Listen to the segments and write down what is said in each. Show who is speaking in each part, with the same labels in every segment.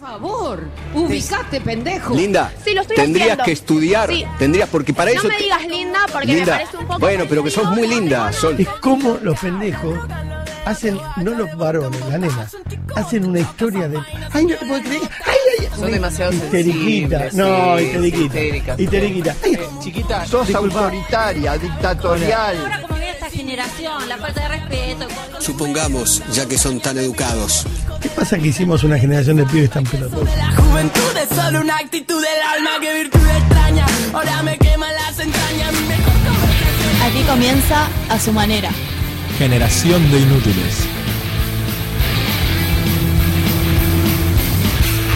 Speaker 1: favor, ubicate, pendejo.
Speaker 2: Linda,
Speaker 3: Sí, lo estoy
Speaker 2: tendrías
Speaker 3: haciendo.
Speaker 2: que estudiar,
Speaker 3: Sí.
Speaker 2: tendrías porque para
Speaker 3: No
Speaker 2: eso
Speaker 3: me
Speaker 2: te-
Speaker 3: digas linda porque me
Speaker 2: Linda.
Speaker 3: parece un poco.
Speaker 2: Bueno, pero que sos muy linda, Sol.
Speaker 4: Es como los pendejos hacen, no los varones, la nena, hacen una historia de. ¡Ay, no te puedo creer! ¡Ay, ay!
Speaker 5: Son demasiado
Speaker 4: Histeriquita.
Speaker 5: sensibles,
Speaker 4: No,
Speaker 5: sí,
Speaker 4: histeriquita.
Speaker 5: histéricas.
Speaker 4: Histeriquita. ¡Ay!
Speaker 5: Chiquita,
Speaker 6: Sos
Speaker 4: Disculpa.
Speaker 6: autoritaria, dictatorial.
Speaker 7: Ahora como ve esta generación, la falta de respeto.
Speaker 2: Supongamos, ya que son tan educados.
Speaker 4: ¿Qué pasa que hicimos una generación de pibes tan pelotudos?
Speaker 8: La juventud es solo una actitud del alma que virtud extraña. Ahora me quema las entrañas, mi mejor conversación.
Speaker 9: Aquí comienza a su manera.
Speaker 10: Generación de inútiles.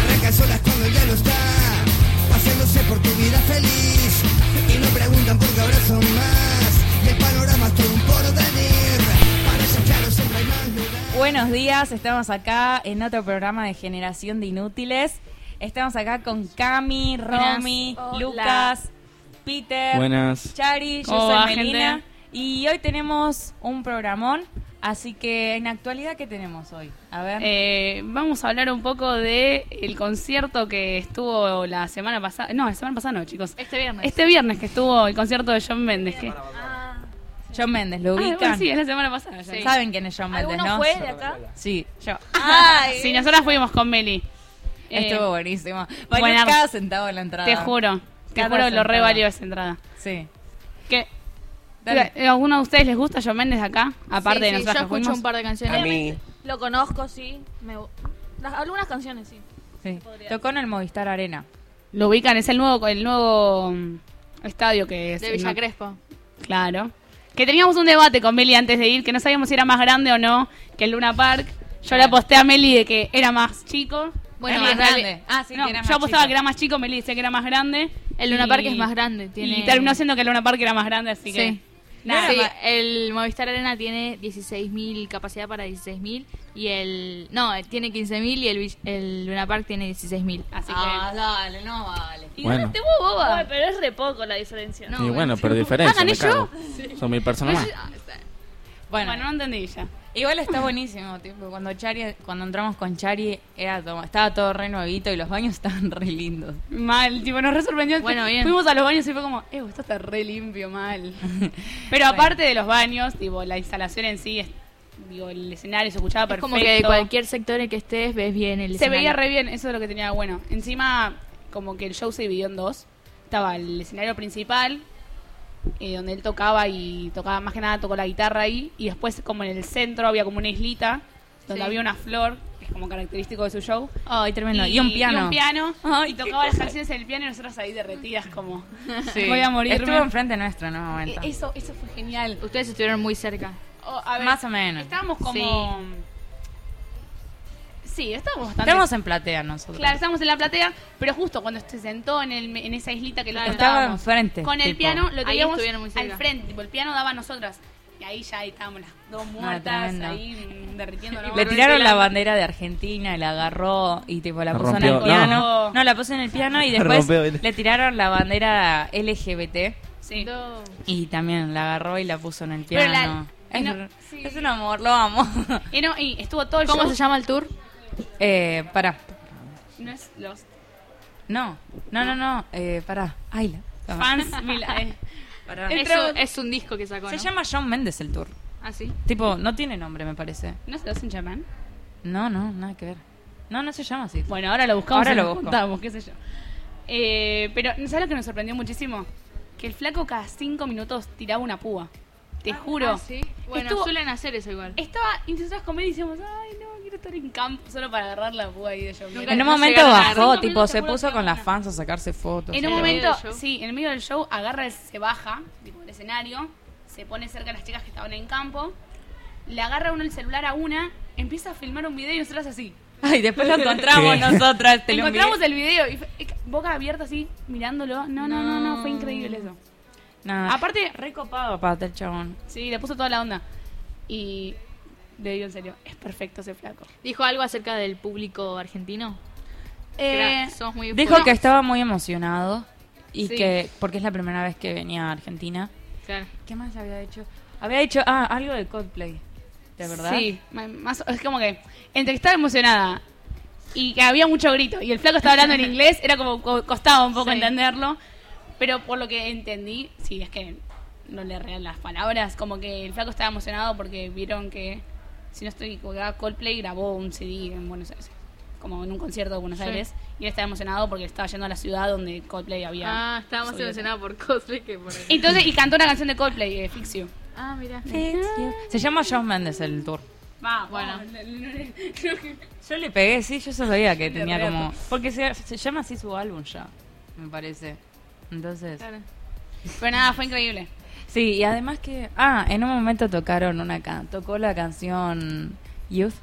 Speaker 8: Arrancan solas cuando ya no está, paseándose por tu vida feliz. Y no preguntan por qué ahora son más. Y el panorama es todo un porvenir. Para ser claro siempre hay más lugar.
Speaker 11: Buenos días, estamos acá en otro programa de Generación de Inútiles. Estamos acá con Cami, Romy,
Speaker 3: Buenas. Hola.
Speaker 11: Lucas, Peter,
Speaker 12: Buenas.
Speaker 11: Chari, yo
Speaker 3: ¿Cómo va,
Speaker 11: soy Melina.
Speaker 3: gente?
Speaker 11: Y hoy tenemos un programón, así que en actualidad, ¿qué tenemos hoy? A ver.
Speaker 3: Eh, vamos a hablar un poco de el concierto que estuvo la semana pasada. No, la semana pasada no, chicos.
Speaker 7: Este viernes. Ah,
Speaker 3: Este viernes que estuvo el concierto de John Méndez. Que...
Speaker 11: John Méndez, ¿lo
Speaker 3: Ah, bueno,
Speaker 11: ubican?
Speaker 3: sí, es la semana pasada. ya.
Speaker 11: Saben quién es John Méndez,
Speaker 7: ¿Alguno
Speaker 11: ¿no?
Speaker 7: fue de acá?
Speaker 11: Sí, yo.
Speaker 3: Sí, nosotras fuimos con Meli. Eh,
Speaker 11: Estuvo buenísimo. Valió
Speaker 3: buena-
Speaker 11: cada centavo en la entrada.
Speaker 3: Te juro, te
Speaker 11: Cada
Speaker 3: juro lo
Speaker 11: sentada.
Speaker 3: revalió esa entrada.
Speaker 11: Sí.
Speaker 3: ¿Qué?
Speaker 11: Dale.
Speaker 3: ¿A alguno de ustedes les gusta John Méndez acá? Aparte de
Speaker 7: Sí, sí,
Speaker 3: nosotras
Speaker 7: yo
Speaker 3: que
Speaker 7: escucho
Speaker 3: fuimos.
Speaker 7: un par de canciones.
Speaker 5: A mí.
Speaker 7: Lo conozco, sí. Me... las- algunas canciones, sí.
Speaker 11: Sí. Tocó en el Movistar Arena.
Speaker 3: Lo ubican, es el nuevo, el nuevo mm, estadio que es.
Speaker 7: De
Speaker 3: ¿no?
Speaker 7: Villa Crespo.
Speaker 3: Claro. Que teníamos un debate con Meli antes de ir, que no sabíamos si era más grande o no que el Luna Park. Yo le aposté a Meli de que era más chico.
Speaker 7: Bueno,
Speaker 3: Meli
Speaker 7: más
Speaker 3: en realidad-
Speaker 11: grande. Ah, sí,
Speaker 3: No,
Speaker 11: que era
Speaker 3: yo
Speaker 11: más
Speaker 3: apostaba
Speaker 11: chico.
Speaker 3: que era más chico, Meli decía que era más grande.
Speaker 7: El Luna
Speaker 3: Y-
Speaker 7: Park es más grande, tiene-
Speaker 3: Y terminó siendo que el Luna Park era más grande, así que...
Speaker 7: Sí.
Speaker 3: Nada,
Speaker 7: Sí,
Speaker 3: más-
Speaker 7: el Movistar Arena tiene 16.000, capacidad para 16.000. Y el. No, tiene 15.000 y el, Vill- el Luna Park tiene 16.000.
Speaker 3: Así que...
Speaker 11: dale, no vale.
Speaker 7: Y
Speaker 12: Bueno.
Speaker 7: ganaste vos, boba.
Speaker 8: pero es re poco la diferencia.
Speaker 7: No, Ah,
Speaker 12: y bueno,
Speaker 7: sí.
Speaker 12: pero diferencia.
Speaker 3: Ah, ¿gané
Speaker 12: me cago. Son mil personas más.
Speaker 11: Bueno,
Speaker 3: Bueno, no entendí ya.
Speaker 11: igual está buenísimo, tipo, cuando Chari, cuando entramos con Chari, era todo- estaba todo re nuevito y los baños estaban re lindos.
Speaker 3: Mal, tipo, nos re sorprendió.
Speaker 7: Bueno, bien.
Speaker 3: Fuimos a los baños y fue como, eh, esto está re limpio, mal. Pero aparte de los baños, tipo, la instalación en sí, es- digo, el escenario se escuchaba
Speaker 7: Es
Speaker 3: perfecto.
Speaker 7: como que de cualquier sector en que estés ves bien el
Speaker 3: Se veía
Speaker 7: escenario.
Speaker 3: re bien, eso es lo que tenía bueno. Encima, como que el show se dividió en dos. Estaba el escenario principal, eh, donde él tocaba y tocaba, más que nada tocó la guitarra ahí. Y después, como en el centro, había como una islita, donde
Speaker 7: Sí.
Speaker 3: había una flor, que es como característico de su show.
Speaker 11: Ay, tremendo. Y, un piano.
Speaker 3: Y un piano.
Speaker 11: Ay,
Speaker 3: y tocaba las canciones en el piano y nosotros ahí derretidas como... Voy a morirme.
Speaker 11: Estuvo enfrente nuestro en un momento.
Speaker 3: Eso, eso fue genial.
Speaker 7: Ustedes estuvieron muy cerca.
Speaker 3: O, a ver,
Speaker 11: Más o menos.
Speaker 3: Estábamos como... Sí, estábamos bastante...
Speaker 11: Estamos en platea nosotros.
Speaker 3: Claro, estábamos en la platea, pero justo cuando se sentó en, el, en esa islita que lo
Speaker 7: Claro.
Speaker 3: estábamos,
Speaker 11: Estaba enfrente,
Speaker 3: Con el
Speaker 11: tipo.
Speaker 3: piano lo
Speaker 7: Ahí
Speaker 3: teníamos
Speaker 7: estuvieron muy cerca.
Speaker 3: al frente, tipo, el piano daba a nosotras. Y ahí ya ahí estábamos las dos muertas,
Speaker 11: tremendo.
Speaker 3: ahí mm, derritiéndonos.
Speaker 11: Le tiraron la bandera de Argentina, la agarró y tipo la
Speaker 12: La
Speaker 11: puso en el
Speaker 12: rompió.
Speaker 11: piano. No.
Speaker 3: No.
Speaker 11: la puso en el piano y después
Speaker 6: rompió, ¿viste?
Speaker 11: le tiraron la bandera LGBT
Speaker 3: Sí.
Speaker 7: Do-
Speaker 11: y también la agarró y la puso en el
Speaker 3: Pero la-
Speaker 11: piano. Es,
Speaker 3: no, sí.
Speaker 11: es un amor, lo amo.
Speaker 3: Y, no, y estuvo todo el
Speaker 7: ¿Cómo
Speaker 3: show.
Speaker 7: se llama el tour?
Speaker 11: eh, pará.
Speaker 3: No es los
Speaker 11: No, no, no, no, eh, pará. Ay, la. toma.
Speaker 3: fans... mil- eh.
Speaker 11: Pará.
Speaker 3: Eh,
Speaker 7: Es
Speaker 3: Entró-
Speaker 7: un, es un disco que sacó,
Speaker 11: Se
Speaker 7: ¿no?
Speaker 11: llama John Mendes el tour.
Speaker 7: ¿Ah, sí?
Speaker 11: Tipo, no tiene nombre, me parece.
Speaker 3: ¿No es los en chamán?
Speaker 11: No, no, nada que ver. No, no se llama así.
Speaker 3: Bueno, ahora lo buscamos.
Speaker 11: Ah, Ahora
Speaker 3: y
Speaker 11: lo
Speaker 3: nos
Speaker 11: busco.
Speaker 3: contamos, qué sé yo. Eh, pero, ¿sabes lo que nos sorprendió muchísimo? Que el flaco cada cinco minutos tiraba una púa. Te juro.
Speaker 7: Ah, sí. Bueno,
Speaker 3: Estuvo-
Speaker 7: suelen hacer eso igual.
Speaker 3: Estaba, y nosotros con Mel decíamos, ay, no, quiero estar en campo solo para agarrar la púa ahí de John Mayer".
Speaker 7: Nunca-
Speaker 11: en un
Speaker 7: no
Speaker 11: momento
Speaker 7: llegaron a dar
Speaker 11: bajó,
Speaker 7: cinco
Speaker 11: tipo,
Speaker 3: minutos,
Speaker 11: se
Speaker 3: seguro
Speaker 11: puso
Speaker 3: que
Speaker 11: con
Speaker 3: no.
Speaker 11: las fans a sacarse fotos.
Speaker 3: En un
Speaker 7: En el medio
Speaker 3: momento,
Speaker 7: del show.
Speaker 3: sí, en el medio del show agarra, se baja, tipo, del escenario, se pone cerca de las chicas que estaban en campo, le agarra uno el celular a una, empieza a filmar un video y nosotras así.
Speaker 11: Ay, después lo encontramos
Speaker 12: Sí.
Speaker 11: nosotras. Te lo
Speaker 3: Encontramos
Speaker 11: envié.
Speaker 3: el video y fue- boca abierta así, mirándolo. No, no, no, no, fue increíble eso.
Speaker 11: No,
Speaker 3: Aparte,
Speaker 11: recopado aparte el chabón.
Speaker 3: sí, le puso toda la onda. Y le digo en serio, es perfecto ese flaco.
Speaker 7: ¿Dijo algo acerca del público argentino?
Speaker 3: Eh,
Speaker 7: Era- sos muy
Speaker 11: Dijo
Speaker 7: bueno,
Speaker 11: que estaba muy emocionado y
Speaker 7: Sí.
Speaker 11: que porque es la primera vez que venía a Argentina.
Speaker 7: claro.
Speaker 11: ¿Qué más había hecho? Había hecho ah, algo de Coldplay. ¿De verdad?
Speaker 3: Sí, ma- más, es como que entre que estaba emocionada, y que había mucho grito. Y el flaco estaba hablando en inglés, era como co- costaba un poco
Speaker 7: Sí.
Speaker 3: entenderlo. Pero por lo que entendí, sí, es que no le rean las palabras, como que el flaco estaba emocionado porque vieron que, si no estoy equivocada, Coldplay grabó un CD en Buenos Aires, como en un concierto de Buenos
Speaker 7: Sí.
Speaker 3: Aires, y él estaba emocionado porque estaba yendo a la ciudad donde Coldplay había...
Speaker 7: Ah, estaba más
Speaker 3: subido.
Speaker 7: emocionada por cosplay que por
Speaker 3: Entonces, y cantó una canción de Coldplay, eh, Fixio.
Speaker 7: Ah, mira.
Speaker 11: Se llama Josh Mendes el tour.
Speaker 3: Va,
Speaker 7: Bueno.
Speaker 3: bueno.
Speaker 11: Yo le pegué, sí, yo eso sabía que
Speaker 3: Le
Speaker 11: tenía
Speaker 3: reato.
Speaker 11: como. Porque se, se llama así su álbum ya, me parece. Entonces.
Speaker 3: Pero nada, fue increíble.
Speaker 11: Sí, y además que. Ah, en un momento tocaron una can tocó la canción Youth.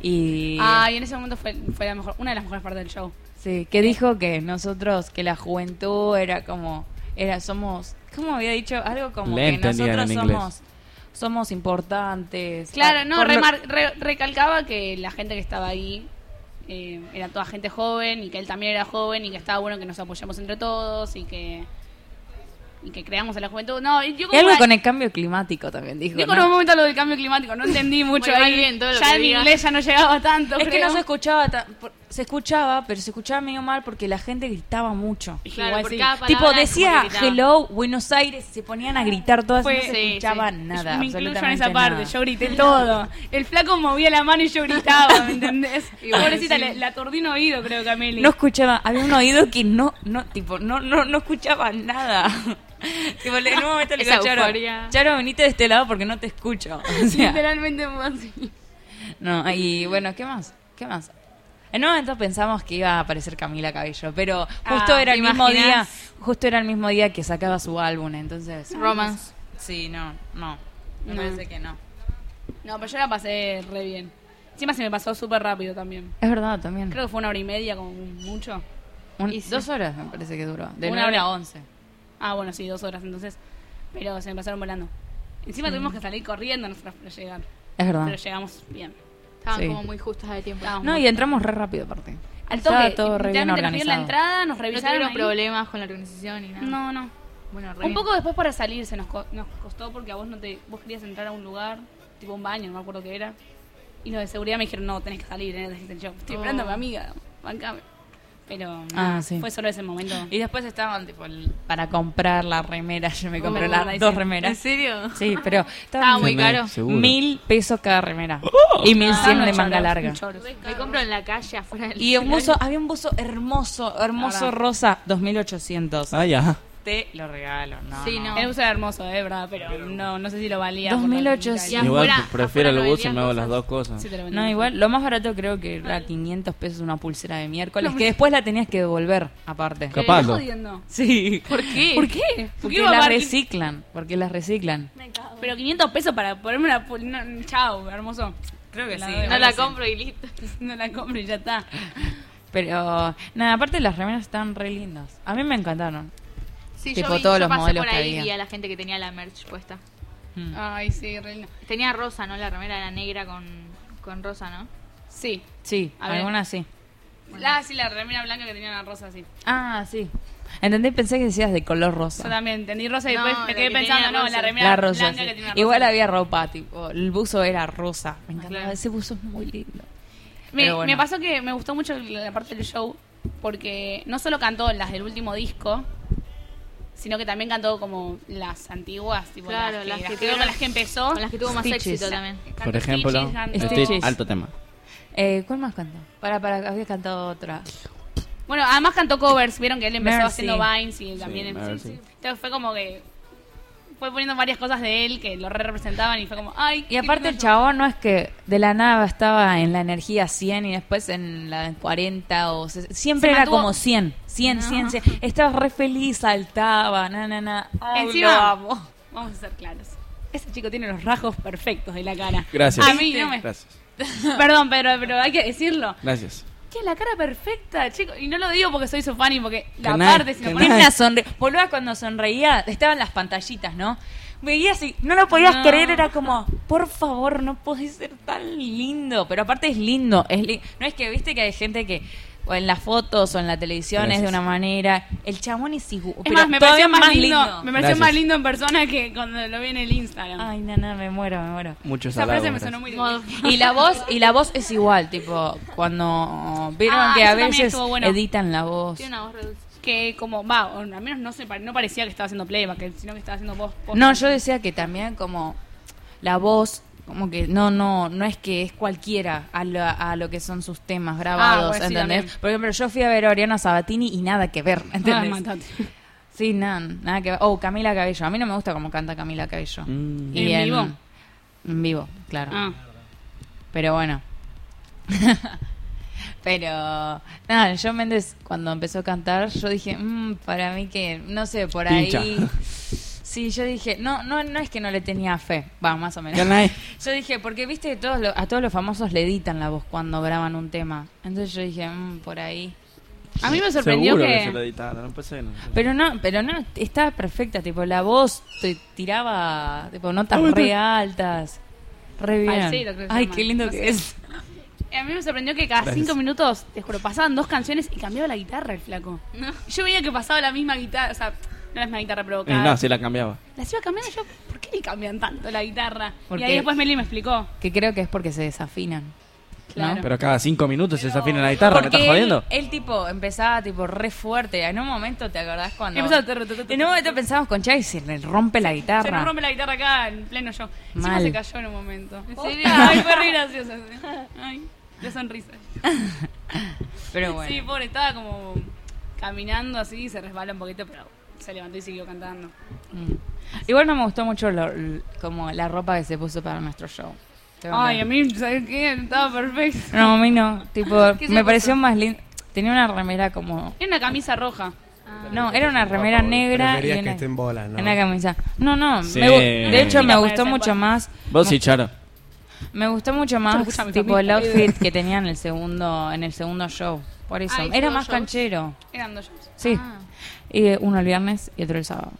Speaker 11: Y.
Speaker 3: Ah, y en ese momento fue, fue la mejor, una de las mejores partes del show.
Speaker 11: Sí, que dijo que nosotros, que la juventud era como, era somos, ¿cómo había dicho? Algo como
Speaker 12: Le
Speaker 11: que
Speaker 12: entendían
Speaker 11: nosotros
Speaker 12: en inglés.
Speaker 11: somos, somos importantes. Ah,
Speaker 3: Claro, no,
Speaker 11: por lo-
Speaker 3: remar- re- recalcaba que la gente que estaba ahí eh, era toda gente joven y que él también era joven y que estaba bueno que nos apoyemos entre todos y que y que creamos en la juventud. No, y yo
Speaker 11: Y
Speaker 3: como,
Speaker 11: algo con el cambio climático también dijo,
Speaker 3: yo
Speaker 11: ¿no?
Speaker 3: con un momento lo del cambio climático, no entendí mucho
Speaker 7: Bueno,
Speaker 3: ahí.
Speaker 7: va bien, todo lo
Speaker 3: ya
Speaker 7: que
Speaker 3: en
Speaker 7: diga.
Speaker 3: inglés ya no llegaba tanto.
Speaker 11: Es que
Speaker 3: creo.
Speaker 11: no se escuchaba, ta- por- se escuchaba, pero se escuchaba medio mal porque la gente gritaba mucho.
Speaker 7: Claro,
Speaker 11: Igual
Speaker 7: por
Speaker 11: sí.
Speaker 7: cada palabra
Speaker 11: Tipo,
Speaker 7: como
Speaker 11: decía
Speaker 7: que gritaba.
Speaker 11: hello, Buenos Aires, se ponían a gritar todas
Speaker 3: Fue-
Speaker 11: y no se
Speaker 3: sí,
Speaker 11: escuchaba
Speaker 3: sí.
Speaker 11: nada.
Speaker 3: Me incluyo en
Speaker 11: absolutamente
Speaker 3: esa parte,
Speaker 11: nada.
Speaker 3: yo grité todo. El flaco movía la mano y yo gritaba, ¿me entendés?
Speaker 11: bueno,
Speaker 3: Pobrecita,
Speaker 11: sí.
Speaker 3: le- la atordí un oído, creo, Cameli.
Speaker 11: No escuchaba, había un oído que no, no, tipo, no, no, no escuchaba nada. Tipo, le- en un momento le
Speaker 7: Esa
Speaker 11: digo, Charo,
Speaker 7: euforia.
Speaker 11: Charo, venite de este lado porque no te escucho. O sea,
Speaker 3: Literalmente fue así.
Speaker 11: no, y bueno, ¿qué más? ¿Qué más? En un momento pensamos que iba a aparecer Camila Cabello, pero justo
Speaker 7: Ah,
Speaker 11: era
Speaker 7: ¿te
Speaker 11: el mismo día,
Speaker 7: imaginas?
Speaker 11: justo era el mismo día que sacaba su álbum,
Speaker 3: Ah,
Speaker 11: entonces.
Speaker 7: Romance.
Speaker 11: Sí, no, no. Me
Speaker 3: No.
Speaker 11: parece que no.
Speaker 3: No, pero yo la pasé re bien. Encima se me pasó súper rápido también.
Speaker 11: Es verdad también.
Speaker 3: Creo que fue una hora y media, como mucho.
Speaker 11: Un- Dos horas me parece que duró. De
Speaker 3: Una
Speaker 11: nueve a
Speaker 3: hora.
Speaker 11: once.
Speaker 3: Ah, bueno, sí, dos horas entonces. Pero se me pasaron volando. Encima tuvimos que salir corriendo nosotros para llegar.
Speaker 11: Es verdad.
Speaker 3: Pero llegamos bien.
Speaker 7: Estaban
Speaker 11: Sí.
Speaker 7: como muy justas de tiempo.
Speaker 3: Estábamos
Speaker 11: No,
Speaker 3: muy-
Speaker 11: y entramos re rápido aparte.
Speaker 3: Al
Speaker 11: Estaba
Speaker 3: toque,
Speaker 11: todo re bien
Speaker 3: literalmente nos dieron la
Speaker 11: organizado.
Speaker 3: entrada, nos revisaron.
Speaker 7: No tuvieron
Speaker 3: ahí.
Speaker 7: problemas con la organización ni nada.
Speaker 3: No, no.
Speaker 7: Bueno, re
Speaker 3: Un
Speaker 7: bien.
Speaker 3: poco después para salir se nos, co- nos costó porque a vos no te vos querías entrar a un lugar, tipo un baño, no me acuerdo qué era. Y los de seguridad me dijeron, no, tenés que salir, ¿eh? Dije, yo, estoy
Speaker 7: Oh.
Speaker 3: esperando a mi amiga, bancame. Pero
Speaker 11: Ah,
Speaker 3: no,
Speaker 11: sí.
Speaker 3: fue solo ese momento.
Speaker 11: Y después estaban tipo el- para comprar la remera. Yo me compré
Speaker 3: Uh,
Speaker 11: las
Speaker 3: ahí
Speaker 11: dos
Speaker 3: sí.
Speaker 11: remeras.
Speaker 7: ¿En serio?
Speaker 11: Sí, pero
Speaker 7: Estaba
Speaker 11: estaban
Speaker 7: muy
Speaker 11: mil-
Speaker 7: caro.
Speaker 12: Seguro. ¡Oh!
Speaker 11: Mil pesos cada remera. Y mil
Speaker 3: Ah,
Speaker 11: cien
Speaker 3: no,
Speaker 11: de
Speaker 3: choros,
Speaker 11: manga larga.
Speaker 3: choros.
Speaker 7: Me compro en la calle afuera del
Speaker 11: Y un buzo,
Speaker 7: escenario.
Speaker 11: había un buzo hermoso, hermoso
Speaker 3: Ahora.
Speaker 11: rosa, 2800.
Speaker 12: Ah, ya.
Speaker 11: Te lo regalo, no.
Speaker 7: Sí, no.
Speaker 3: El buzo era hermoso, eh, verdad, pero no, no sé si lo valía. por la
Speaker 11: 2800.
Speaker 3: mitad.
Speaker 7: Y
Speaker 12: Igual
Speaker 7: afuera-
Speaker 12: prefiero
Speaker 7: afuera
Speaker 12: el
Speaker 7: no
Speaker 12: bus y
Speaker 7: vendían
Speaker 12: me hago las
Speaker 7: cosas.
Speaker 12: dos cosas.
Speaker 3: Sí, te lo vendí.
Speaker 11: No, igual, lo más barato creo que era 500 pesos una pulsera de miércoles, que después la tenías que devolver, aparte.
Speaker 12: Cap-
Speaker 3: ¿Estás
Speaker 12: Palo.
Speaker 3: jodiendo?
Speaker 11: Sí.
Speaker 7: ¿Por qué?
Speaker 3: ¿Por qué? ¿Por qué
Speaker 11: Porque
Speaker 3: iba a
Speaker 11: las
Speaker 3: pagar
Speaker 11: reciclan, porque las reciclan.
Speaker 3: quin- Pero 500 pesos para ponerme una... pul- no, chao, hermoso.
Speaker 11: Creo que
Speaker 3: sí.
Speaker 7: No la compro y listo.
Speaker 3: No la compro y ya está.
Speaker 11: Pero, nada, aparte las remeras están re lindas. A mí me encantaron.
Speaker 7: Sí,
Speaker 11: Tipo
Speaker 7: yo vi,
Speaker 11: todos
Speaker 7: yo
Speaker 11: los
Speaker 7: pasé
Speaker 11: modelos
Speaker 7: por
Speaker 11: que
Speaker 7: ahí y
Speaker 11: había. Hmm.
Speaker 7: vi a la gente que tenía la merch puesta.
Speaker 3: Ay, sí, re lindo.
Speaker 7: Tenía rosa, ¿no? La remera era negra con, con rosa, ¿no?
Speaker 3: Sí.
Speaker 11: Sí,
Speaker 3: A ver.
Speaker 11: algunas sí.
Speaker 3: La, sí, la remera blanca que tenía la rosa, sí.
Speaker 11: Ah, sí. Entendí, pensé que decías de color rosa.
Speaker 3: Yo también entendí rosa y
Speaker 7: No,
Speaker 3: después me
Speaker 7: la
Speaker 3: quedé
Speaker 7: que
Speaker 3: pensando,
Speaker 7: tenía
Speaker 3: no,
Speaker 7: rosa.
Speaker 3: la remera
Speaker 11: La rosa.
Speaker 3: blanca
Speaker 11: sí.
Speaker 3: que tiene una
Speaker 11: Igual
Speaker 3: rosa. Ah,
Speaker 11: había ropa, tipo, el buzo era rosa. Me encantaba,
Speaker 7: Claro.
Speaker 11: ese buzo es muy lindo.
Speaker 3: Me,
Speaker 11: Pero bueno.
Speaker 3: me pasó que me gustó mucho la parte del show porque no solo cantó las del último disco, sino que también cantó como las antiguas, tipo
Speaker 7: Claro,
Speaker 3: las, que,
Speaker 7: las que
Speaker 3: las que-
Speaker 7: tuvieron-
Speaker 3: con las que empezó.
Speaker 7: Con las que tuvo más
Speaker 11: Stitches.
Speaker 7: éxito también.
Speaker 3: Cantó
Speaker 12: Por ejemplo,
Speaker 3: Stitches, cantó-
Speaker 11: Stitches.
Speaker 12: este alto tema.
Speaker 11: Eh, ¿Cuál más cantó? Para, para, había cantado otra.
Speaker 3: Bueno, además cantó covers, vieron que él empezó
Speaker 11: Mercy.
Speaker 3: haciendo Vines y también em-
Speaker 12: Mercy.
Speaker 3: Entonces fue como que fue poniendo varias cosas de él que lo re representaban y fue como, ay,
Speaker 11: Y
Speaker 3: qué
Speaker 11: aparte
Speaker 3: lindo
Speaker 11: el
Speaker 3: yo.
Speaker 11: chabón no es que de la nada estaba en la energía 100 y después en la 40 o ses- siempre
Speaker 3: Se
Speaker 11: era
Speaker 3: mantuvo-
Speaker 11: como 100, 100, 100, 100. Estaba re feliz, saltaba, na na na. Ay,
Speaker 3: Encima-
Speaker 11: lo amo.
Speaker 3: Vamos a ser claros. Ese chico tiene los rasgos perfectos de la cara.
Speaker 12: Gracias.
Speaker 3: A mí no me.
Speaker 12: Gracias.
Speaker 3: Perdón, Pedro, pero hay que decirlo.
Speaker 12: Gracias.
Speaker 3: Tiene la cara perfecta, chico. Y no lo digo porque soy su fan y porque la
Speaker 12: Canal,
Speaker 3: parte, sino
Speaker 11: Tiene
Speaker 3: porque.
Speaker 11: una sonrisa. Boluda, cuando sonreía, estaban las pantallitas, ¿no? Veías y no lo podías
Speaker 3: No.
Speaker 11: creer, era como, por favor, no podés ser tan lindo. Pero aparte es lindo, es li- no es que viste que hay gente que o en las fotos o en la televisión
Speaker 13: Gracias.
Speaker 11: es de una manera. El chamón es igual.
Speaker 3: Es más, me pareció más, lindo, Me pareció
Speaker 11: pareció
Speaker 3: más lindo en persona que cuando lo vi en el Instagram.
Speaker 11: Ay, nana, me muero, me muero.
Speaker 12: Muchos
Speaker 3: Esa frase me
Speaker 12: halagos,
Speaker 3: sonó muy linda.
Speaker 11: Y la voz, y la voz es igual, tipo, cuando vieron
Speaker 3: Ah,
Speaker 11: que a
Speaker 3: eso también
Speaker 11: veces
Speaker 3: estuvo bueno.
Speaker 11: editan la voz.
Speaker 3: Tiene una voz reducida. Que como, va, o al menos no, se, pare- no parecía que estaba haciendo playback, que- sino que estaba haciendo voz. posta.
Speaker 11: No, yo decía que también como la voz, como que no, no, no es que es cualquiera a lo, a lo que son sus temas grabados,
Speaker 3: bueno, Ah, pues sí,
Speaker 11: ¿entendés?
Speaker 3: también.
Speaker 11: Por ejemplo, yo fui a ver a Oriana Sabatini y nada que ver,
Speaker 3: Ah,
Speaker 11: ¿entendés?
Speaker 3: matate.
Speaker 11: sí, nada, nada que ver. Oh, Camila Cabello. A mí no me gusta cómo canta Camila Cabello.
Speaker 3: Mm. ¿En vivo?
Speaker 11: En vivo, claro.
Speaker 3: Ah.
Speaker 11: Pero bueno. Pero, nada, yo Méndez, cuando empezó a cantar, yo dije, "Mm, para mí que, no sé, por
Speaker 12: Pincha.
Speaker 11: ahí. Sí, yo dije, no, no, no es que no le tenía fe, va, más o menos.
Speaker 12: ¿Qué onda ahí?
Speaker 11: Yo dije, porque viste que todos los- a todos los famosos le editan la voz cuando graban un tema. Entonces yo dije, "Mm, por ahí.
Speaker 3: A mí me sorprendió
Speaker 12: Seguro que...
Speaker 3: que-
Speaker 12: se lo editaron, no pensé que no.
Speaker 11: Pero no, pero no, estaba perfecta, tipo, la voz te tiraba, tipo, notas
Speaker 12: Ah, bueno,
Speaker 11: re
Speaker 12: te-
Speaker 11: altas. Re bien.
Speaker 3: Ay, sí, lo que se
Speaker 11: Ay,
Speaker 3: llama.
Speaker 11: qué lindo
Speaker 3: No
Speaker 11: que
Speaker 3: sé.
Speaker 11: es.
Speaker 3: A mí me sorprendió que cada
Speaker 11: Gracias.
Speaker 3: cinco minutos, te juro, pasaban dos canciones y cambiaba la guitarra el flaco. Yo veía que pasaba la misma guitarra, o sea, no la misma guitarra
Speaker 12: Eh,
Speaker 3: provocada.
Speaker 12: no, sí la cambiaba.
Speaker 3: La iba cambiando y yo, ¿por qué le cambian tanto la guitarra? Y
Speaker 11: Porque-
Speaker 3: ahí después Meli me explicó.
Speaker 11: Que creo que es porque se desafinan.
Speaker 3: Claro.
Speaker 12: Pero cada cinco minutos se desafina la guitarra, ¿me
Speaker 11: Porque
Speaker 12: estás jodiendo?
Speaker 11: Él, él, tipo empezaba tipo re fuerte. En un momento te acordás cuando.
Speaker 3: Empezaba,
Speaker 11: en un momento pensamos con Chai se le rompe la guitarra.
Speaker 3: Se nos rompe la guitarra acá en pleno show. Encima
Speaker 11: Mal.
Speaker 3: se cayó en un momento. ¿En
Speaker 11: serio?
Speaker 3: Ay, fue re gracioso. Ay, la sonrisa.
Speaker 11: Pero bueno.
Speaker 3: Sí, pobre, estaba como caminando así, se resbala un poquito, pero se levantó y siguió cantando.
Speaker 11: Mm. Igual no me gustó mucho lo- como la ropa que se puso para nuestro show. Tengo
Speaker 3: Ay,
Speaker 11: que-
Speaker 3: a mí, ¿sabes qué? Estaba perfecto.
Speaker 11: No, a mí no. Tipo,
Speaker 3: ¿Qué se
Speaker 11: me
Speaker 3: puso?
Speaker 11: pareció más lindo. Tenía una remera como.
Speaker 3: Era una camisa roja.
Speaker 11: No, era una remera negra.
Speaker 4: Pero
Speaker 11: y
Speaker 4: querías
Speaker 11: una,
Speaker 4: que esté en bola, ¿no?
Speaker 11: una camisa. No, no.
Speaker 12: Sí.
Speaker 11: me gu- de hecho, me
Speaker 12: Ponerse
Speaker 11: gustó
Speaker 12: en
Speaker 11: mucho más.
Speaker 12: Vos sí, Charo.
Speaker 11: Me gustó mucho
Speaker 12: Yo
Speaker 11: más
Speaker 12: lo puse a mi
Speaker 11: tipo el
Speaker 12: familia.
Speaker 11: outfit que tenía en el segundo en el segundo show. Por eso
Speaker 3: Ah, ¿hizo
Speaker 11: era
Speaker 3: dos
Speaker 11: más
Speaker 3: shows?
Speaker 11: canchero.
Speaker 3: Eran dos shows. Ah.
Speaker 11: Sí. Y eh, uno el viernes y otro el sábado.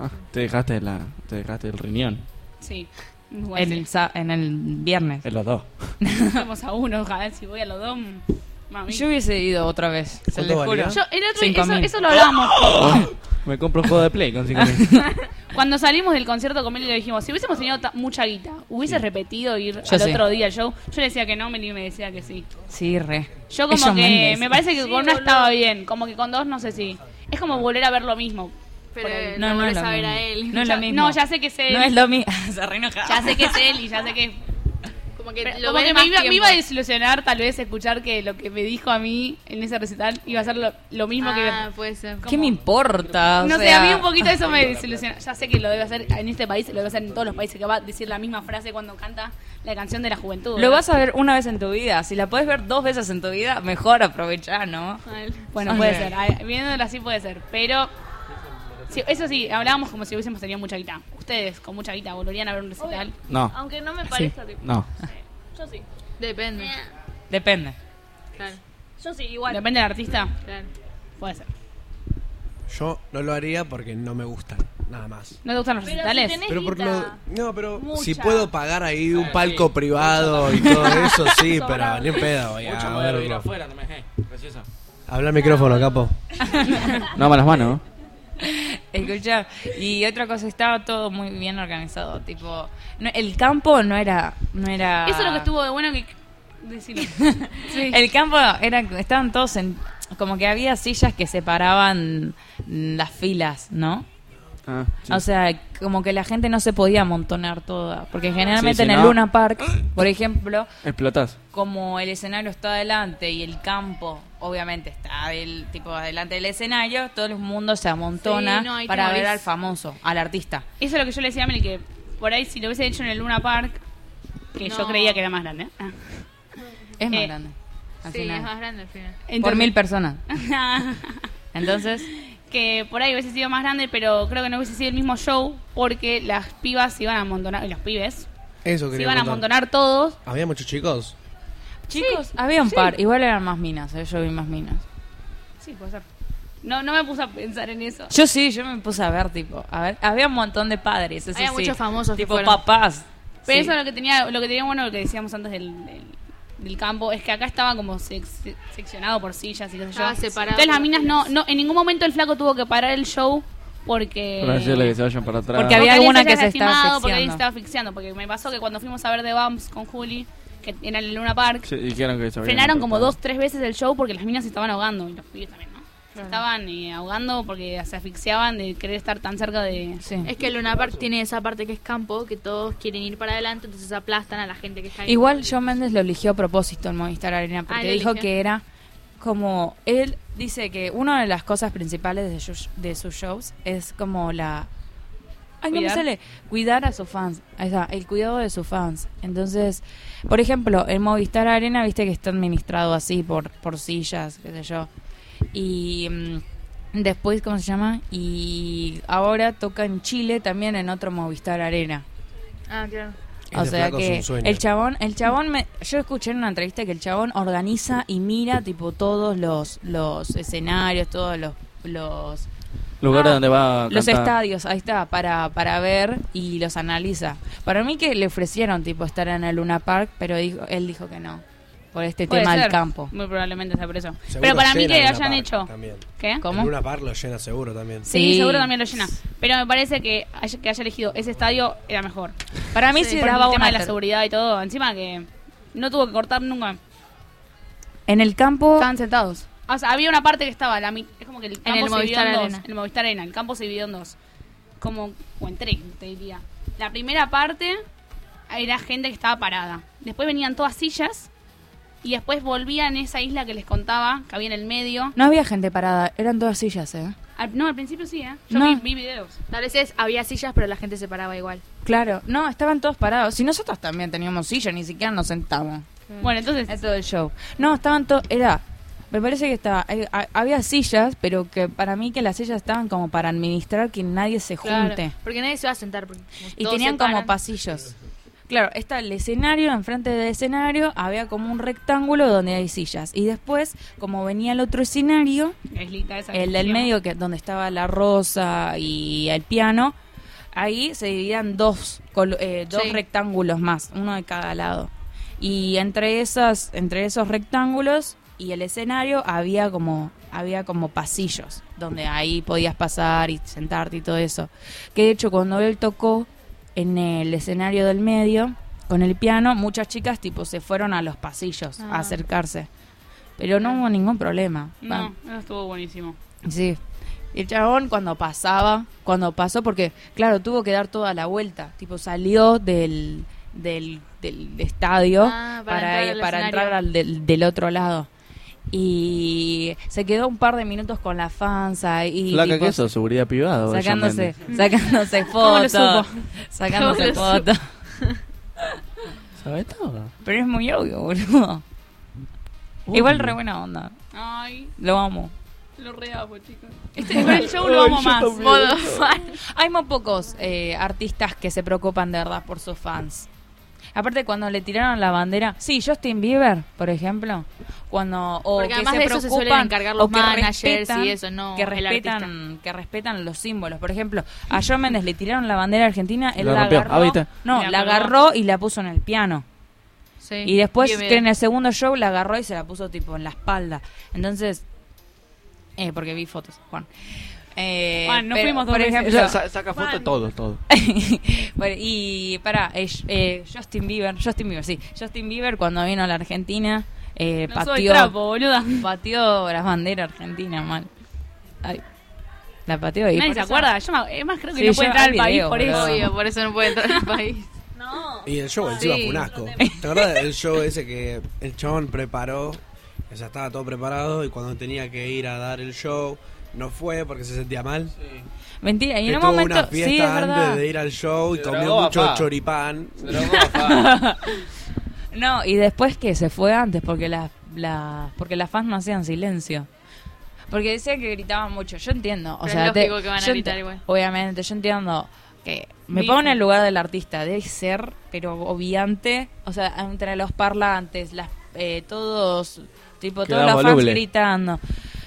Speaker 12: Ah, te dejaste la, te dejaste el riñón.
Speaker 3: Sí.
Speaker 11: En el, sa- en el viernes.
Speaker 12: En los dos.
Speaker 3: Vamos a uno, ojalá si voy a los dos. mm, Mami.
Speaker 11: Yo hubiese ido otra vez. Se
Speaker 12: ¿Cuánto
Speaker 11: les juro.
Speaker 12: valía?
Speaker 3: Yo, el otro,
Speaker 11: Cinco
Speaker 3: eso,
Speaker 11: mil.
Speaker 3: eso lo hablamos.
Speaker 12: Ah, Me compro un juego de play con cinco mil.
Speaker 3: Cuando salimos del concierto con Meli le dijimos, si hubiésemos tenido ta- mucha guita, hubiese repetido ir
Speaker 11: Yo
Speaker 3: al
Speaker 11: sí.
Speaker 3: otro día al show. Yo le decía que no, Meli me decía que sí.
Speaker 11: Sí, re.
Speaker 3: Yo como
Speaker 11: Ellos
Speaker 3: que
Speaker 11: Méndez.
Speaker 3: me parece que con una estaba bien, como que con dos no sé si. Es como volver a ver lo mismo.
Speaker 7: Pero
Speaker 3: Por ahí.
Speaker 7: no, volvés a ver a él.
Speaker 11: No es
Speaker 3: Ya-
Speaker 11: lo mismo.
Speaker 3: No, ya sé que es él.
Speaker 11: No es lo mismo. Se re enojaba.
Speaker 3: Ya sé que es él y ya sé que... Como que, como
Speaker 7: lo ves
Speaker 3: que
Speaker 7: más
Speaker 3: me, iba, me
Speaker 7: tiempo.
Speaker 3: iba a desilusionar tal vez escuchar que lo que me dijo a mí en ese recital iba a ser lo, lo mismo que...
Speaker 7: Ah, puede ser.
Speaker 11: ¿Qué me importa? O
Speaker 3: No sé,
Speaker 11: sea,
Speaker 3: a mí un poquito eso me desilusiona. Ya sé que lo debe hacer en este país, lo debe hacer en todos los países, que va a decir la misma frase cuando canta la canción de la juventud.
Speaker 11: Lo
Speaker 3: ¿no?
Speaker 11: vas a ver una vez en tu vida. Si la podés ver dos veces en tu vida, mejor aprovechar, ¿no?
Speaker 3: Bueno, puede ser. Ay, Viéndolo así puede ser. Pero. sí, eso sí, hablábamos como si hubiésemos tenido mucha guita. Ustedes con mucha guita volverían a ver un recital.
Speaker 12: No.
Speaker 7: Aunque no me
Speaker 12: parezca, tipo, No.
Speaker 7: Yo sí. Depende.
Speaker 11: Depende.
Speaker 7: Claro. Yo sí, igual.
Speaker 3: Depende del artista.
Speaker 7: Claro.
Speaker 3: Puede ser.
Speaker 4: Yo no lo haría porque no me gusta, nada más.
Speaker 3: ¿No te gustan los
Speaker 7: Pero si
Speaker 3: recitales?
Speaker 7: tenés
Speaker 4: Pero porque no, no, pero
Speaker 7: Mucha.
Speaker 4: si puedo pagar ahí un palco privado y todo eso, sí, pero ni en pedo, voy a
Speaker 12: Mucho modelo ir
Speaker 4: verlo.
Speaker 12: afuera, no me dejé. Preciosa.
Speaker 4: Habla al micrófono, capo.
Speaker 12: No, malas manos.
Speaker 11: Escucha, y otra cosa, estaba todo muy bien organizado. Tipo, no- el campo no era. No era
Speaker 3: Eso es lo que estuvo de bueno que. Decirlo. Sí.
Speaker 11: El campo era. Estaban todos en. Como que había sillas que separaban las filas, ¿no?
Speaker 12: Ah, sí.
Speaker 11: O sea, como que la gente no se podía amontonar toda. Porque generalmente
Speaker 12: Sí, si
Speaker 11: en el
Speaker 12: no-
Speaker 11: Luna Park, por ejemplo,
Speaker 12: Explotás.
Speaker 11: como el escenario está adelante y el campo obviamente está del tipo adelante del escenario, todo el mundo se amontona
Speaker 3: Sí, no, ahí te
Speaker 11: para ver
Speaker 3: morís.
Speaker 11: al famoso, al artista.
Speaker 3: Eso es lo que yo le decía a Mel, que por ahí si lo hubiese hecho en el Luna Park, que yo
Speaker 7: No.
Speaker 3: creía que era más grande. Ah.
Speaker 11: Es más
Speaker 3: Eh,
Speaker 11: grande. al
Speaker 7: Sí,
Speaker 11: final.
Speaker 7: es más grande al final.
Speaker 11: Por
Speaker 3: Entonces-
Speaker 11: mil personas. Entonces,
Speaker 3: que por ahí hubiese sido más grande, pero creo que no hubiese sido el mismo show porque las pibas se iban a amontonar, y los pibes
Speaker 4: Eso
Speaker 3: se
Speaker 4: quería
Speaker 3: iban a
Speaker 4: contar.
Speaker 3: amontonar todos.
Speaker 4: Había muchos chicos.
Speaker 11: chicos, había un
Speaker 3: sí.
Speaker 11: par. Igual eran más minas, eh, yo vi más minas.
Speaker 3: Sí, puede ser. No, no me puse a pensar en eso.
Speaker 11: Yo sí, yo me puse a ver, tipo, a ver, había un montón de padres. eso
Speaker 3: Había
Speaker 11: sí.
Speaker 3: muchos famosos que
Speaker 11: Tipo,
Speaker 3: fueron.
Speaker 11: papás.
Speaker 3: Pero
Speaker 11: Sí.
Speaker 3: eso es lo que tenía, lo que tenía bueno lo que decíamos antes del, del- del campo es que acá estaba como sec- sec- seccionado por sillas y qué sé yo.
Speaker 7: Estaba separado
Speaker 3: Entonces las
Speaker 7: por
Speaker 3: minas no, no, en ningún momento el flaco tuvo que parar el show porque...
Speaker 12: Para decirle que se vayan para atrás.
Speaker 11: Porque había
Speaker 3: alguien
Speaker 11: alguna
Speaker 3: se
Speaker 11: que
Speaker 3: haya
Speaker 11: se estaba
Speaker 3: lastimado, Porque alguien se
Speaker 11: asfixiando.
Speaker 3: estaba asfixiando, porque me pasó que cuando fuimos a ver The Bumps con Juli, que era en el Luna Park,
Speaker 12: Sí, dijeron que se habían
Speaker 3: frenaron como
Speaker 12: apartado.
Speaker 3: dos, tres veces el show porque las minas se estaban ahogando y los pibes también, ¿no? Se estaban eh, ahogando porque se asfixiaban de querer estar tan cerca de...
Speaker 7: Es que el Luna Park tiene esa parte que es campo, que todos quieren ir para adelante, entonces aplastan a la gente que está ahí.
Speaker 11: Igual John Méndez lo eligió a propósito en Movistar Arena,
Speaker 7: Ah,
Speaker 11: porque
Speaker 7: lo
Speaker 11: dijo
Speaker 7: eligió.
Speaker 11: que era como. Él dice que una de las cosas principales de, sus- de sus shows es como la. Ay, no me
Speaker 13: Cuidar.
Speaker 11: sale. Cuidar a sus fans. Ahí está, el cuidado de sus fans. Entonces, por ejemplo, el Movistar Arena, viste que está administrado así por, por sillas, qué sé yo. Y. mm, Después, ¿cómo se llama? Y ahora toca en Chile también en otro Movistar Arena.
Speaker 7: Ah, claro.
Speaker 11: O
Speaker 13: Ese
Speaker 11: sea
Speaker 13: Este flaco es
Speaker 11: que
Speaker 13: un sueño.
Speaker 11: el chabón, el chabón me- yo escuché en una entrevista que el chabón organiza y mira tipo todos los los escenarios, todos los los
Speaker 12: Lugares donde va a
Speaker 11: ah, los
Speaker 12: cantar.
Speaker 11: estadios, ahí está, para para ver y los analiza. Para mí que le ofrecieron tipo estar en el Luna Park, pero dijo, él dijo que no por este
Speaker 3: Puede
Speaker 11: tema del
Speaker 3: ser,
Speaker 11: campo.
Speaker 3: Muy probablemente sea por eso.
Speaker 11: Seguro
Speaker 3: Pero para mí
Speaker 11: llena
Speaker 3: que
Speaker 11: el Luna
Speaker 3: hayan
Speaker 11: Park
Speaker 3: hecho...
Speaker 11: también.
Speaker 3: ¿Qué?
Speaker 11: ¿Cómo?
Speaker 4: El Luna Park lo llena seguro también.
Speaker 3: Sí, seguro también lo llena. Pero me parece que haya, que haya elegido ese estadio era mejor.
Speaker 11: Para mí sí
Speaker 3: por
Speaker 11: daba
Speaker 3: el tema de
Speaker 11: una
Speaker 3: la
Speaker 11: ter-
Speaker 3: seguridad y todo. Encima que no tuvo que cortar nunca.
Speaker 11: En el campo
Speaker 3: Estaban sentados. O sea, había una parte que estaba, la, mi- es como que el campo
Speaker 7: el
Speaker 3: se dividió
Speaker 7: Movistar
Speaker 3: en
Speaker 7: Arena.
Speaker 3: dos. El Movistar Arena, el campo se dividió en dos. Como, o en tres, te diría. La primera parte era gente que estaba parada. Después venían todas sillas y después volvían a esa isla que les contaba, que había en el medio.
Speaker 11: No había gente parada, eran todas sillas, ¿eh?
Speaker 3: Al- no, al principio sí, ¿eh? Yo
Speaker 11: No.
Speaker 3: vi, vi videos.
Speaker 7: A veces había sillas, pero la gente se paraba igual.
Speaker 11: Claro, no, estaban todos parados. Si nosotros también teníamos silla, ni siquiera nos sentamos.
Speaker 3: Bueno, entonces.
Speaker 11: Es todo el show. No, estaban todos. Era. Me parece que estaba. eh, ha- había sillas, pero que para mí que las sillas estaban como para administrar que nadie se
Speaker 7: Claro,
Speaker 11: junte.
Speaker 7: porque nadie se va a sentar. porque como
Speaker 11: Y
Speaker 7: todos
Speaker 11: tenían
Speaker 7: se
Speaker 11: como
Speaker 7: paran.
Speaker 11: pasillos. Claro, está el escenario, enfrente del escenario había como un rectángulo donde hay sillas. Y después, como venía el otro escenario,
Speaker 3: La islita esa. que
Speaker 11: el del
Speaker 3: decíamos.
Speaker 11: medio, que donde estaba la rosa y el piano, ahí se dividían dos, colo- eh, dos
Speaker 13: Sí.
Speaker 11: rectángulos más, uno de cada lado. Y entre esas, entre esos rectángulos y el escenario había como, había como pasillos, donde ahí podías pasar y sentarte y todo eso. Que de hecho cuando él tocó en el escenario del medio, con el piano, muchas chicas tipo se fueron a los pasillos
Speaker 3: Ah.
Speaker 11: a acercarse. Pero no hubo ningún problema.
Speaker 3: No, no estuvo buenísimo.
Speaker 11: Sí. Y el chabón cuando pasaba, cuando pasó, porque claro, tuvo que dar toda la vuelta. Tipo, salió del, del, del estadio
Speaker 13: Ah, para entrar
Speaker 11: ir-
Speaker 13: al
Speaker 11: para
Speaker 13: escenario.
Speaker 11: entrar al del, del otro lado. Y se quedó un par de minutos con la fans y
Speaker 12: Flaca, ¿qué eso? Seguridad privada. o de John
Speaker 11: sacándose,
Speaker 12: Mendes?
Speaker 11: sacándose
Speaker 13: ¿Cómo lo
Speaker 11: fotos,
Speaker 13: supo?
Speaker 11: sacándose
Speaker 13: ¿Cómo lo supo?
Speaker 11: fotos.
Speaker 12: ¿Sabes todo?
Speaker 11: Pero es muy obvio, boludo.
Speaker 12: Obvio.
Speaker 11: Igual re buena onda.
Speaker 3: Ay.
Speaker 11: Lo amo.
Speaker 3: Lo reabo, chicos.
Speaker 11: Este, con el show lo
Speaker 3: Ay,
Speaker 11: amo
Speaker 3: yo
Speaker 11: más.
Speaker 3: también.
Speaker 11: Modo fan. Hay muy pocos eh, artistas que se preocupan de verdad por sus fans. Aparte cuando le tiraron la bandera, sí, Justin Bieber, por ejemplo, cuando o
Speaker 7: Porque
Speaker 11: que
Speaker 7: además
Speaker 11: se
Speaker 7: de eso
Speaker 11: preocupan
Speaker 7: se suelen encargar los
Speaker 11: o que
Speaker 7: managers y
Speaker 11: respetan-
Speaker 7: eso, no
Speaker 11: que
Speaker 7: el
Speaker 11: respetan que respetan los símbolos. Por ejemplo, a John Mendes le tiraron la bandera argentina, él
Speaker 12: La
Speaker 11: la
Speaker 12: rompió.
Speaker 11: agarró,
Speaker 12: Ah, ¿viste?
Speaker 11: no,
Speaker 12: La
Speaker 11: la
Speaker 12: colgó.
Speaker 11: agarró y la puso en el piano.
Speaker 7: Sí.
Speaker 11: Y después
Speaker 7: Bien, bien.
Speaker 11: que en el segundo show la agarró y se la puso tipo en la espalda. Entonces, eh, porque vi fotos, Juan. Eh,
Speaker 13: Juan, no
Speaker 11: pero,
Speaker 13: fuimos dos
Speaker 11: por
Speaker 13: veces.
Speaker 11: ejemplo,
Speaker 13: Sa- sa-
Speaker 12: Saca foto de todo, todo.
Speaker 11: bueno, y para eh, Justin Bieber, Justin Bieber, sí, Justin Bieber cuando vino a la Argentina eh,
Speaker 3: No soy
Speaker 11: pateó,
Speaker 3: trapo, boluda.
Speaker 11: pateó las banderas argentinas mal. Ay, la pateó y
Speaker 3: Nadie
Speaker 11: por
Speaker 3: se
Speaker 11: eso-
Speaker 3: acuerda. Yo me- es más, creo que
Speaker 11: Sí,
Speaker 3: no
Speaker 11: yo-
Speaker 3: puede entrar al
Speaker 11: hay
Speaker 3: país
Speaker 11: video,
Speaker 3: por
Speaker 11: boludo.
Speaker 3: eso.
Speaker 11: Obvio,
Speaker 7: por eso no puede entrar al país.
Speaker 4: Y el show encima
Speaker 7: Sí.
Speaker 4: fue un asco. ¿Te acuerdas del show ese que el chabón preparó? O sea, estaba todo preparado y cuando tenía que ir a dar el show, no fue porque se sentía mal.
Speaker 11: Mentira, y
Speaker 4: Que
Speaker 11: en un
Speaker 4: tuvo
Speaker 11: momento,
Speaker 4: una
Speaker 11: sí, es
Speaker 4: fiesta
Speaker 11: verdad.
Speaker 4: antes de ir al show y
Speaker 12: Se drogó
Speaker 4: comió
Speaker 12: a
Speaker 4: mucho
Speaker 12: pa.
Speaker 4: choripán.
Speaker 11: No, y después que se fue antes porque las las porque las fans no hacían silencio. Porque decía que gritaban mucho. Yo entiendo, o
Speaker 7: Pero
Speaker 11: sea,
Speaker 7: es lógico que van a
Speaker 11: yo
Speaker 7: gritar
Speaker 11: ent-
Speaker 7: igual.
Speaker 11: Obviamente, yo entiendo que me
Speaker 7: Difícil.
Speaker 11: pongo en el lugar del artista, debe ser, pero obviante, o sea, entre los parlantes, las eh, todos tipo
Speaker 13: Quedás
Speaker 11: todas las fans
Speaker 13: voluble.
Speaker 11: gritando.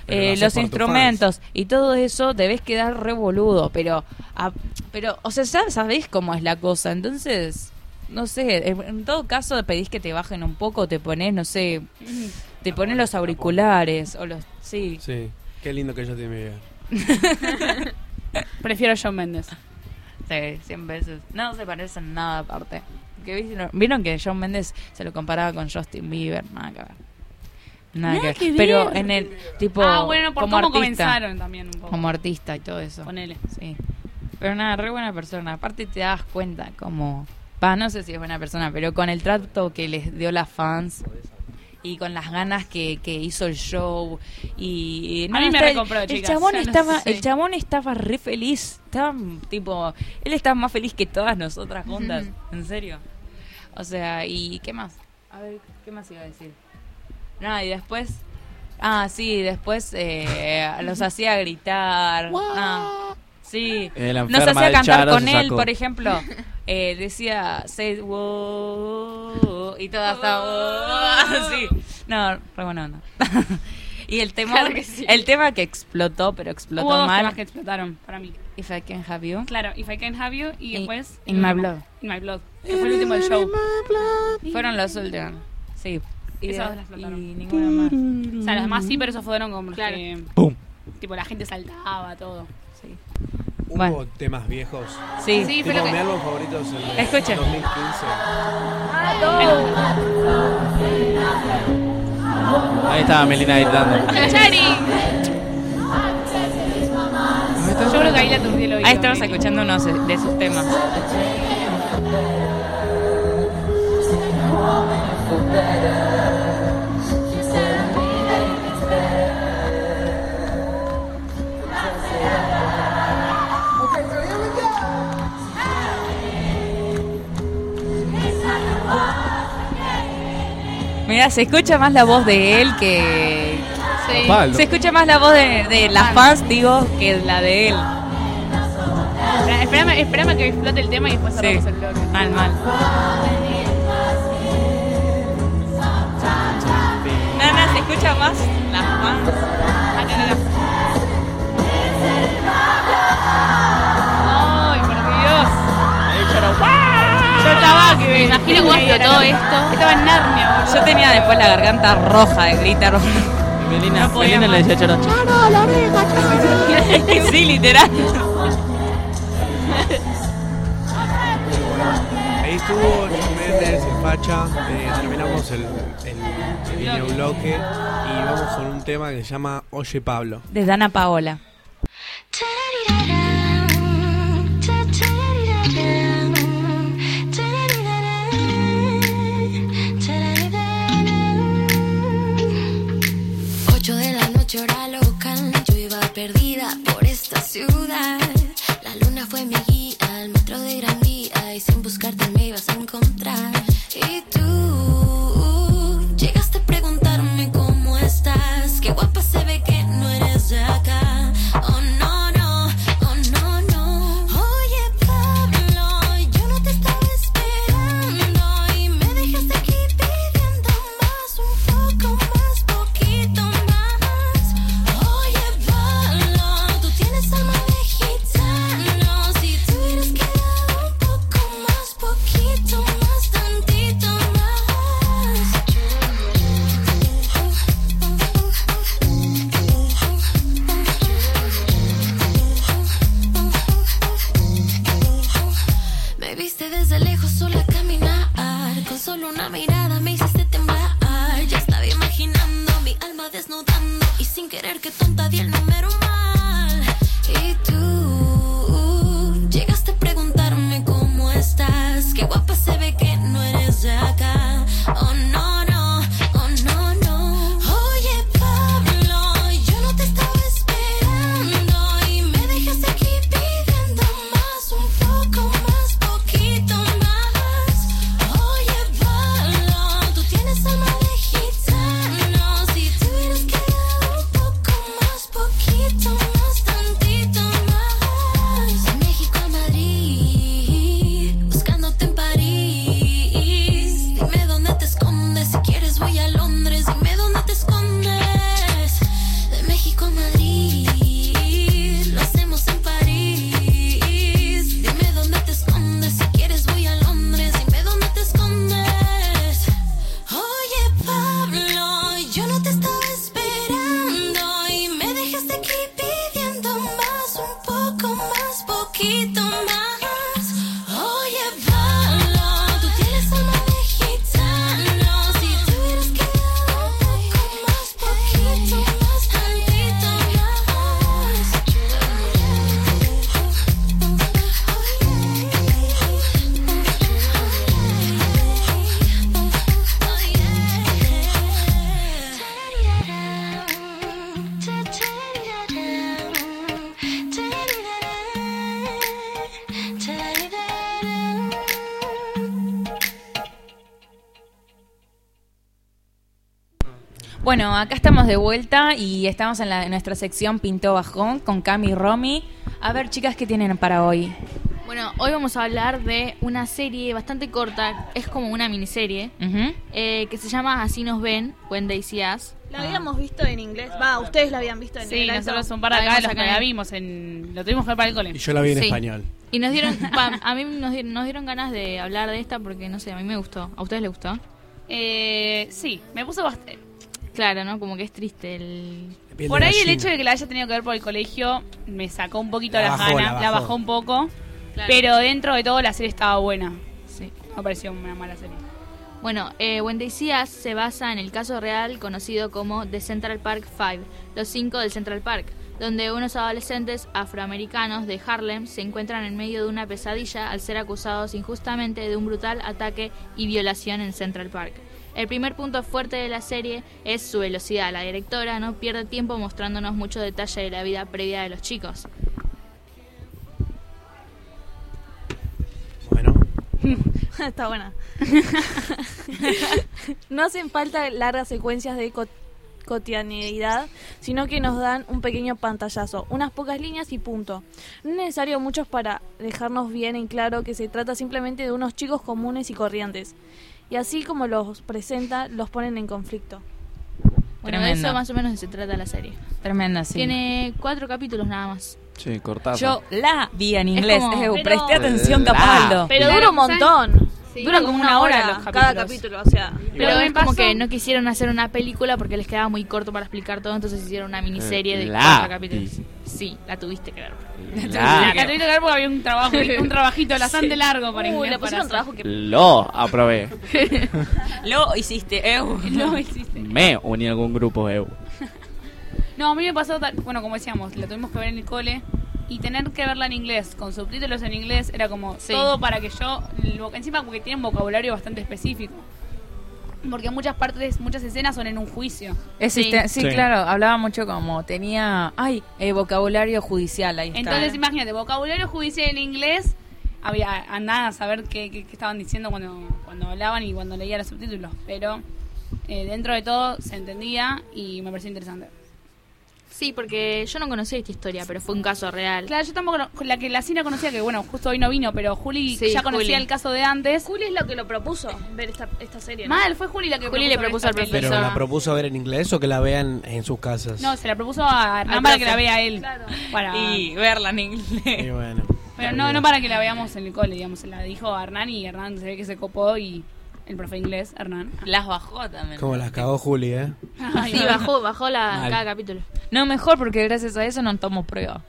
Speaker 13: Pero
Speaker 11: eh,
Speaker 13: lo haces por
Speaker 11: los
Speaker 13: tus
Speaker 11: instrumentos y todo eso debes quedar re boludo, pero, a- pero o sea, ya sabéis cómo es la cosa, entonces no sé, en todo caso pedís que te bajen un poco, te pones, no sé, te pones los auriculares o los... Sí.
Speaker 4: Sí, qué lindo que yo te mi vida.
Speaker 11: Prefiero John Mendes. Sí, 100 veces. No se parecen nada aparte. Que vieron- Vieron que John Mendes se lo comparaba con Justin Bieber, nada que ver. Nada,
Speaker 3: Nada
Speaker 11: que,
Speaker 3: que
Speaker 11: ver. Pero
Speaker 3: ver.
Speaker 11: en el tipo.
Speaker 3: Ah, bueno, por
Speaker 11: como
Speaker 3: cómo
Speaker 11: artista.
Speaker 3: comenzaron también un poco.
Speaker 11: Como artista y todo eso.
Speaker 3: Ponele.
Speaker 11: Sí. Pero nada, re buena persona. Aparte te das cuenta como... Va, no sé si es buena persona, pero con el trato que les dio las fans y con las ganas que, que hizo el show y... y
Speaker 3: A mí me
Speaker 11: está-
Speaker 3: recompró,
Speaker 11: el,
Speaker 3: chicas,
Speaker 11: chabón
Speaker 3: ya no
Speaker 11: estaba,
Speaker 3: sé.
Speaker 11: el chabón estaba re feliz. Estaba tipo... Él estaba más feliz que todas nosotras juntas. En serio. O sea, ¿y qué más? A ver, ¿qué más iba a decir? Nada, y después... Ah, sí, después eh, los hacía gritar. Ah, sí.
Speaker 12: Eh, la
Speaker 11: Nos
Speaker 12: enferma
Speaker 11: hacía
Speaker 12: del
Speaker 11: cantar
Speaker 12: Charo
Speaker 11: con
Speaker 12: se
Speaker 11: él,
Speaker 12: sacó.
Speaker 11: por ejemplo. Eh, decía, say wow, y toda hasta sí. No, re buena onda. y el tema,
Speaker 3: Claro que sí.
Speaker 11: el tema que explotó, pero explotó
Speaker 3: Hubo dos
Speaker 11: mal.
Speaker 3: temas que explotaron para mí.
Speaker 11: If I can have you.
Speaker 3: Claro, If I Can Have You y después...
Speaker 11: In My Blood.
Speaker 3: In My Blood. Que fue el último del show.
Speaker 11: Fueron los últimos. Sí. Y de-
Speaker 3: Esas dos las explotaron.
Speaker 11: y ninguna más.
Speaker 3: O sea, las demás sí, pero esos fueron como los que...
Speaker 14: ¡Pum!
Speaker 3: Tipo, la gente saltaba, todo. Sí.
Speaker 4: Hubo temas viejos.
Speaker 11: Sí.
Speaker 3: Sí,
Speaker 4: Tipo,
Speaker 3: pero que-
Speaker 4: mi álbum favorito es el de
Speaker 11: Escucha.
Speaker 4: 2015.
Speaker 12: Ahí estaba Melina gritando.
Speaker 11: Yo
Speaker 3: creo que ahí la aturdí el oído.
Speaker 11: Ahí estamos escuchando unos de sus temas. Mira, se escucha más la voz de él que.
Speaker 3: Sí.
Speaker 12: Osvaldo.
Speaker 11: Se escucha más la voz de, de las fans, digo, que la de él.
Speaker 3: Espera- Espérame, espérame que explote el tema y después cerramos el bloque.
Speaker 11: Mal, mal. Nana, se escucha más las fans.
Speaker 3: Ay, por Dios. Yo estaba que me imagino cómo explotó esto. Estaba en Narnia, boludo.
Speaker 11: Yo tenía después la garganta roja de gritar.
Speaker 12: Melina,
Speaker 11: No podía
Speaker 12: Melina le
Speaker 11: más.
Speaker 12: decía a Charo, "Charo".
Speaker 11: la oreja, Es que sí, literal.
Speaker 4: Ahí estuvo Los Méndez, el Pacha. eh, terminamos el, el videobloque y vamos con un tema que se llama Oye Pablo.
Speaker 11: De Dana Paola.
Speaker 6: Ocho de la noche, hora local. Yo iba perdida por esta ciudad. La luna fue mi guía al metro de Gran Vía. Y sin buscarte me ibas a encontrar. Y tú llegaste a preguntarme cómo estás. Qué guapa se ve que no eres de acá. Oh no, no, oh no, no. Oye, Pablo, yo no te estaba esperando. Y me dejaste aquí pidiendo más, un poco más, poquito más. Oye, Pablo, tú tienes alma de gitano. Si te hubieras quedado un poco más, poquito más, tantito más. Me viste desde lejos sola caminar. Con solo una mirada me hiciste temblar. Ya estaba imaginando mi alma desnudando. Y sin querer que tonta di el número mal. Y tú llegaste a preguntarme cómo estás. Qué guapa se ve que no eres de acá. Oh no, no, oh no, no. Oye, Pablo, yo no te estaba esperando. Y me dejaste aquí pidiendo más, un poco más, poquito más. Oye, Pablo, tú tienes alma de gitano. Si te hubieras quedado un poco más, poquito
Speaker 11: Bueno, acá estamos de vuelta y estamos en, la- en nuestra sección Pintó Bajón con Cami y Romy. A ver, chicas, ¿qué tienen para hoy?
Speaker 7: Bueno, hoy vamos a hablar de una serie bastante corta, es como una miniserie,
Speaker 11: Ujú.
Speaker 7: eh, que se llama Así nos ven, Ah. When They See Us.
Speaker 9: La habíamos visto en inglés. Va, ustedes la habían visto en
Speaker 3: Sí,
Speaker 9: inglés.
Speaker 3: nosotros
Speaker 9: ¿no?
Speaker 3: un par de acá, los que la vimos en... Mm, Lo tuvimos que ver para el cole.
Speaker 4: Y yo la vi en
Speaker 7: Sí.
Speaker 4: español.
Speaker 7: Y nos dieron, pa, a mí nos dieron, nos dieron ganas de hablar de esta porque, no sé, a mí me gustó. ¿A ustedes les gustó?
Speaker 3: Eh, sí, me puso bastante...
Speaker 7: Claro, ¿no? Como que es triste el...
Speaker 4: piel
Speaker 3: Por
Speaker 4: de
Speaker 3: ahí el
Speaker 4: gallina.
Speaker 3: hecho de que la haya tenido que ver por el colegio me sacó un poquito
Speaker 4: La
Speaker 3: las
Speaker 4: bajó,
Speaker 3: ganas,
Speaker 4: la
Speaker 3: la
Speaker 4: bajó.
Speaker 3: bajó un poco. Pero dentro de todo la serie estaba buena. Sí. No pareció una mala serie.
Speaker 7: Bueno, eh, When They See Us se basa en el caso real conocido como The Central Park Five, los cinco del Central Park, donde unos adolescentes afroamericanos de Harlem se encuentran en medio de una pesadilla al ser acusados injustamente de un brutal ataque y violación en Central Park. El primer punto fuerte de la serie es su velocidad. La directora no pierde tiempo mostrándonos mucho detalle de la vida previa de los chicos.
Speaker 9: Está buena. no hacen falta largas secuencias de co- cotidianidad, sino que nos dan un pequeño pantallazo, unas pocas líneas y punto. No es necesario muchos para dejarnos bien en claro que se trata simplemente de unos chicos comunes y corrientes. Y así como los presenta, los ponen en conflicto.
Speaker 7: Bueno,
Speaker 11: Tremendo.
Speaker 7: de eso más o menos se trata la serie.
Speaker 11: Tremenda, sí.
Speaker 7: Tiene cuatro capítulos nada más.
Speaker 12: Sí, cortazo.
Speaker 11: Yo Oh, la vi en inglés.
Speaker 7: como-
Speaker 11: eh,
Speaker 7: Pero-
Speaker 11: presté atención,
Speaker 12: Pero-
Speaker 11: Capaldo.
Speaker 9: Pero dura un montón.
Speaker 7: Sí,
Speaker 9: dura como una hora,
Speaker 7: los
Speaker 9: cada capítulo,
Speaker 7: capítulos.
Speaker 9: o sea.
Speaker 7: Pero
Speaker 9: Pero
Speaker 7: es como que no quisieron hacer una película porque les quedaba muy corto para explicar todo, entonces hicieron una miniserie de
Speaker 12: La
Speaker 7: cuatro capítulos.
Speaker 12: hice.
Speaker 7: Sí, la tuviste que ver.
Speaker 12: La-
Speaker 3: Acá tuviste que ver porque había un, trabajo, un trabajito bastante
Speaker 7: Sí.
Speaker 3: largo para
Speaker 7: Uy,
Speaker 3: inglés
Speaker 7: le pusieron
Speaker 3: para hacer.
Speaker 12: Lo aprobé.
Speaker 11: Lo hiciste, eu.
Speaker 3: Lo hiciste.
Speaker 12: Me uní a algún grupo, eu.
Speaker 3: No, a mí me pasó, tal- bueno, como decíamos, la tuvimos que ver en el cole y tener que verla en inglés, con subtítulos en inglés, era como
Speaker 7: Sí.
Speaker 3: todo para que yo, el vo- encima porque tiene un vocabulario bastante específico, porque muchas partes, muchas escenas son en un juicio.
Speaker 11: Existe- sí,
Speaker 3: Sí.
Speaker 11: claro, hablaba mucho como tenía, ay, eh, vocabulario judicial ahí. está.
Speaker 3: Entonces imagínate, vocabulario judicial en inglés, había andaba a saber qué, qué- qué estaban diciendo cuando, cuando hablaban y cuando leía los subtítulos, pero eh, dentro de todo se entendía y me pareció interesante.
Speaker 7: Sí, porque yo no conocía esta historia, pero fue un caso real.
Speaker 3: Claro, yo tampoco, cono- la que la Cina conocía, que bueno, justo hoy no vino, pero Juli
Speaker 7: Sí,
Speaker 3: ya conocía
Speaker 7: Juli.
Speaker 3: el caso de antes.
Speaker 9: Juli es la que lo propuso ver esta, esta serie. ¿no?
Speaker 3: Mal, fue Juli la que
Speaker 7: Juli le propuso al
Speaker 3: ver esta
Speaker 4: Pero
Speaker 3: peli.
Speaker 4: la propuso ver en inglés o que la vean en sus casas.
Speaker 3: No, se la propuso a Hernán
Speaker 11: Al
Speaker 3: para que la
Speaker 11: profe.
Speaker 3: vea él. Para-
Speaker 11: Y verla en inglés.
Speaker 4: Y bueno.
Speaker 3: Pero no, no para que la veamos en el cole, digamos. Se la dijo a Hernán y Hernán se ve que se copó y el profe inglés, Hernán.
Speaker 11: Las bajó también.
Speaker 4: Como las cagó Juli, ¿eh?
Speaker 7: Sí, bajó, bajó la,
Speaker 4: Mal.
Speaker 7: cada capítulo.
Speaker 11: No, mejor porque gracias a eso no tomo prueba.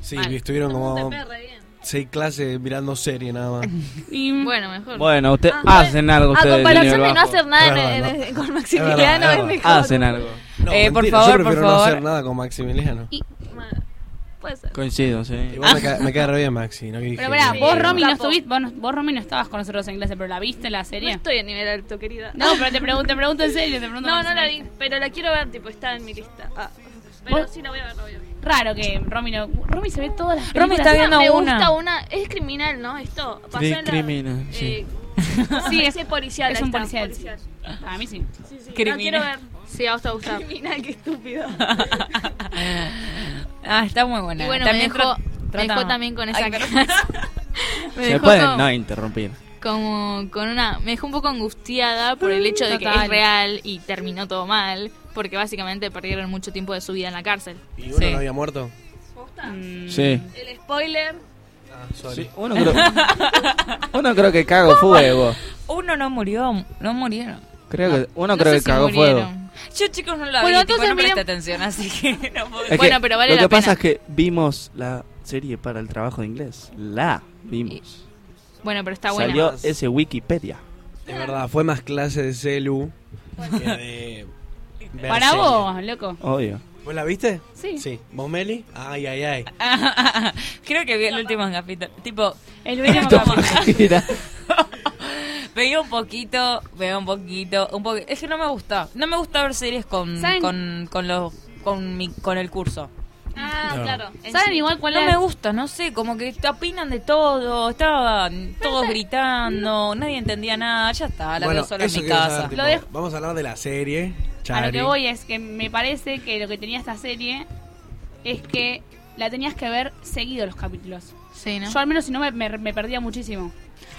Speaker 4: Sí, estuvieron como seis clases mirando serie nada más.
Speaker 11: Mm.
Speaker 3: Y
Speaker 7: bueno, mejor.
Speaker 12: Bueno, ustedes
Speaker 9: Ah,
Speaker 12: hacen algo.
Speaker 9: A
Speaker 12: ustedes del
Speaker 9: comparación
Speaker 12: nivel
Speaker 9: de no
Speaker 12: bajo.
Speaker 9: hacer nada en-
Speaker 4: Es
Speaker 9: en-
Speaker 4: verdad.
Speaker 9: en-
Speaker 4: Es
Speaker 9: con
Speaker 4: verdad,
Speaker 9: Maximiliano
Speaker 4: es
Speaker 9: es
Speaker 4: verdad.
Speaker 9: mejor.
Speaker 12: Hacen algo.
Speaker 4: No,
Speaker 11: Eh, por
Speaker 4: mentira,
Speaker 11: favor,
Speaker 4: yo prefiero
Speaker 11: por
Speaker 4: no
Speaker 11: favor.
Speaker 4: hacer nada con Maximiliano.
Speaker 9: Puede ser.
Speaker 12: Coincido, sí.
Speaker 4: Igual me, cae, me cae re bien Maxi, no que dije
Speaker 3: Pero pará,
Speaker 4: que-
Speaker 3: vos Romy, no
Speaker 9: Capo.
Speaker 3: estuviste, vos, no- vos, Romy no estabas con nosotros en clase, pero la viste la
Speaker 9: No
Speaker 3: serie.
Speaker 9: estoy en nivel alto, querida.
Speaker 3: No, pero te pregunto, te pregunto en serio, te pregunto
Speaker 9: No,
Speaker 3: en
Speaker 9: no la
Speaker 3: serio.
Speaker 9: vi, pero la quiero ver, tipo, está en mi lista. Ah, pero
Speaker 3: ¿Vos?
Speaker 9: sí la voy a ver, la voy a ver.
Speaker 3: Raro que Romy no. Romy se ve todas las
Speaker 11: Romy
Speaker 3: películas.
Speaker 11: está viendo
Speaker 9: me
Speaker 11: una.
Speaker 9: gusta una. Es criminal, ¿no? Esto. pasó en la-
Speaker 12: Discrimina, sí.
Speaker 3: Sí,
Speaker 9: es policial.
Speaker 3: Es
Speaker 9: ahí
Speaker 3: un
Speaker 9: está,
Speaker 3: policial. A mí sí.
Speaker 9: Sí, sí,
Speaker 11: Criminal.
Speaker 9: La quiero ver.
Speaker 7: Sí, a vos te va a gustar.
Speaker 9: Criminal, qué estúpido.
Speaker 11: Ah, está muy buena.
Speaker 7: Y bueno,
Speaker 11: También
Speaker 7: me dejó,
Speaker 11: tra-
Speaker 7: me
Speaker 11: trata-
Speaker 7: dejó también con esa
Speaker 11: Ay,
Speaker 7: cara. Me
Speaker 12: Se
Speaker 7: dejó
Speaker 12: pueden
Speaker 7: con-
Speaker 12: no interrumpir.
Speaker 7: como con una me dejó un poco angustiada por el hecho de que
Speaker 3: Mm, Total.
Speaker 7: es real y terminó todo mal porque básicamente perdieron mucho tiempo de su vida en la cárcel
Speaker 4: ¿Y uno no había muerto?
Speaker 3: Mm,
Speaker 12: Sí.
Speaker 9: El spoiler.
Speaker 4: Ah, sorry.
Speaker 12: Uno creo, uno creo que cago fuego.
Speaker 11: Uno no murió, no murieron.
Speaker 12: Creo que, uno
Speaker 11: No
Speaker 12: creo
Speaker 11: sé
Speaker 12: que
Speaker 11: si
Speaker 12: cagó
Speaker 11: murieron.
Speaker 12: fuego.
Speaker 11: Yo, chicos, no la
Speaker 7: Bueno,
Speaker 11: vi, tipo,
Speaker 7: entonces
Speaker 11: no presté
Speaker 7: miren-
Speaker 11: atención, así que no puedo.
Speaker 12: Es que
Speaker 7: Bueno, pero vale
Speaker 12: lo
Speaker 7: la
Speaker 12: que pasa
Speaker 7: pena.
Speaker 12: es que vimos la serie para el trabajo de inglés. La vimos.
Speaker 7: bueno pero está buena
Speaker 12: Salió ese Wikipedia.
Speaker 4: Es verdad, fue más clase de celu que de... ver
Speaker 3: Para
Speaker 4: serie.
Speaker 3: vos, loco.
Speaker 12: Obvio.
Speaker 4: ¿Vos la viste?
Speaker 3: Sí.
Speaker 4: Sí. ¿Vos, Meli? Ay, ay, ay.
Speaker 11: Ah, Creo que vi el último capítulo. Tipo,
Speaker 3: El último
Speaker 11: Esto-
Speaker 3: capítulo.
Speaker 12: Mira.
Speaker 11: veía un poquito, veía un poquito, un poquito. Es que no me gusta. No me gusta ver series con,
Speaker 3: ¿Saben?
Speaker 11: con, con, los, con, mi, con el curso.
Speaker 9: Ah,
Speaker 4: No.
Speaker 9: claro.
Speaker 3: ¿Saben igual cuál
Speaker 11: No
Speaker 3: es?
Speaker 11: me gusta, no sé, como que te opinan de todo, estaban todos gritando, nadie entendía nada, ya está, la veo sola en
Speaker 4: eso
Speaker 11: mi
Speaker 4: quiero
Speaker 11: casa.
Speaker 4: saber, tipo, Vamos a hablar de la serie.
Speaker 3: A lo
Speaker 4: Chari.
Speaker 3: que voy es que me parece que lo que tenía esta serie es que la tenías que ver seguido los capítulos.
Speaker 7: Sí, ¿no?
Speaker 3: Yo al menos si no me, me- me perdía muchísimo.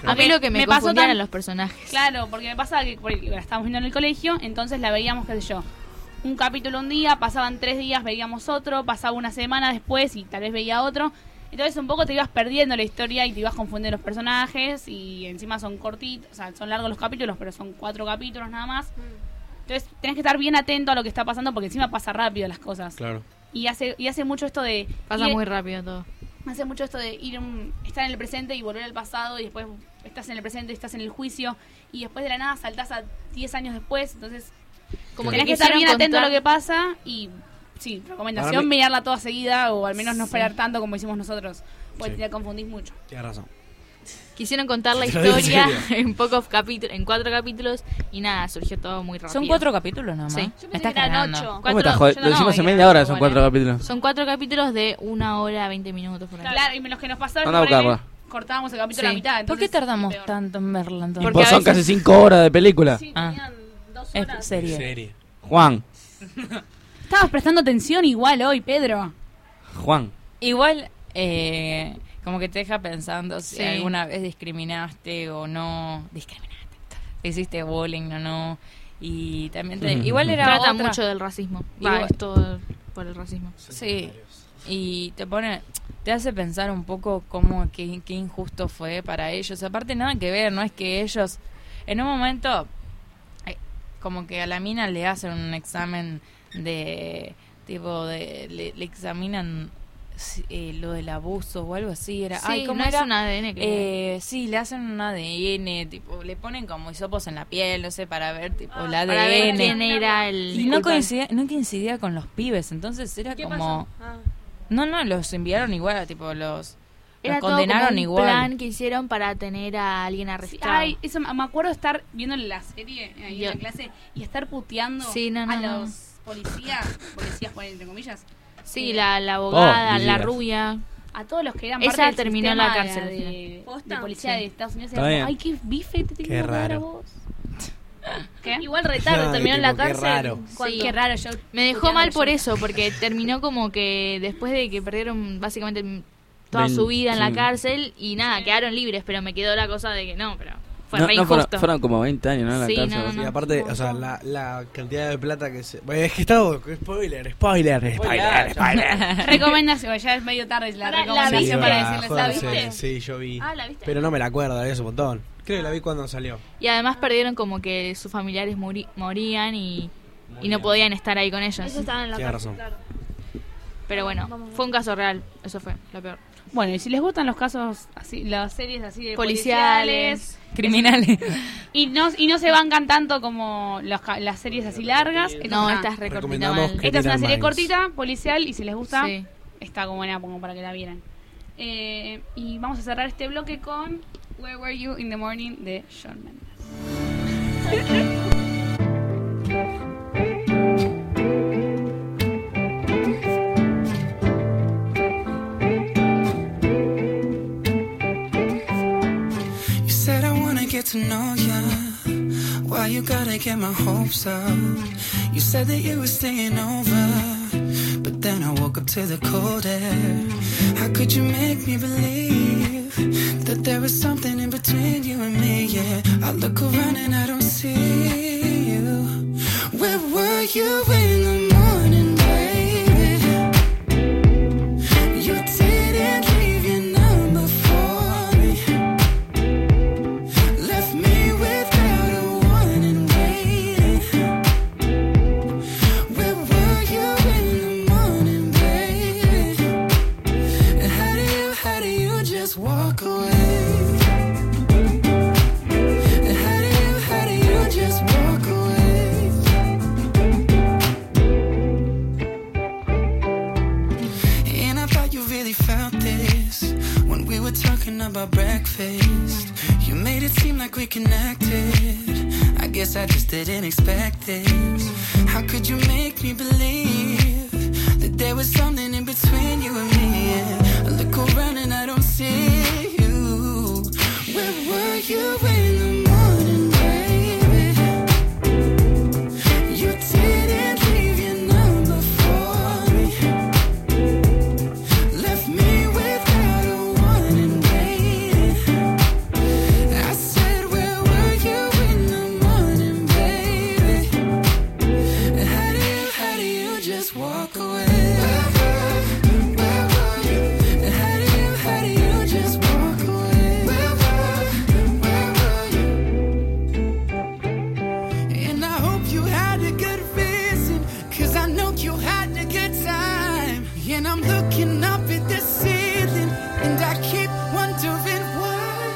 Speaker 7: A mí lo que me,
Speaker 3: pasó
Speaker 7: confundían
Speaker 3: tan-
Speaker 7: eran los personajes.
Speaker 3: Claro, porque me pasaba que por ejemplo, la estábamos viendo en el colegio, entonces la veíamos, qué sé yo, un capítulo un día, pasaban tres días, veíamos otro, pasaba una semana después y tal vez veía otro. Entonces un poco te ibas perdiendo la historia y te ibas confundiendo los personajes y encima son cortitos, o sea, son largos los capítulos, pero son cuatro capítulos nada más.
Speaker 7: Mm.
Speaker 3: Entonces tenés que estar bien atento a lo que está pasando porque encima pasa rápido las cosas.
Speaker 4: Claro.
Speaker 3: Y hace, y hace mucho esto de...
Speaker 7: Pasa
Speaker 3: ir-
Speaker 7: muy rápido todo.
Speaker 3: Hace mucho esto de ir un- estar en el presente y volver al pasado y después estás en el presente, estás en el juicio y después de la nada saltás a 10 años después, entonces
Speaker 7: Como
Speaker 3: tenés
Speaker 7: que
Speaker 3: que estar
Speaker 7: quisieron
Speaker 3: bien atento a
Speaker 7: contar-
Speaker 3: lo que pasa y sí, recomendación
Speaker 4: Para mí-
Speaker 3: mirarla toda seguida o al menos no
Speaker 7: Sí.
Speaker 3: esperar tanto como hicimos nosotros, porque
Speaker 4: Sí.
Speaker 3: te confundís mucho.
Speaker 4: Tienes razón.
Speaker 7: Quisieron contar la
Speaker 4: Te lo digo en
Speaker 7: historia
Speaker 4: serio.
Speaker 7: en pocos capítulos, en cuatro capítulos y nada, surgió todo muy rápido.
Speaker 11: Son cuatro capítulos nomás.
Speaker 7: Sí.
Speaker 11: Me estás cargando.
Speaker 7: Cuatro-
Speaker 12: estás, joder?
Speaker 7: yo
Speaker 12: Lo hicimos en
Speaker 7: no,
Speaker 12: media hora, son
Speaker 7: igual,
Speaker 12: cuatro
Speaker 7: eh.
Speaker 12: capítulos.
Speaker 7: Son cuatro capítulos de una hora, veinte minutos por ahí.
Speaker 3: Claro, y los que nos pasaron
Speaker 12: Anda a
Speaker 3: ponele,
Speaker 12: buscarla.
Speaker 3: cortábamos el capítulo
Speaker 11: Sí.
Speaker 3: a la mitad.
Speaker 11: ¿Por qué tardamos tanto en verla
Speaker 12: Y
Speaker 11: entonces? Ah.
Speaker 12: vos son casi cinco horas de película.
Speaker 11: Es serie.
Speaker 12: Juan,
Speaker 3: Estabas prestando atención igual hoy, Pedro.
Speaker 12: Juan.
Speaker 11: Igual, eh, como que te deja pensando si
Speaker 7: Sí.
Speaker 11: alguna vez discriminaste o no. Discriminaste. Te hiciste bullying o no. Y también te- Igual era
Speaker 7: Trata
Speaker 11: otra-
Speaker 7: mucho del racismo. Va,
Speaker 11: Igual-
Speaker 7: es todo por el racismo.
Speaker 11: Sí. Y te pone... Te hace pensar un poco cómo, qué, qué injusto fue para ellos. Aparte, nada que ver, no es que ellos... En un momento, eh, como que a la mina le hacen un examen de... Tipo, de, le, le examinan si- eh, lo del abuso o algo así. Era,
Speaker 7: Sí,
Speaker 11: ay, ¿cómo
Speaker 7: no es
Speaker 11: era?
Speaker 7: un ADN que-
Speaker 11: Eh, sí, le hacen un ADN, tipo, le ponen como hisopos en la piel, no Eh, sé, para ver, tipo, el ADN.
Speaker 7: Ah, Para ver quién era el.
Speaker 11: Y no
Speaker 7: culpable.
Speaker 11: coincidía, no coincidía con los pibes, entonces era
Speaker 7: ¿Qué
Speaker 11: como...
Speaker 7: pasó? Ah.
Speaker 11: No, no, los enviaron igual, tipo, los,
Speaker 7: Era
Speaker 11: los
Speaker 7: todo condenaron
Speaker 11: condenaron
Speaker 7: como un
Speaker 11: igual.
Speaker 7: plan que hicieron para tener a alguien arrestado.
Speaker 3: Ay, eso me me acuerdo estar viendo la serie eh, ahí
Speaker 7: Yo-
Speaker 3: en la clase y estar puteando
Speaker 7: Sí, no,
Speaker 3: a
Speaker 7: no, no.
Speaker 3: los policías, policías ponen entre comillas.
Speaker 7: sí,
Speaker 3: Eh,
Speaker 7: la, la
Speaker 12: Oh.
Speaker 7: abogada, la
Speaker 12: Dios.
Speaker 7: rubia.
Speaker 3: a todos los que eran
Speaker 7: Esa
Speaker 3: parte del
Speaker 7: terminó en
Speaker 3: sistema
Speaker 7: la cárcel,
Speaker 3: de, de policía
Speaker 7: Sí.
Speaker 3: de Estados Unidos
Speaker 12: Está
Speaker 3: era como,
Speaker 12: bien.
Speaker 3: ay qué bife te tengo
Speaker 12: Qué
Speaker 3: que dar a
Speaker 12: raro.
Speaker 3: vos. ¿Qué?
Speaker 7: Igual
Speaker 12: retardo, Ay, terminó en la tipo, qué cárcel. raro.
Speaker 3: Sí, qué raro. Yo
Speaker 7: Me dejó mal por
Speaker 3: yo.
Speaker 7: eso, porque terminó como que después de que perdieron básicamente m- toda
Speaker 12: Del-
Speaker 7: su vida en la
Speaker 12: sí.
Speaker 7: cárcel y nada, quedaron libres, pero me quedó la cosa de que no, pero fue
Speaker 12: No,
Speaker 7: re
Speaker 12: no, fueron,
Speaker 7: injusto.
Speaker 12: fueron como 20 años, ¿no? En la
Speaker 7: Sí,
Speaker 12: cárcel.
Speaker 7: no, no,
Speaker 4: Y aparte, o sea, la, la cantidad de plata que se. Bueno, es que está. Spoiler, spoiler, spoiler, spoiler.
Speaker 3: Recomendación, ya es medio tarde la recomendación
Speaker 4: Sí,
Speaker 3: para
Speaker 4: hola,
Speaker 3: decirles,
Speaker 4: joder,
Speaker 3: ¿la viste?
Speaker 4: Sí, sí, yo vi.
Speaker 3: Ah, ¿la viste? Ah.
Speaker 4: Pero no me la acuerdo, la vi hace un montón. Creo que la vi cuando salió.
Speaker 7: Y además perdieron como que sus familiares muri- morían y, y no podían estar ahí con ellos.
Speaker 9: Ellos estaban en la
Speaker 4: Tienes
Speaker 9: cárcel,
Speaker 4: razón.
Speaker 9: claro.
Speaker 7: Pero bueno, fue un caso real, eso fue lo peor.
Speaker 3: Bueno, y si les gustan los casos así, las series así de
Speaker 7: Policiales,
Speaker 3: policiales,
Speaker 11: criminales.
Speaker 3: Y no, y no se bancan tanto como las, ca- las series así largas. Esta
Speaker 7: No,
Speaker 3: es una-
Speaker 7: esta es recortita
Speaker 4: Recomendamos
Speaker 7: mal.
Speaker 4: que-
Speaker 3: esta es una
Speaker 4: Criminal
Speaker 3: serie
Speaker 4: Minds.
Speaker 3: cortita, policial, y si les gusta,
Speaker 7: Sí.
Speaker 3: está como buena como para que la vieran. Eh, y vamos a cerrar este bloque con Where Were You in the Morning de Shawn Mendes.
Speaker 8: You said I wanna get to know ya. Why you gotta get my hopes up? You said that you were staying over, but then I woke up to the cold air. How could you make me believe that there was something in between you and me? Yeah, I look around and I don't see you. Where were you in the morning, baby? You didn't leave your number for me. Left me without a warning, waiting. Where were you in the morning, baby? And how do you, how do you just walk away? And how do you, how do you just walk away? And I thought you really felt this when we were talking about breakfast. You made it seem like we connected. I guess I just didn't expect this. How could you make me believe that there was something in between you and me? Yeah. I look around and I don't see you. Where were you in the morning, baby? You did And I'm looking up at the ceiling, and I keep wondering why.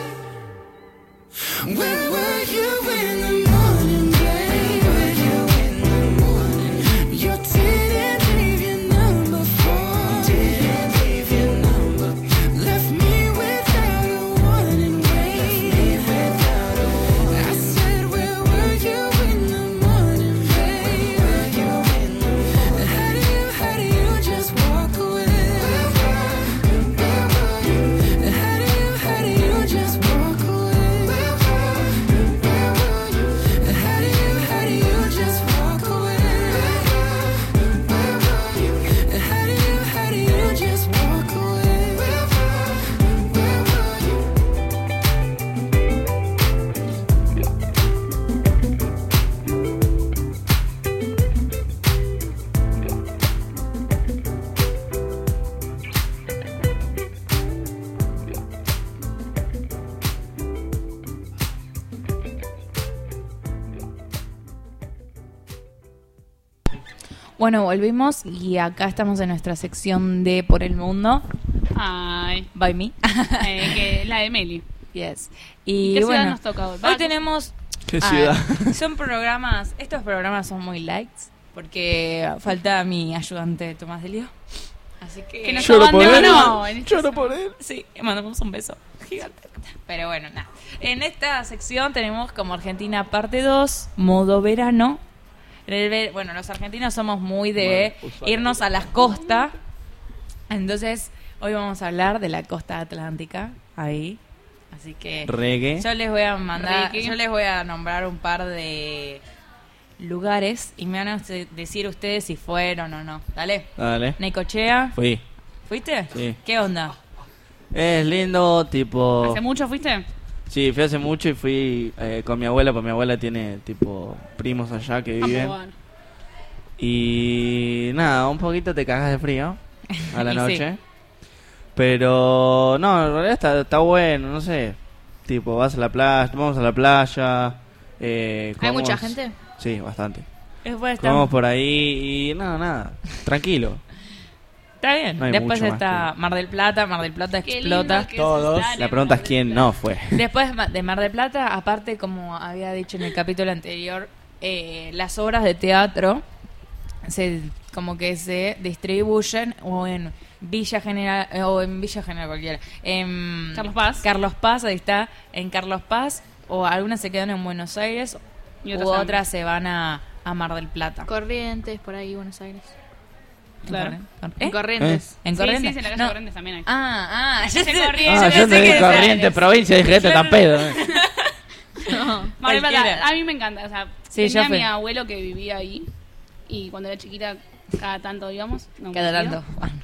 Speaker 8: Where were you in the morning, baby? Were you in the morning? You didn't leave your number for Didn't leave your number. Left me without a warning, baby. without a warning. I said, Where were you in the morning, baby? Were you in the morning? How do you, how do you just walk away? Where were you? Where were you? How do you, how do you just walk away? Where were you? Where were you? How do you, how do you just walk away? Where were you? Where were you? How do you, how do you just walk away? Where were you? Where were you?
Speaker 11: Bueno, volvimos y acá estamos en nuestra sección de Por el Mundo.
Speaker 3: Ay.
Speaker 11: Ah. By me.
Speaker 3: Eh, que la de Meli.
Speaker 11: Yes. Y
Speaker 3: ¿Qué ciudad
Speaker 11: bueno,
Speaker 3: nos toca hoy? Ah,
Speaker 11: hoy tenemos...
Speaker 12: ¿Qué
Speaker 11: Ah,
Speaker 12: ciudad?
Speaker 11: son programas... Estos programas son muy lights porque falta mi ayudante Tomás Delio. Así que...
Speaker 3: Que nos Yo no abandonó puedo ir. en
Speaker 11: Yo
Speaker 3: esta
Speaker 11: no Sí, mandamos un beso gigante. Pero bueno, nada. En esta sección tenemos como Argentina parte 2, modo verano. En el ver- bueno, los argentinos somos muy de
Speaker 12: pues,
Speaker 11: irnos a las costas. Entonces, hoy vamos a hablar de la costa atlántica, ahí. Así que
Speaker 12: Reggae.
Speaker 11: yo les voy a mandar,
Speaker 3: Reggae.
Speaker 11: yo les voy a nombrar un par de lugares y me van a usted- decir ustedes si fueron o no. Dale.
Speaker 12: Dale.
Speaker 11: Necochea,
Speaker 12: Fui.
Speaker 11: ¿fuiste?
Speaker 12: Sí.
Speaker 11: ¿Qué onda?
Speaker 12: Es lindo, tipo...
Speaker 3: ¿Hace mucho fuiste?
Speaker 12: Sí, fui hace mucho y fui eh, con mi abuela, porque mi abuela tiene tipo primos allá que viven.
Speaker 3: bueno.
Speaker 12: Y nada, un poquito te cagas de frío a la
Speaker 11: Y sí.
Speaker 12: noche. Pero no, en realidad está, está bueno, no sé. Tipo, vas a la playa, vamos a la playa. eh,
Speaker 7: ¿Hay
Speaker 12: comemos-
Speaker 7: mucha gente?
Speaker 12: Sí, bastante.
Speaker 11: Es bueno, está-
Speaker 12: Vamos por ahí y nada, nada. Tranquilo.
Speaker 11: Está bien.
Speaker 12: No hay
Speaker 11: Después
Speaker 12: mucho más
Speaker 11: está Mar del Plata, Mar del Plata
Speaker 7: Qué
Speaker 11: explota.
Speaker 7: lindo que Todos. se sale
Speaker 12: La pregunta es quién no fue.
Speaker 11: Después ma- de Mar del Plata, aparte, como había dicho en el capítulo anterior, eh, las obras de teatro se como que se distribuyen o en Villa General eh, o en Villa General cualquiera. En
Speaker 3: Carlos Paz.
Speaker 11: Carlos Paz, ahí está, en Carlos Paz o algunas se quedan en Buenos Aires
Speaker 7: Y
Speaker 11: u
Speaker 7: otras
Speaker 11: otras,
Speaker 7: también.
Speaker 11: se van a, a Mar del Plata.
Speaker 7: Corrientes, por ahí, Buenos Aires.
Speaker 11: Claro.
Speaker 7: En Corrientes.
Speaker 11: ¿Eh? ¿En
Speaker 3: Sí,
Speaker 11: Corrientes?
Speaker 3: sí, en la calle
Speaker 11: No.
Speaker 3: Corrientes también hay.
Speaker 11: Ah, ah, yo
Speaker 3: Calle
Speaker 11: sé-
Speaker 3: Corrientes.
Speaker 11: yo pensé que era-
Speaker 12: provincia, dije, este tan pedo. eh.
Speaker 3: Mar del Plata,
Speaker 11: Cualquiera.
Speaker 3: a mí me encanta. O sea,
Speaker 11: Sí,
Speaker 3: tenía
Speaker 11: yo fui.
Speaker 3: mi abuelo que vivía ahí. Y cuando era chiquita, cada tanto íbamos. no,
Speaker 11: Cada
Speaker 3: mi tío.
Speaker 11: tanto.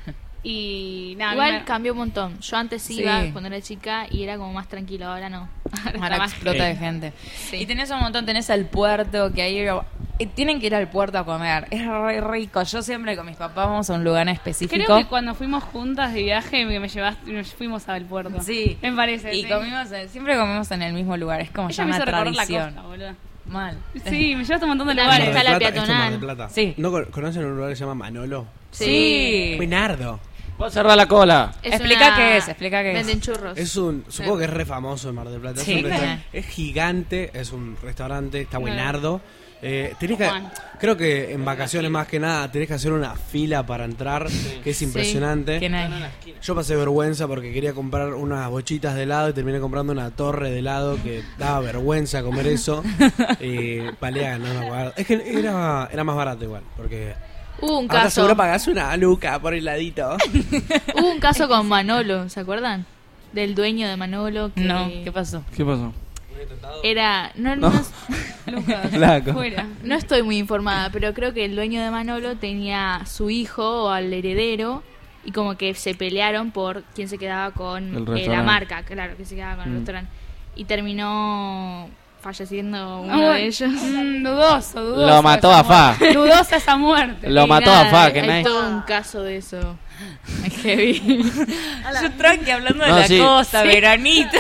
Speaker 3: Y nada, a mí
Speaker 7: Igual
Speaker 3: me-
Speaker 7: cambió un montón. Yo antes
Speaker 11: Sí.
Speaker 7: iba cuando era chica y era como más tranquilo, ahora no. Ahora está
Speaker 11: Ahora
Speaker 7: más-
Speaker 11: explota de
Speaker 7: Sí.
Speaker 11: gente.
Speaker 7: Sí.
Speaker 11: Y tenés un montón, tenés al puerto, que ahí eh, tienen que ir al puerto a comer. Es re rico. Yo siempre con mis papás vamos a un lugar en
Speaker 3: Creo que
Speaker 11: específico.
Speaker 3: cuando fuimos juntas de viaje me me llevaste, nos fuimos al puerto.
Speaker 11: Sí.
Speaker 3: Me parece.
Speaker 11: Y
Speaker 3: sí.
Speaker 11: comimos, en- siempre comimos en el mismo lugar. Es como
Speaker 3: Ella
Speaker 11: ya
Speaker 3: me
Speaker 11: una
Speaker 3: hizo recorrer la
Speaker 11: tradición.
Speaker 3: costa, boludo.
Speaker 11: Mal.
Speaker 3: Sí, me llevaste un montón de
Speaker 7: Una
Speaker 3: lugares.
Speaker 7: vez a la peatonal.
Speaker 11: Sí.
Speaker 4: ¿No con- conocen un lugar que se llama Manolo?
Speaker 11: Sí.
Speaker 4: Buenardo.
Speaker 12: Vos cerrá la cola.
Speaker 7: Es
Speaker 11: Explica
Speaker 7: una-
Speaker 11: qué es, explica qué es.
Speaker 7: Venden churros.
Speaker 4: Es un, supongo que es re famoso en Mar del Plata.
Speaker 11: Sí.
Speaker 4: Es, un restaurante- es gigante, es un restaurante, está buenardo. Eh, tenés que,
Speaker 3: Juan.
Speaker 4: creo que en vacaciones más que nada tenés que hacer una fila para entrar, que es impresionante.
Speaker 11: ¿Quién hay?
Speaker 4: Yo pasé vergüenza porque quería comprar unas bochitas de helado y terminé comprando una torre de helado que daba vergüenza comer eso. Eh, palea, no me acuerdo. Es que era, era más barato igual, porque...
Speaker 7: Hubo un
Speaker 4: Ahora seguro
Speaker 7: caso.
Speaker 4: pagás una luca por heladito.
Speaker 7: Hubo un caso con Manolo, ¿se acuerdan? Del dueño de Manolo que
Speaker 11: No, ¿qué pasó?
Speaker 12: ¿Qué pasó?
Speaker 7: era no,
Speaker 12: No.
Speaker 7: no.
Speaker 12: Flaco.
Speaker 3: Fuera.
Speaker 7: no estoy muy informada, pero creo que el dueño de Manolo tenía a su hijo o al heredero y como que se pelearon por quién se quedaba
Speaker 12: El
Speaker 7: con eh, la
Speaker 12: restaurante.
Speaker 7: marca, claro, quién se quedaba con el
Speaker 12: Mm.
Speaker 7: restaurante y terminó falleciendo uno
Speaker 3: Ay,
Speaker 7: de ellos.
Speaker 3: mm, dudoso, dudoso.
Speaker 12: Lo mató
Speaker 3: esa
Speaker 12: a Fa.
Speaker 3: muerte. Dudosa esa muerte.
Speaker 12: Lo
Speaker 7: Y
Speaker 12: mató
Speaker 7: nada,
Speaker 12: a Fa, que
Speaker 7: hay
Speaker 12: no hay.
Speaker 7: todo un caso de eso. Es heavy.
Speaker 11: Yo tranqui hablando de
Speaker 12: No,
Speaker 11: la
Speaker 12: sí.
Speaker 11: costa, veranito.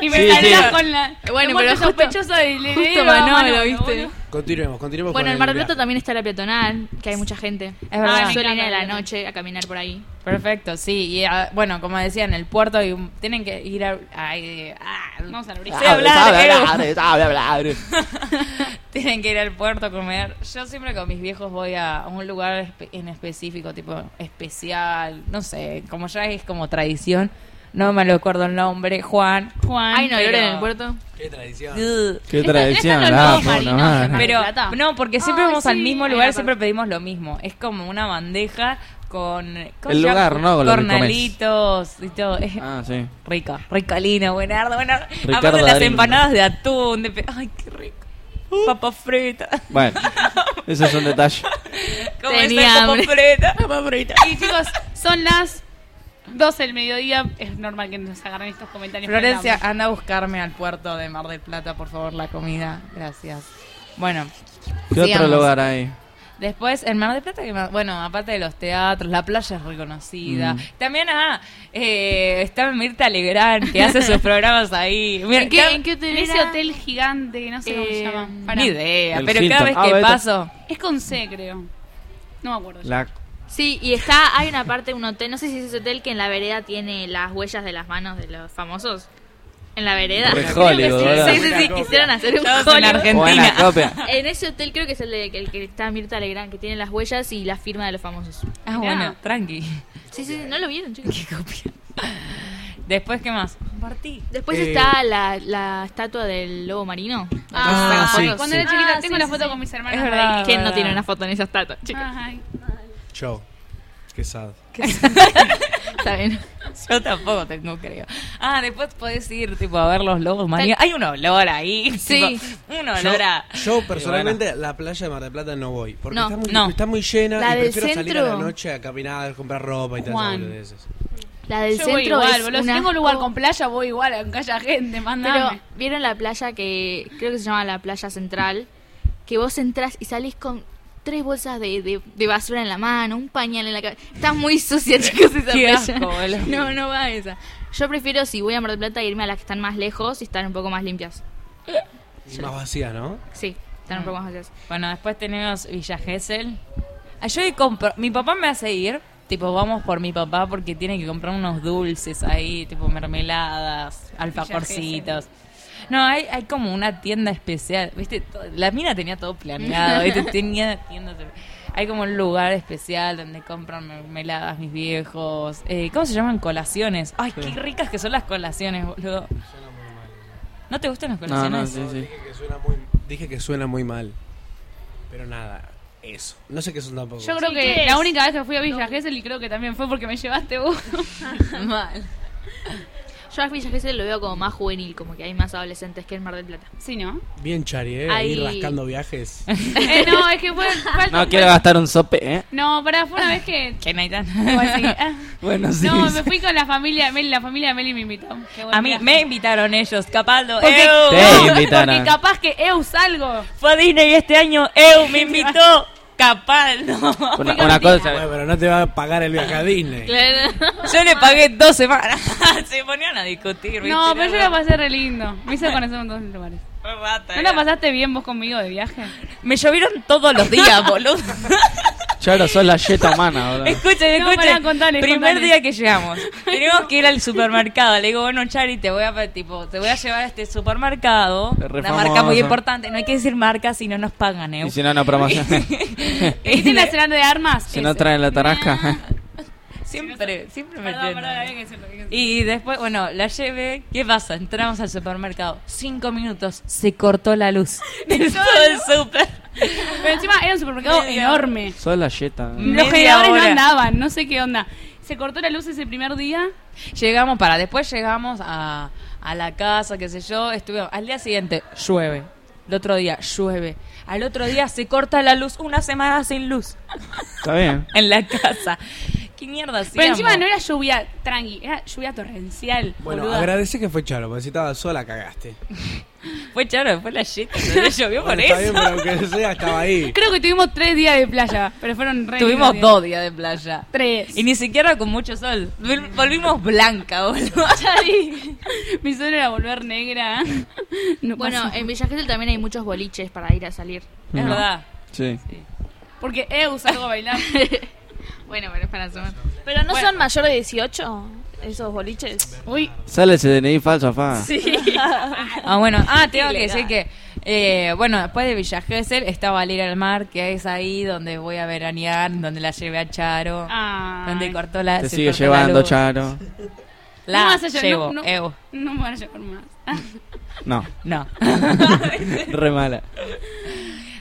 Speaker 3: Y me salía con la.
Speaker 7: Bueno,
Speaker 3: lo
Speaker 7: pero
Speaker 3: muerto
Speaker 7: justo-
Speaker 3: sospechoso de le- le-
Speaker 7: justo
Speaker 3: le-
Speaker 7: Manolo,
Speaker 3: Manolo,
Speaker 7: ¿viste?
Speaker 3: boludo.
Speaker 4: Continuemos, continuemos
Speaker 7: Bueno,
Speaker 4: con
Speaker 7: en Mar del
Speaker 4: el
Speaker 7: Plata también está la peatonal, que hay mucha gente.
Speaker 11: Es verdad.
Speaker 7: Ah, Suelen
Speaker 11: Me
Speaker 7: ir a
Speaker 11: encanta
Speaker 7: la
Speaker 11: la
Speaker 7: noche a caminar por ahí.
Speaker 11: Perfecto, sí. Y ah, bueno, como decía, en el puerto hay un- tienen que ir a. ay, ah,
Speaker 3: Vamos a
Speaker 11: sé hablar, Evo.
Speaker 6: hablar.
Speaker 11: Tienen que ir al puerto a comer. Yo siempre con mis viejos voy a a un lugar espe- en específico, tipo especial, no sé, como ya es como tradición. No me lo acuerdo el nombre, Juan. Juan.
Speaker 7: ¿Hay no olor
Speaker 11: pero-
Speaker 7: en el puerto?
Speaker 4: Qué tradición.
Speaker 11: Ugh.
Speaker 12: Qué tradición, ah, la puta madre.
Speaker 11: Pero no, porque siempre
Speaker 7: Ay,
Speaker 11: vamos al
Speaker 7: sí.
Speaker 11: mismo
Speaker 7: Ay,
Speaker 11: lugar,
Speaker 7: la
Speaker 11: siempre pedimos lo mismo. Es como una bandeja con, con
Speaker 12: El lugar, ¿no? Con lo que comés.
Speaker 11: cornalitos y todo. Es
Speaker 12: Ah, sí.
Speaker 11: rica, ricalina, buenardo, buenardo.
Speaker 12: Ricardo
Speaker 11: Aparte las
Speaker 12: Darín. Uh.
Speaker 11: empanadas de atún, de pe- ay, qué rico. Papa frita.
Speaker 12: Bueno, eso es un detalle.
Speaker 11: Como
Speaker 3: Tenía
Speaker 11: esa papa
Speaker 3: hambre.
Speaker 11: frita, papa frita.
Speaker 3: Y chicos, son las 12 del mediodía. Es normal que nos agarren estos comentarios.
Speaker 11: Florencia,
Speaker 3: por el
Speaker 11: anda a buscarme al puerto de Mar del Plata, por favor, la comida. Gracias. Bueno.
Speaker 12: ¿Qué otro
Speaker 11: sigamos.
Speaker 12: lugar hay?
Speaker 11: Después, en Mar del Plata, que más- bueno, aparte de los teatros, la playa es reconocida.
Speaker 12: Mm.
Speaker 11: También, ah, eh, está Mirta Legrand, que hace sus programas ahí. ah, Mira,
Speaker 3: ¿En qué,
Speaker 11: cada-
Speaker 3: ¿En qué hotel
Speaker 11: Ese
Speaker 3: Ese hotel gigante, no sé cómo se
Speaker 11: Eh,
Speaker 3: llama. Pará.
Speaker 11: Ni idea,
Speaker 12: El
Speaker 11: pero
Speaker 12: Hilton.
Speaker 11: cada vez
Speaker 12: Ah,
Speaker 11: que
Speaker 12: vete.
Speaker 11: paso...
Speaker 3: Es con C, creo. No me acuerdo.
Speaker 12: La...
Speaker 7: Sí, y está, hay una parte, un hotel, no sé si es ese hotel que en la vereda tiene las huellas de las manos de los famosos. En la vereda.
Speaker 12: Re
Speaker 7: Creo que
Speaker 12: Hollywood,
Speaker 7: sí.
Speaker 12: boludo.
Speaker 7: sí, sí, sí, quisieron hacer un
Speaker 11: Todos en
Speaker 7: Hollywood.
Speaker 11: Argentina.
Speaker 12: Buena copia.
Speaker 7: En ese hotel creo que es el, de, el que está Mirta Legrand, que tiene las huellas y la firma de los famosos.
Speaker 11: Ah,
Speaker 7: Mirá.
Speaker 11: bueno, tranqui.
Speaker 7: Sí, sí, sí, no lo vieron, chicos.
Speaker 11: Después, ¿qué más?
Speaker 7: Después
Speaker 11: Eh.
Speaker 7: está la, la estatua del lobo marino.
Speaker 3: Ah,
Speaker 7: Saca
Speaker 3: sí,
Speaker 7: fotos.
Speaker 3: Cuando era chiquita, tengo la foto con mis hermanas.
Speaker 7: Es verdad,
Speaker 3: ahí.
Speaker 7: ¿Quién no tiene una foto en esa estatua,
Speaker 3: Ah.
Speaker 7: chicos?
Speaker 3: Ay.
Speaker 4: Show. Qué sad.
Speaker 7: Está bien.
Speaker 11: Yo tampoco tengo, creo. Ah, después podés ir, tipo, a ver los lobos marinos. Hay un olor ahí.
Speaker 4: Sí.
Speaker 11: tipo, un olor a...
Speaker 4: Yo personalmente a la playa de Mar del Plata no voy. Porque
Speaker 11: No,
Speaker 4: está, muy,
Speaker 11: no.
Speaker 4: está muy llena
Speaker 7: La
Speaker 4: y
Speaker 7: del
Speaker 4: prefiero salir a la
Speaker 7: centro-
Speaker 4: noche a caminar, a comprar ropa y tal.
Speaker 3: Juan.
Speaker 7: La del
Speaker 3: Yo
Speaker 7: centro
Speaker 3: voy igual,
Speaker 7: es
Speaker 3: boludo. Si
Speaker 7: un
Speaker 3: tengo lugar
Speaker 7: asco.
Speaker 3: con playa, voy igual, aunque haya gente,
Speaker 7: Pero,
Speaker 3: mandame.
Speaker 7: ¿vieron la playa que creo que se llama la playa central? Que vos entrás y salís con tres bolsas de, de- de basura en la mano, un pañal en la cabeza. Está muy sucia, chicos, esa
Speaker 11: Qué
Speaker 7: playa.
Speaker 11: asco, boludo.
Speaker 7: no, no va esa. Yo prefiero, si voy a Mar del Plata, irme a las que están más lejos y están un poco más limpias.
Speaker 4: Y más vacía, ¿no?
Speaker 7: Sí, están
Speaker 3: Ah.
Speaker 7: un poco más lejos.
Speaker 11: Bueno, después tenemos Villa Gesell. Ah, Yo he compro- mi papá me hace ir, tipo, vamos por mi papá porque tiene que comprar unos dulces ahí, tipo mermeladas, alfajorcitos. No, hay, hay como una tienda especial, ¿viste? To- La mina tenía todo planeado, ¿viste? Tenía tiendas... Hay como un lugar especial donde compran mermeladas mis viejos. Eh, ¿Cómo se llaman? Colaciones. Ay, qué ricas que son las colaciones, boludo. ¿No te gustan las
Speaker 12: No,
Speaker 11: colaciones?
Speaker 12: no, sí, sí.
Speaker 4: Dije que suena muy, dije que suena muy mal. Pero nada, eso. No sé qué son tampoco.
Speaker 3: Yo creo
Speaker 11: Sí,
Speaker 3: que
Speaker 11: ¿qué
Speaker 3: la
Speaker 11: es?
Speaker 3: única vez que fui a Villa Gesell y creo que también fue porque me llevaste vos.
Speaker 11: Mal.
Speaker 7: Yo a Villa Gesell lo veo como más juvenil, como que hay más adolescentes que en Mar del Plata.
Speaker 3: Sí, ¿no?
Speaker 4: Bien chari, ¿eh?
Speaker 7: Ahí-
Speaker 4: Ahí rascando viajes.
Speaker 3: Eh, no, es que fue. falta-
Speaker 12: No quiero gastar un sope, ¿eh?
Speaker 3: No, pará, fue una vez que. Ah,
Speaker 11: Que no hay tan...
Speaker 12: Bueno, sí.
Speaker 3: No, me fui con la familia de Meli, la familia de Meli me invitó. Qué buen
Speaker 11: A mí
Speaker 3: viaje.
Speaker 11: me invitaron ellos, Capaldo.
Speaker 3: Porque,
Speaker 11: ¡Eu!
Speaker 12: Te
Speaker 3: no,
Speaker 12: invitaron.
Speaker 3: porque capaz que eu salgo.
Speaker 11: Fue a Disney este año, ¡Eu! Me invitó Capaldo.
Speaker 12: Una, una cosa.
Speaker 4: Bueno, pero no te va a pagar el viaje a Disney.
Speaker 11: Yo le pagué dos semanas. Se ponían a discutir.
Speaker 3: No,
Speaker 11: ¿viste?
Speaker 3: pero yo la pasé re lindo. Me hizo conocer un montón de lugares.
Speaker 11: Fue rata,
Speaker 3: ¿No la
Speaker 11: era.
Speaker 3: pasaste bien vos conmigo de viaje?
Speaker 11: Me llovieron todos los días, boludo.
Speaker 12: Charo, sos la yeta humana, boludo.
Speaker 11: Escuchen,
Speaker 3: No,
Speaker 11: escuchen.
Speaker 3: pará, contale,
Speaker 11: Primer
Speaker 3: contale.
Speaker 11: día que llegamos. Tenemos que ir al supermercado. Le digo, bueno, Chari, te voy a tipo, te voy a llevar a este supermercado.
Speaker 12: Es re
Speaker 11: Una marca
Speaker 12: famoso.
Speaker 11: muy importante. No hay que decir marca si no nos pagan, eh.
Speaker 12: Y si no, no promoción.
Speaker 3: ¿Y tiene la cenando de armas?
Speaker 12: si no traen la tarasca.
Speaker 11: Siempre, siempre me
Speaker 3: Perdón,
Speaker 11: tienen.
Speaker 3: perdón, había que decirlo, había que decirlo.
Speaker 11: Y después, bueno, la llevé. ¿Qué pasa? Entramos al supermercado. Cinco minutos. Se cortó la luz. De todo el súper.
Speaker 3: Pero encima era un supermercado
Speaker 11: Media-
Speaker 3: enorme.
Speaker 12: sos la yeta. ¿eh?
Speaker 11: Media
Speaker 3: Los generadores
Speaker 11: hora.
Speaker 3: no andaban, no sé qué onda. Se cortó la luz ese primer día.
Speaker 11: Llegamos para. Después llegamos a, a la casa, qué sé yo. Estuvimos. Al día siguiente, llueve. El otro día, llueve. Al otro día se corta la luz. Una semana sin luz.
Speaker 12: Está bien.
Speaker 11: En la casa. ¿Qué mierda hacíamos?
Speaker 3: Pero encima no era lluvia tranqui, era lluvia torrencial.
Speaker 4: Bueno,
Speaker 3: boluda.
Speaker 4: agradece que fue Charo, porque si estaba sola cagaste.
Speaker 11: Fue charo, fue la shit. No le llovió por
Speaker 4: Bueno, está
Speaker 11: eso.
Speaker 4: bien, pero aunque sea, estaba ahí.
Speaker 3: Creo que tuvimos tres días de playa, pero fueron re
Speaker 11: Tuvimos
Speaker 3: lindos
Speaker 11: dos días de playa.
Speaker 3: Tres.
Speaker 11: Y ni siquiera con mucho sol. Vol- Volvimos blanca, boludo.
Speaker 3: Chari. Mi sueño era volver negra. No
Speaker 7: bueno,
Speaker 3: pasó.
Speaker 7: en Villa Gesell también hay muchos boliches para ir a salir.
Speaker 11: Es verdad.
Speaker 12: Sí.
Speaker 3: Porque Eu salgo a bailar.
Speaker 7: bueno, pero es para sumar.
Speaker 9: Pero no son mayor de 18 esos boliches.
Speaker 3: Uy.
Speaker 12: Sale ese DNI falso, afá.
Speaker 11: Ah, bueno. Ah, tengo que
Speaker 9: Ilegal.
Speaker 11: decir que... eh, bueno, después de Villa Gesell estaba al ir al mar, que es ahí donde voy a veranear, donde la llevé a Charo, donde cortó la...
Speaker 12: Te
Speaker 11: se
Speaker 12: sigue
Speaker 11: cortó la
Speaker 12: llevando,
Speaker 11: luz.
Speaker 12: Charo.
Speaker 11: La
Speaker 3: no vas a llorar,
Speaker 11: llevo,
Speaker 3: no, no,
Speaker 11: Eu.
Speaker 3: no me van a llorar más.
Speaker 12: No.
Speaker 11: No.
Speaker 12: Re mala.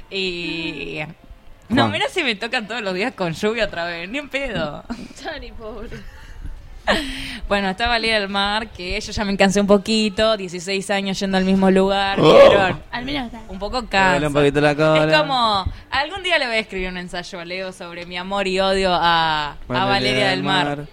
Speaker 11: Y... No,
Speaker 12: Juan.
Speaker 11: mira si me tocan todos los días con lluvia otra vez, ni en pedo.
Speaker 9: Chari, pobre.
Speaker 11: Bueno, estaba Lira del Mar, que yo ya me cansé un poquito, 16 años yendo al mismo lugar,
Speaker 12: Oh.
Speaker 11: ¿vieron?
Speaker 3: Al menos está.
Speaker 11: Un poco
Speaker 12: Dale
Speaker 11: cansa.
Speaker 12: un poquito la cola.
Speaker 11: Es como, algún día le voy a escribir un ensayo a Leo sobre mi amor y odio a, a
Speaker 12: Valeria
Speaker 11: Valeria del
Speaker 12: del
Speaker 11: Mar.
Speaker 12: Mar.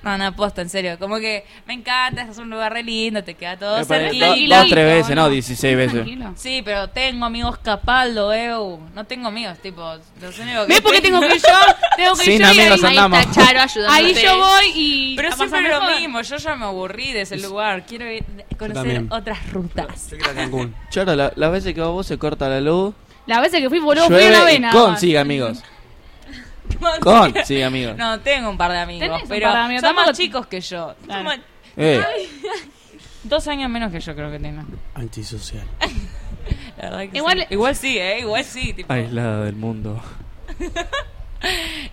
Speaker 11: No, no, posta, en serio. Como que me encanta, es un lugar re lindo, te queda todo
Speaker 12: Eh, para- do-
Speaker 11: cerquita.
Speaker 12: dos, tres veces, no, 16 veces.
Speaker 11: Sí, pero tengo amigos capaldo, eu. No tengo amigos, tipo. Los únicos que
Speaker 3: ¿Ves por qué tengo que ir yo? Tengo que ir
Speaker 12: Sin
Speaker 3: yo y
Speaker 12: amigos
Speaker 3: ahí-
Speaker 12: andamos.
Speaker 3: ahí está Charo ayudándote. Ahí yo voy y
Speaker 11: Pero
Speaker 3: la
Speaker 11: siempre
Speaker 3: pasamos
Speaker 11: lo
Speaker 3: mejor.
Speaker 11: mismo, yo ya me aburrí de ese lugar. Quiero ir- conocer
Speaker 12: también.
Speaker 11: otras rutas.
Speaker 4: Cancún.
Speaker 12: Charo, la- las veces que vos se corta la luz.
Speaker 3: La vez que fui, boludo, fui
Speaker 12: llueve
Speaker 3: a la
Speaker 12: y
Speaker 3: vena.
Speaker 12: Con, sí, amigos. Con, sí, amigos.
Speaker 11: No, tengo un par de amigos,
Speaker 3: Tenés un
Speaker 11: pero
Speaker 3: par de amigos,
Speaker 11: son
Speaker 3: tampoco-
Speaker 11: más chicos que yo. Son
Speaker 3: Claro.
Speaker 11: más-
Speaker 12: Eh.
Speaker 11: Dos años menos que yo creo que tengo.
Speaker 4: Antisocial.
Speaker 11: La verdad que
Speaker 3: Igual-
Speaker 11: sí. igual sí, ¿eh? Igual sí. tipo.
Speaker 12: Aislada del mundo.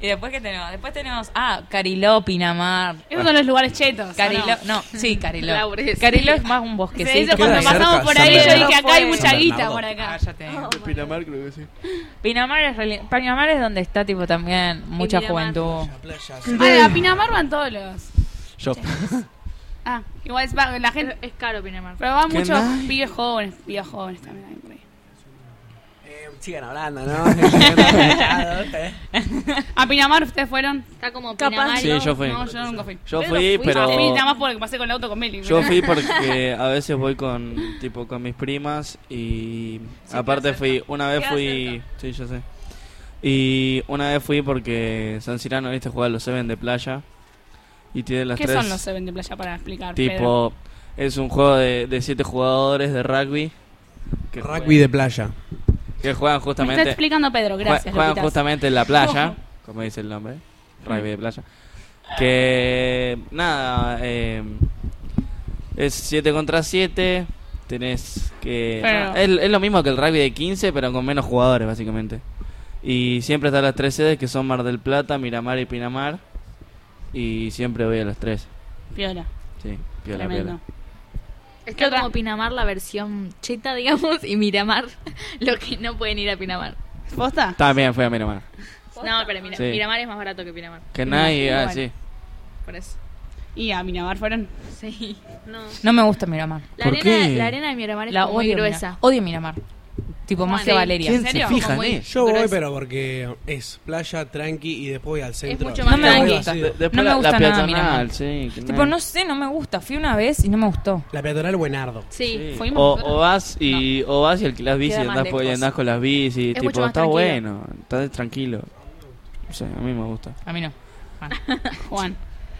Speaker 11: Y después, ¿qué tenemos? Después tenemos, ah, Cariló, Pinamar.
Speaker 3: Esos son los lugares chetos.
Speaker 11: Cariló,
Speaker 3: ¿o
Speaker 11: no, sí, Cariló.
Speaker 3: La burguesía.
Speaker 11: Cariló es más un
Speaker 3: Se
Speaker 11: bosquecito.
Speaker 3: dice cuando
Speaker 4: Queda
Speaker 3: pasamos
Speaker 4: cerca,
Speaker 3: por
Speaker 4: San
Speaker 3: ahí, yo
Speaker 4: Bernardo.
Speaker 3: dije acá hay
Speaker 11: San
Speaker 3: mucha guita
Speaker 4: Bernardo.
Speaker 3: por acá.
Speaker 11: Ah,
Speaker 3: Oh,
Speaker 11: ya te digo.
Speaker 12: Pinamar, creo que sí.
Speaker 11: Pinamar es, reli- Pinamar es donde está, tipo, también mucha
Speaker 3: Pinamar.
Speaker 11: juventud.
Speaker 3: Ah, a Pinamar van todos los.
Speaker 12: Yo.
Speaker 3: Ah, igual es va- la gente.
Speaker 7: Es caro Pinamar.
Speaker 3: Pero van
Speaker 12: ¿Qué
Speaker 3: muchos
Speaker 12: más?
Speaker 3: pibes jóvenes, pibes jóvenes también. hay por ahí.
Speaker 4: Eh, Sigan hablando, ¿no? Yo
Speaker 3: A Pinamar ustedes fueron.
Speaker 7: Está como
Speaker 9: Capaz.
Speaker 7: Pinamar.
Speaker 12: Sí, yo fui.
Speaker 3: No, yo nunca fui.
Speaker 12: Yo
Speaker 3: Pero
Speaker 12: fui,
Speaker 3: fuiste.
Speaker 12: pero-
Speaker 3: fui nada más porque pasé con el auto con Meli.
Speaker 12: Yo fui porque a veces voy con tipo con mis primas y aparte fui una vez
Speaker 3: Queda
Speaker 12: fui sí yo sé y una vez fui porque San Cirano viste jugar los Seven de playa y tiene las
Speaker 3: ¿Qué
Speaker 12: tres
Speaker 3: son los Seven de playa para explicar? Pedro?
Speaker 12: tipo es un juego de, de siete jugadores de rugby que
Speaker 4: Rugby de playa.
Speaker 12: juegan, que juegan
Speaker 3: Me está
Speaker 12: justamente
Speaker 3: explicando Pedro,
Speaker 12: Jue-
Speaker 3: gracias.
Speaker 12: Juegan
Speaker 3: Lupitas.
Speaker 12: justamente en la playa, como dice el nombre, rugby de playa. Que nada, eh, es 7 contra 7. Tenés que.
Speaker 3: Pero-
Speaker 12: es, es lo mismo que el rugby de 15, pero con menos jugadores, básicamente. Y siempre están las tres sedes que son Mar del Plata, Miramar y Pinamar. Y siempre voy a las tres.
Speaker 3: Piola,
Speaker 12: Sí, piola, piola.
Speaker 3: tremendo.
Speaker 7: Está como Pinamar la versión cheta, digamos, y Miramar los que no pueden ir a Pinamar.
Speaker 3: ¿Posta?
Speaker 12: También fui a Miramar.
Speaker 7: No, pero Mira-
Speaker 12: Sí.
Speaker 7: Miramar es más barato que Pinamar.
Speaker 12: Que nadie.
Speaker 3: imagino,
Speaker 12: ah,
Speaker 3: bueno.
Speaker 12: sí.
Speaker 7: Por eso.
Speaker 3: ¿Y a Miramar fueron?
Speaker 7: Sí. No.
Speaker 11: No me gusta Miramar.
Speaker 7: La,
Speaker 12: ¿Por
Speaker 7: arena,
Speaker 12: qué?
Speaker 7: la arena de Miramar es
Speaker 11: La
Speaker 7: como muy
Speaker 11: odio,
Speaker 7: gruesa.
Speaker 11: Miramar. odio Miramar. Tipo, más
Speaker 7: Bueno,
Speaker 11: que
Speaker 7: sí.
Speaker 11: Valeria.
Speaker 12: ¿Quién
Speaker 11: ¿En
Speaker 12: se
Speaker 11: serio?
Speaker 12: fija
Speaker 11: Como
Speaker 12: en
Speaker 11: muy-
Speaker 12: eso?
Speaker 4: voy, pero porque es playa, tranqui y después voy al centro.
Speaker 7: mucho más
Speaker 4: Y después
Speaker 11: tranqui.
Speaker 4: voy así.
Speaker 12: De- después
Speaker 11: No
Speaker 12: la-
Speaker 11: me
Speaker 12: la,
Speaker 11: gusta nada
Speaker 12: peatonal,
Speaker 11: Miramar.
Speaker 12: sí. que
Speaker 11: Tipo,
Speaker 12: nadie-
Speaker 11: no sé, no me gusta. Fui una vez y no me gustó.
Speaker 4: La peatonal Buenardo.
Speaker 7: Sí.
Speaker 12: Sí.
Speaker 3: Fuimos
Speaker 12: O,
Speaker 3: nosotros.
Speaker 12: o vas y o vas y alquilás bici
Speaker 11: Queda
Speaker 12: y
Speaker 11: más
Speaker 12: andás, por- y
Speaker 11: lejos.
Speaker 12: andás con las bici,
Speaker 7: mucho
Speaker 12: tipo,
Speaker 7: más
Speaker 12: está
Speaker 7: tranquilo.
Speaker 12: bueno, está tranquilo. No sé, a mí me gusta.
Speaker 11: A mí no. Bueno.
Speaker 3: Juan.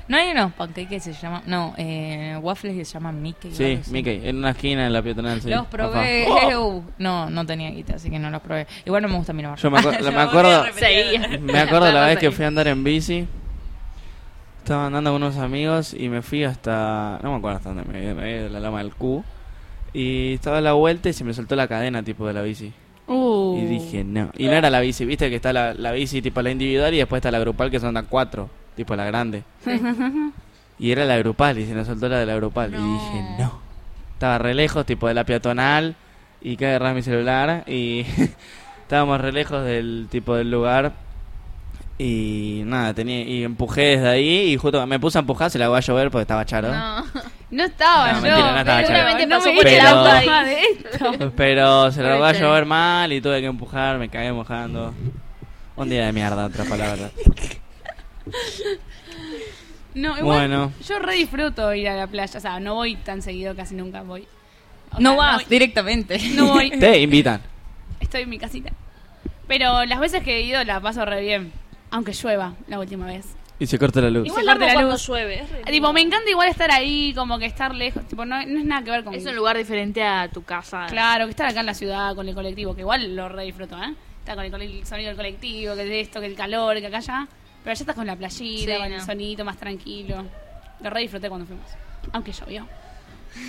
Speaker 11: No hay unos pancakes que se llaman. No, eh, waffles que se llaman Mickey.
Speaker 12: Sí,
Speaker 11: algo así.
Speaker 12: Mickey, Oh. en una esquina en la peatonal, sí.
Speaker 11: Los probé.
Speaker 12: Afá.
Speaker 11: Uh, No, no tenía guita, así que no los probé. Igual no me gusta Miramar.
Speaker 12: Yo me acuer- la- me acuerdo- Me acuerdo la vez que fui a andar en bici. Estaba andando con unos amigos y me fui hasta. No me acuerdo hasta dónde me había- me había ido, la lama del Q. Y estaba a la vuelta y se me soltó la cadena, tipo, de la bici.
Speaker 3: Uh.
Speaker 12: Y dije, no. Y no era la bici, viste que está la, la bici tipo la individual y después está la grupal que son las cuatro, tipo la grande. y era la grupal y se nos soltó la de la grupal. Y dije, no. Estaba re lejos, tipo de la peatonal y que agarrar mi celular y estábamos re lejos del tipo del lugar. Y nada, tenía y empujé desde ahí y justo me puse a empujar, se la voy a llover porque estaba charo.
Speaker 3: No estaba
Speaker 12: No,
Speaker 3: yo.
Speaker 12: mentira, no estaba yo.
Speaker 7: Seguramente
Speaker 3: no
Speaker 7: pasó
Speaker 3: me
Speaker 7: por
Speaker 3: diste
Speaker 12: el
Speaker 3: la
Speaker 12: auto ahí.
Speaker 3: hoja de esto.
Speaker 12: Pero se la
Speaker 7: Puede
Speaker 12: va a
Speaker 7: ser.
Speaker 12: llover mal y tuve que empujar, me cagué mojando. Un día de mierda, otra palabra.
Speaker 3: No, igual,
Speaker 12: Bueno.
Speaker 3: yo re disfruto ir a la playa. O sea, no voy tan seguido, casi nunca voy. O
Speaker 11: No
Speaker 3: sea,
Speaker 11: vas
Speaker 3: voy-
Speaker 11: directamente.
Speaker 3: No voy.
Speaker 12: Te invitan.
Speaker 3: Estoy en mi casita. Pero las veces que he ido la paso re bien. Aunque llueva la última vez.
Speaker 12: Y se corta la luz.
Speaker 3: Igual
Speaker 9: Se
Speaker 3: largo
Speaker 9: largo
Speaker 3: la
Speaker 9: cuando
Speaker 3: luz.
Speaker 9: llueve. es re
Speaker 3: Ah, Tipo, me encanta igual estar ahí, como que estar lejos. Tipo, no, no es nada que ver con.
Speaker 7: Es un lugar diferente a tu casa.
Speaker 3: Claro, que estar acá en la ciudad con el colectivo, que igual lo re disfruto, ¿eh? Estar con el, cole- el sonido del colectivo, que de esto, que el calor, que acá ya. Pero allá estás con la playita,
Speaker 7: Sí,
Speaker 3: con el
Speaker 7: no.
Speaker 3: sonidito más tranquilo. Lo re disfruté cuando fuimos. Aunque llovió.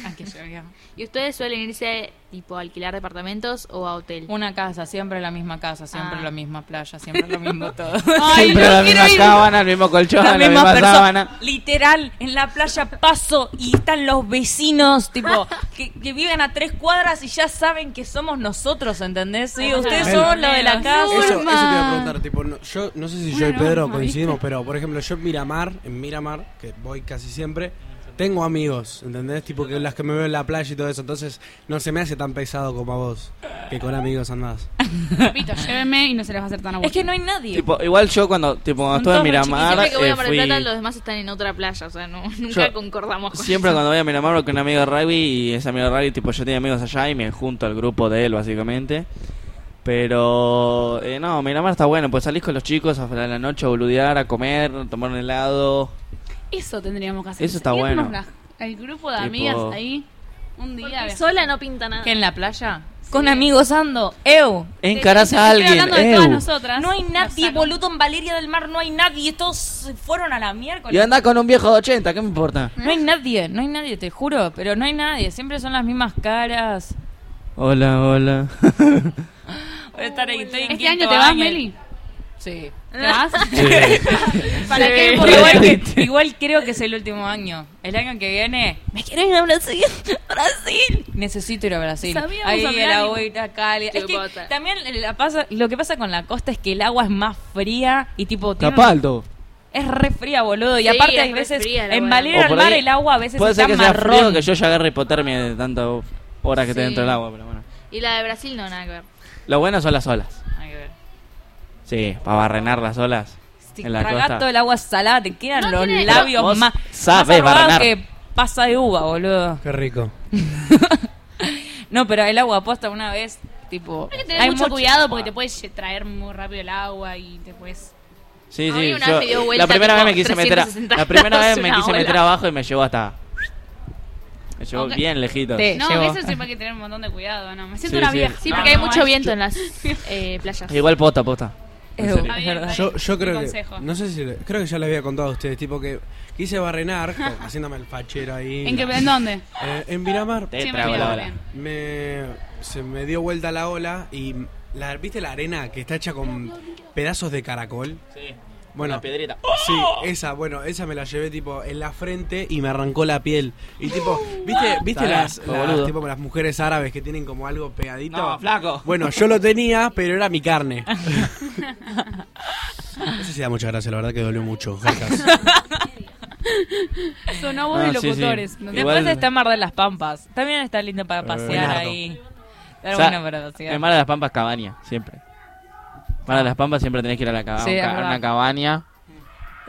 Speaker 3: Ah,
Speaker 11: Aquí llega.
Speaker 7: ¿Y ustedes suelen irse tipo a alquilar departamentos o a hotel?
Speaker 11: Una casa, siempre la misma casa, siempre
Speaker 7: Ah.
Speaker 11: la misma playa, siempre lo mismo todo.
Speaker 12: Siempre la misma sábana, el mismo colchón, la, misma,
Speaker 11: persona.
Speaker 12: sábana.
Speaker 11: Literal, en la playa paso y están los vecinos, tipo, que, que viven a tres cuadras y ya saben que somos nosotros, ¿entendés? Sí, ustedes son los de la casa.
Speaker 4: Eso, eso te iba a preguntar, tipo, no, yo no sé si yo y Pedro coincidimos, pero por ejemplo, yo en Miramar, en Miramar, que voy casi siempre, tengo amigos, ¿entendés? Tipo que las que me veo en la playa y todo eso, entonces no se me hace tan pesado como a vos, que con amigos andás.
Speaker 3: Repito, llévenme y no se les va a hacer tan aburrido.
Speaker 11: Es que no hay nadie.
Speaker 12: Tipo, igual yo cuando, tipo, cuando estuve
Speaker 11: todos
Speaker 12: en
Speaker 11: los
Speaker 12: Miramar,
Speaker 7: Siempre que voy
Speaker 12: eh,
Speaker 7: a Mar del Plata,
Speaker 12: fui-
Speaker 7: los demás están en otra playa, o sea, no, nunca
Speaker 12: Yo-
Speaker 7: concordamos con
Speaker 12: Siempre
Speaker 7: eso.
Speaker 12: cuando voy a Miramar voy con un amigo de rugby y ese amigo de rugby, tipo, yo tenía amigos allá y me junto al grupo de él, básicamente. Pero, eh, no, Miramar está bueno, pues salís con los chicos a la noche a boludear, a comer, a tomar un helado.
Speaker 3: Eso tendríamos que hacer.
Speaker 12: Eso está
Speaker 3: Irnos
Speaker 12: bueno.
Speaker 3: las- El grupo de
Speaker 12: Tipo-
Speaker 3: amigas ahí, un día.
Speaker 9: Porque
Speaker 3: viajar.
Speaker 9: sola no pinta nada.
Speaker 11: Que en la playa, con amigos ando, eu.
Speaker 12: Encarás a
Speaker 3: Estoy
Speaker 12: alguien.
Speaker 3: hablando de todas
Speaker 12: eu.
Speaker 3: nosotras.
Speaker 11: No hay nadie,
Speaker 3: saco.
Speaker 11: boludo, en Valeria del Mar no hay nadie, todos se fueron a la miércoles.
Speaker 12: Y anda con un viejo de 80, ¿qué me importa?
Speaker 11: No hay nadie, no hay nadie, te juro, pero no hay nadie, siempre son las mismas caras.
Speaker 12: Hola, hola.
Speaker 11: Voy a estar ahí, estoy en
Speaker 3: ¿Este
Speaker 11: quinto
Speaker 3: año te vas,
Speaker 11: año.
Speaker 3: Meli?
Speaker 11: Sí.
Speaker 3: ¿Te vas?
Speaker 11: ¿Para
Speaker 3: Sí.
Speaker 11: qué? Porque igual, que- igual creo que es el último año. El año que viene, me quiero ir a Brasil. ¡Brasil! Necesito ir a Brasil.
Speaker 3: Sabíamos,
Speaker 11: Ahí a la
Speaker 3: Abrani.
Speaker 11: vuelta, Cali. Es que
Speaker 7: Chupota.
Speaker 11: también la pasa, lo que pasa con la costa es que el agua es más fría y tipo... tiene un-
Speaker 12: Capaldo.
Speaker 11: es re fría, boludo. Y
Speaker 7: Sí,
Speaker 11: aparte
Speaker 7: es
Speaker 11: hay
Speaker 7: re
Speaker 11: veces...
Speaker 7: fría el
Speaker 11: En
Speaker 7: agua.
Speaker 11: Valeria
Speaker 12: O
Speaker 11: del
Speaker 12: por
Speaker 11: Mar
Speaker 12: ahí
Speaker 11: el agua a veces
Speaker 12: Puede ser
Speaker 11: está
Speaker 12: que sea frío
Speaker 11: marrón.
Speaker 12: que yo ya agarre hipotermia de tantas horas que te
Speaker 7: Sí.
Speaker 12: dentro del agua, pero bueno.
Speaker 7: Y la de Brasil no, nada que ver.
Speaker 12: Lo bueno son las olas.
Speaker 11: Ay, qué ver.
Speaker 12: Sí, para barrenar las olas.
Speaker 11: Si
Speaker 12: en la
Speaker 11: tragás
Speaker 12: costa.
Speaker 11: todo el agua salada, te quedan
Speaker 7: No
Speaker 11: los
Speaker 7: tiene-
Speaker 11: labios
Speaker 12: Vos
Speaker 11: más,
Speaker 12: sabés
Speaker 11: más arrugados
Speaker 12: barrenar.
Speaker 11: que pasa de uva, boludo.
Speaker 4: Qué rico.
Speaker 11: No, pero el agua posta una vez, tipo...
Speaker 3: Hay que tener mucho cuidado porque te puedes lle- traer muy rápido el agua y te puedes.
Speaker 12: Sí,
Speaker 7: A
Speaker 12: sí,
Speaker 7: mí una
Speaker 12: yo-
Speaker 7: vez me dio vuelta,
Speaker 12: la primera
Speaker 7: tipo,
Speaker 12: vez me quise meter, a-
Speaker 7: 360
Speaker 12: la primera
Speaker 7: grados
Speaker 12: vez me
Speaker 7: una
Speaker 12: quise
Speaker 7: ola.
Speaker 12: meter abajo y me llevó hasta me llevó
Speaker 3: Ok.
Speaker 12: bien lejito.
Speaker 11: Sí.
Speaker 3: No,
Speaker 11: llegó.
Speaker 3: eso siempre hay que tener un montón de cuidado. No, me siento
Speaker 12: Sí,
Speaker 3: una
Speaker 12: sí.
Speaker 3: vieja. Ah,
Speaker 7: Sí,
Speaker 3: No,
Speaker 7: porque hay
Speaker 3: no,
Speaker 7: mucho
Speaker 3: hay-
Speaker 7: viento en las eh, playas.
Speaker 12: Igual posta, posta. En
Speaker 11: Es
Speaker 12: serio.
Speaker 11: es
Speaker 3: Está bien,
Speaker 11: verdad.
Speaker 3: está
Speaker 4: Yo, yo
Speaker 3: Mi
Speaker 4: creo que.
Speaker 3: consejo.
Speaker 4: No sé si. le- creo que ya les había contado a ustedes, tipo que quise barrenar, como haciéndome el fachero ahí.
Speaker 3: ¿En, qué, ¿En dónde?
Speaker 4: Eh, en Miramar.
Speaker 12: Te
Speaker 3: Sí, me
Speaker 12: trago
Speaker 3: quedo
Speaker 12: la
Speaker 3: bien.
Speaker 12: hora.
Speaker 4: Me, se me dio vuelta la ola y la, ¿viste la arena que está hecha con pedazos de caracol?
Speaker 12: Sí.
Speaker 4: Bueno,
Speaker 12: Una piedrita.
Speaker 4: Sí, esa, bueno, esa me la llevé tipo en la frente y me arrancó la piel. Y tipo, ¿viste, viste
Speaker 12: Pará, oh,
Speaker 4: las,
Speaker 12: boludo.
Speaker 4: las- tipo, las mujeres árabes que tienen como algo pegadito?
Speaker 12: No, flaco.
Speaker 4: Bueno, yo lo tenía, pero era mi carne. Eso sí da mucha gracia, la verdad que dolió mucho. jajas.
Speaker 3: Sonó voz de
Speaker 12: No, Ah, sí, sí.
Speaker 3: locutores. no te-
Speaker 12: Igual- Eh,
Speaker 11: Después está Mar de las Pampas. También está lindo para pasear
Speaker 4: Buenardo.
Speaker 11: ahí. Está
Speaker 12: O sea,
Speaker 11: bueno para pasear.
Speaker 12: en Mar de las Pampas cabaña, siempre. Mar de las Pampas siempre tenés que ir a la caba-
Speaker 11: Sí, es
Speaker 12: a
Speaker 11: verdad.
Speaker 12: una cabaña.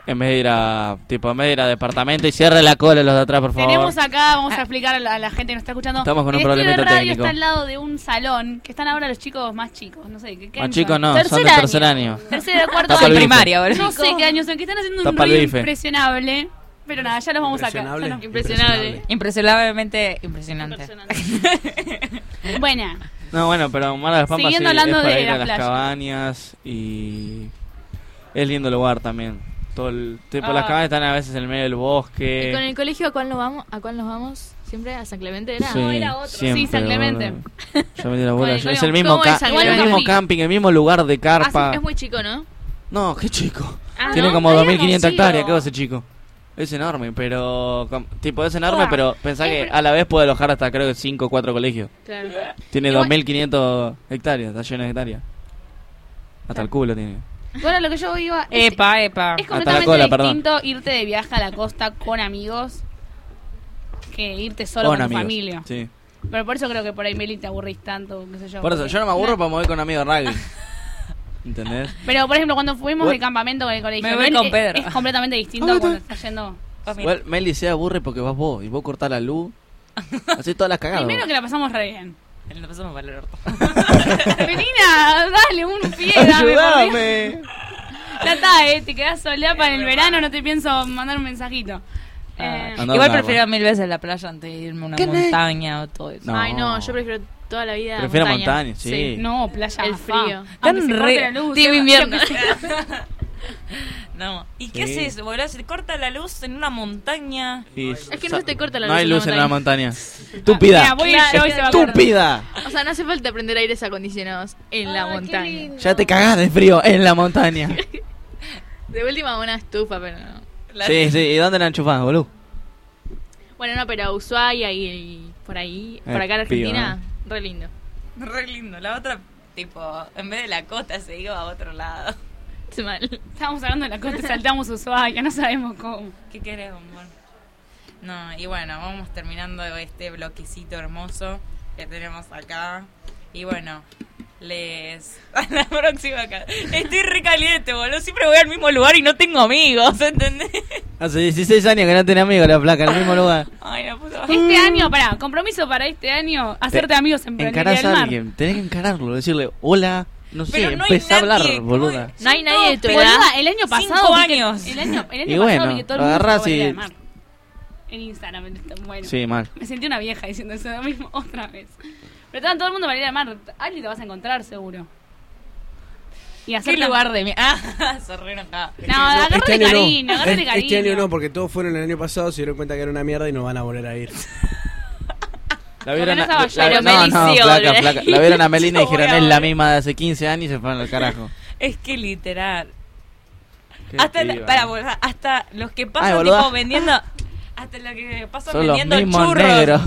Speaker 12: En vez de ir a tipo en vez de ir a departamento y cierre la cola los de atrás, por favor.
Speaker 3: Tenemos acá, vamos
Speaker 7: Ah.
Speaker 3: a explicar a la, a la gente que nos está escuchando.
Speaker 12: Estamos con un
Speaker 3: el estudio de
Speaker 12: problemita
Speaker 3: radio
Speaker 12: técnico.
Speaker 3: está al lado de un salón que están ahora los chicos más chicos. No sé, ¿qué, qué
Speaker 12: Más
Speaker 3: año
Speaker 12: chicos
Speaker 3: son?
Speaker 12: no, son
Speaker 7: Tercer
Speaker 12: del
Speaker 7: año.
Speaker 12: tercer año.
Speaker 3: Tercero, cuarto
Speaker 12: Tapa
Speaker 3: año.
Speaker 12: el bife.
Speaker 11: primaria, boludo.
Speaker 3: No sé qué años son, que están haciendo un
Speaker 12: Tapa el
Speaker 3: ruido
Speaker 12: bife.
Speaker 3: impresionable. Pero nada, ya los vamos a sacar.
Speaker 4: Impresionable.
Speaker 3: Ya los-
Speaker 7: Impresionable.
Speaker 11: Impresionablemente impresionante.
Speaker 3: Buena.
Speaker 12: No, bueno, pero Mar de las Pampas
Speaker 3: Siguiendo
Speaker 12: sí,
Speaker 3: hablando
Speaker 12: es para
Speaker 3: de
Speaker 12: ir
Speaker 3: la
Speaker 12: a las
Speaker 3: playa.
Speaker 12: cabañas y es lindo lugar también. Todo el tipo las
Speaker 11: Ah.
Speaker 12: cabañas están a veces en el medio del bosque.
Speaker 7: ¿Y con el colegio a cuál nos vamos? ¿A cuál nos vamos? Siempre a San Clemente era.
Speaker 12: Sí,
Speaker 7: No, era otro.
Speaker 12: siempre,
Speaker 3: Sí, San Clemente.
Speaker 12: boludo. Yo me di la
Speaker 3: Con
Speaker 12: bola.
Speaker 3: el-
Speaker 12: yo- es
Speaker 3: con-
Speaker 12: el mismo,
Speaker 7: ¿cómo
Speaker 12: ca-
Speaker 7: es San
Speaker 12: el
Speaker 7: Clemente?
Speaker 12: mismo camping, el mismo lugar de carpa.
Speaker 7: Ah, sí, es muy chico, ¿no?
Speaker 12: No, qué chico.
Speaker 7: Ah,
Speaker 12: Tiene
Speaker 7: ¿no?
Speaker 12: como
Speaker 7: Habíamos
Speaker 12: 2500
Speaker 7: ido.
Speaker 12: hectáreas, ¿qué va a ser chico? Es enorme, pero com- tipo es enorme,
Speaker 3: Toda.
Speaker 12: pero pensá
Speaker 3: Eh,
Speaker 12: que
Speaker 3: pero-
Speaker 12: a la vez puede alojar hasta creo que 5 o 4 colegios.
Speaker 7: Claro.
Speaker 12: Tiene
Speaker 7: Igual-
Speaker 12: 2500 hectáreas, está lleno de hectáreas. Hasta el culo tiene.
Speaker 3: Bueno, lo que yo iba. es-
Speaker 11: Epa, epa.
Speaker 3: Es
Speaker 12: Hasta la
Speaker 3: completamente
Speaker 12: cola, perdón.
Speaker 3: distinto irte de viaje a la costa con amigos que irte solo con, tu
Speaker 12: amigos.
Speaker 3: familia.
Speaker 12: Sí.
Speaker 3: Pero por eso creo que por ahí Meli te aburrís tanto, qué sé yo.
Speaker 12: Por eso,
Speaker 3: porque-
Speaker 12: yo no me aburro para mover con amigos de rugby. ¿Entendés?
Speaker 3: Pero por ejemplo, cuando fuimos
Speaker 12: What?
Speaker 3: de campamento con el colegio,
Speaker 11: Me voy
Speaker 3: Meli,
Speaker 11: con
Speaker 3: es-
Speaker 11: Pedro. Pues
Speaker 3: Es, completamente distinto cuando estás yendo.
Speaker 11: Papi.
Speaker 12: Igual Meli se aburre porque vas vos y vos cortás la luz Así todas las cagadas.
Speaker 3: Primero que la pasamos re bien.
Speaker 11: La pasamos para el orto.
Speaker 3: Melina, dale un pie, dame. por Dios.
Speaker 12: Ayúdame.
Speaker 3: Ya está, eh, te quedás soleada para el verano, no te pienso mandar un mensajito. Eh,
Speaker 12: Andá
Speaker 11: Igual
Speaker 12: un agua.
Speaker 11: prefiero mil veces la playa antes de irme a una
Speaker 3: ¿Qué le-
Speaker 11: montaña o todo eso.
Speaker 12: No.
Speaker 7: Ay, no, yo prefiero toda la vida.
Speaker 12: Prefiero montaña, sí.
Speaker 3: No, playa. Ah,
Speaker 7: El
Speaker 3: afá.
Speaker 7: frío.
Speaker 11: Tan
Speaker 3: Aunque se
Speaker 11: re-
Speaker 3: corte la luz,
Speaker 11: Tío
Speaker 3: eh,
Speaker 11: invierno.
Speaker 3: lo que sea.
Speaker 11: No. ¿Y
Speaker 12: Sí.
Speaker 11: qué haces, boludo? Se te corta la luz en una montaña.
Speaker 12: Y-
Speaker 7: Es que no se te corta la
Speaker 12: No
Speaker 7: luz
Speaker 12: hay
Speaker 7: en la
Speaker 12: luz en la montaña.
Speaker 3: Ah, mira,
Speaker 12: Estúpida.
Speaker 3: voy yo y se va a cortar.
Speaker 12: Estúpida.
Speaker 7: O sea, no hace falta aprender aires acondicionados en la montaña.
Speaker 12: Ya te cagás de frío en la montaña.
Speaker 7: De última una estufa, pero no.
Speaker 12: Sí, sí. ¿Y dónde la enchufás, boludo?
Speaker 7: Bueno, no, pero Ushuaia y, y por ahí, por
Speaker 12: Eh,
Speaker 7: acá en
Speaker 12: piba,
Speaker 7: Argentina, re lindo.
Speaker 11: Re lindo. La otra, tipo, en vez de la costa se iba a otro lado.
Speaker 7: Es mal.
Speaker 3: Estábamos hablando de la costa, y saltamos Ushuaia, no sabemos cómo.
Speaker 11: ¿Qué querés, bombón? No, y bueno, vamos terminando este bloquecito hermoso que tenemos acá. Y bueno, les. A la próxima acá. Estoy recaliente, boludo. Siempre voy al mismo lugar y no tengo amigos, ¿entendés?
Speaker 12: Hace 16 años que no tenés amigos la placa, en el mismo lugar.
Speaker 11: Ay, la puta madre.
Speaker 7: Mm.
Speaker 3: Este año, pará, compromiso para este año, hacerte
Speaker 12: Te-
Speaker 3: amigos en Playa
Speaker 12: Encarás
Speaker 3: del
Speaker 12: a
Speaker 3: Mar.
Speaker 12: alguien, tenés que encararlo, decirle hola, no sé,
Speaker 11: Pero no hay
Speaker 12: empezá a hablar,
Speaker 11: nadie, ¿cómo
Speaker 12: boluda.
Speaker 7: No hay nadie de tu
Speaker 3: Boluda,
Speaker 7: edad.
Speaker 3: el año
Speaker 11: Cinco
Speaker 3: pasado. vi que-
Speaker 11: años.
Speaker 3: el año, el año
Speaker 12: Y
Speaker 3: pasado
Speaker 12: bueno,
Speaker 3: vi que todo el
Speaker 12: lo
Speaker 3: mundo se
Speaker 12: agarrás
Speaker 3: fue a Playa
Speaker 12: y-
Speaker 3: del Mar. En Instagram, el- bueno.
Speaker 12: Sí, mal.
Speaker 3: Me sentí una vieja diciendo eso lo mismo otra vez. Pero estaba todo el mundo para ir al mar. Alguien te vas a encontrar seguro. Y hacer
Speaker 11: ¿Qué lugar de mi.? Ah, se re enojaba.
Speaker 3: No, agarrate
Speaker 4: este año no.
Speaker 3: cariño, agarrate
Speaker 4: Es-
Speaker 3: cariño.
Speaker 4: Este año no, porque todos fueron el año pasado, se dieron cuenta que era una mierda y no van a volver a ir.
Speaker 12: La
Speaker 3: no
Speaker 12: a,
Speaker 3: se vayó,
Speaker 12: la- no,
Speaker 3: pero Meli
Speaker 12: no,
Speaker 3: sí,
Speaker 12: placa,
Speaker 3: boluda.
Speaker 12: placa. La vieron a Melina y
Speaker 11: Yo voy
Speaker 12: dijeron,
Speaker 11: a
Speaker 12: es la
Speaker 11: volver".
Speaker 12: misma de hace 15 años y se fueron al carajo.
Speaker 11: Es que literal.
Speaker 12: Qué
Speaker 11: Hasta, la-
Speaker 12: piba.
Speaker 11: para, boluda, hasta los que pasan
Speaker 12: Ay, boluda.
Speaker 11: tipo vendiendo. Hasta los que pasan
Speaker 12: Son los
Speaker 11: vendiendo
Speaker 12: mismos
Speaker 11: churros.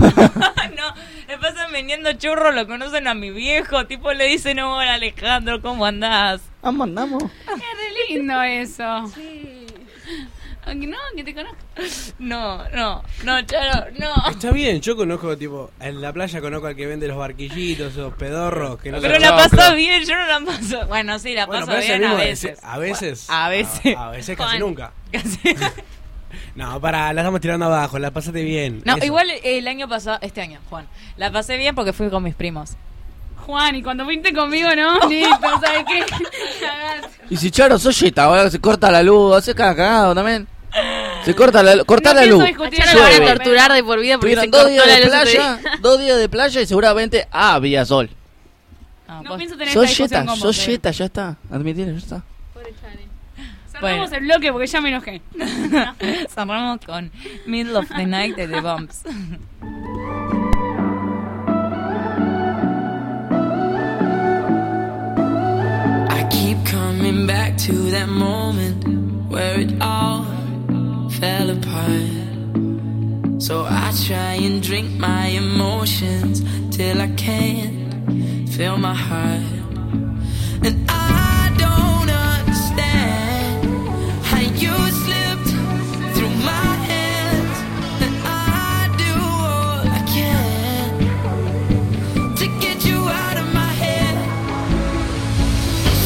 Speaker 12: negros.
Speaker 11: no, le pasan vendiendo churros, lo conocen a mi viejo. Tipo le dicen, "Oh, hola Alejandro, ¿cómo andás?
Speaker 12: Vamos, andamos.
Speaker 3: Es re lindo eso. Aunque no, que te conozco.
Speaker 11: No, no, no, Charo, no.
Speaker 4: Está bien, yo conozco, tipo, en la playa conozco al que vende los barquillitos, esos pedorros. Que no
Speaker 11: Pero
Speaker 4: se-
Speaker 11: la
Speaker 4: No,
Speaker 11: pasó
Speaker 4: pero-
Speaker 11: bien, yo no la paso. Bueno, sí, la
Speaker 4: Bueno,
Speaker 11: paso
Speaker 4: pero es el
Speaker 11: bien a
Speaker 4: mismo de-
Speaker 11: veces.
Speaker 4: A veces. Ah,
Speaker 11: A veces.
Speaker 4: A, a veces casi
Speaker 11: Juan.
Speaker 4: nunca.
Speaker 11: Casi.
Speaker 4: No, para, la estamos tirando abajo, la pasaste bien.
Speaker 11: No,
Speaker 4: eso.
Speaker 11: igual el año pasado, este año, Juan, la pasé bien porque fui con mis primos.
Speaker 3: Juan, y cuando fuiste conmigo, ¿no? Listo, ¿sabes qué? Cagaste.
Speaker 12: Y si Charo, soy yeta, boludo, se corta la luz, hace cada cagado también. Se corta la, corta
Speaker 3: No
Speaker 12: la
Speaker 3: pienso
Speaker 12: luz.
Speaker 3: discutir
Speaker 7: Ya no lo van a
Speaker 12: Llueve.
Speaker 7: torturar de por vida porque se
Speaker 12: Tuvieron dos
Speaker 7: cortó
Speaker 12: días
Speaker 7: la
Speaker 12: de
Speaker 7: luz.
Speaker 12: playa, dos días de playa y seguramente ah, había sol.
Speaker 11: Ah,
Speaker 3: No
Speaker 11: vos-
Speaker 3: pienso tener esta
Speaker 12: Soy
Speaker 3: discusión
Speaker 12: yeta,
Speaker 3: con
Speaker 12: soy
Speaker 3: vos. eh.
Speaker 12: yeta, ya está. Admitilo, ya está.
Speaker 3: Cerramos
Speaker 11: Bueno.
Speaker 3: el bloque porque ya me enojé.
Speaker 11: Cerramos con Middle of the Night de The Bumps.
Speaker 8: I keep coming back to that moment where it all fell apart. So I try and drink my emotions till I can't feel my heart. And I don't understand how you slipped through my hands. And I do all I can to get you out of my head.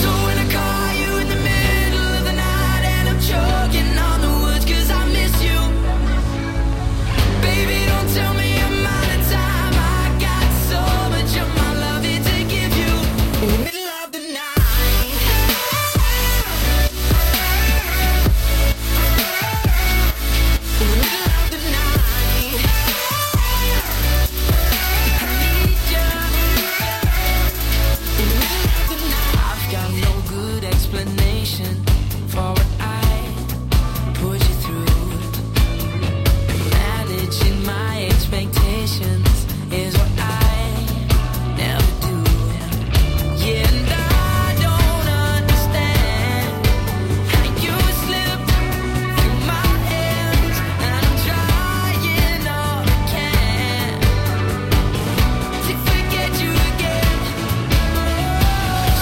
Speaker 8: So when I call you in the middle of the night and I'm choking on the words 'cause I miss you, baby, don't tell me I'm out of time. I got so much of my love here to give you in the middle of the night. In the middle of the night, I need you. I've got no good explanation for what I put you through. Managing my expectations is what I never do. Yeah, and I don't understand how you slipped through my hands, and I'm trying all I can to forget you again.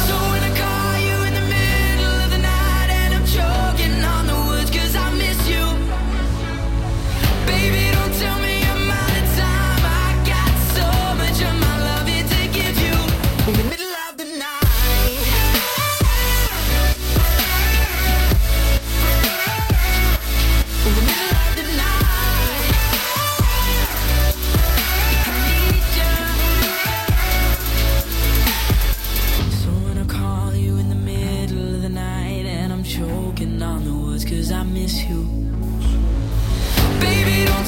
Speaker 8: So when I call you in the middle of the night and I'm choking on the words 'cause I miss you, baby, don't tell me I'm out of time. I got so much of my love here to give you in the middle of the night. In the middle of the night, I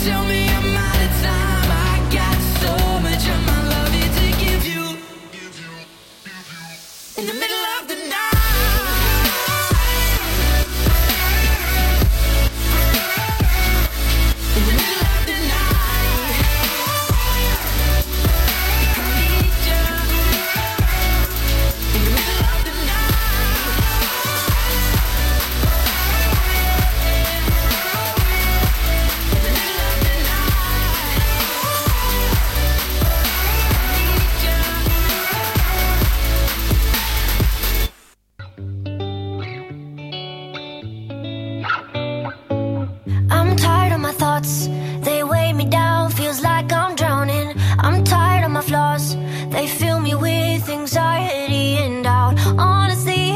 Speaker 15: tell me I'm out of time. I got so much of my love here to give you. In the middle of the night. In the middle of the night. I need you. In the middle of the night.
Speaker 1: I'm tired of my thoughts, they weigh me down, feels like I'm drowning. I'm tired of my flaws, they fill me with anxiety and doubt. Honestly,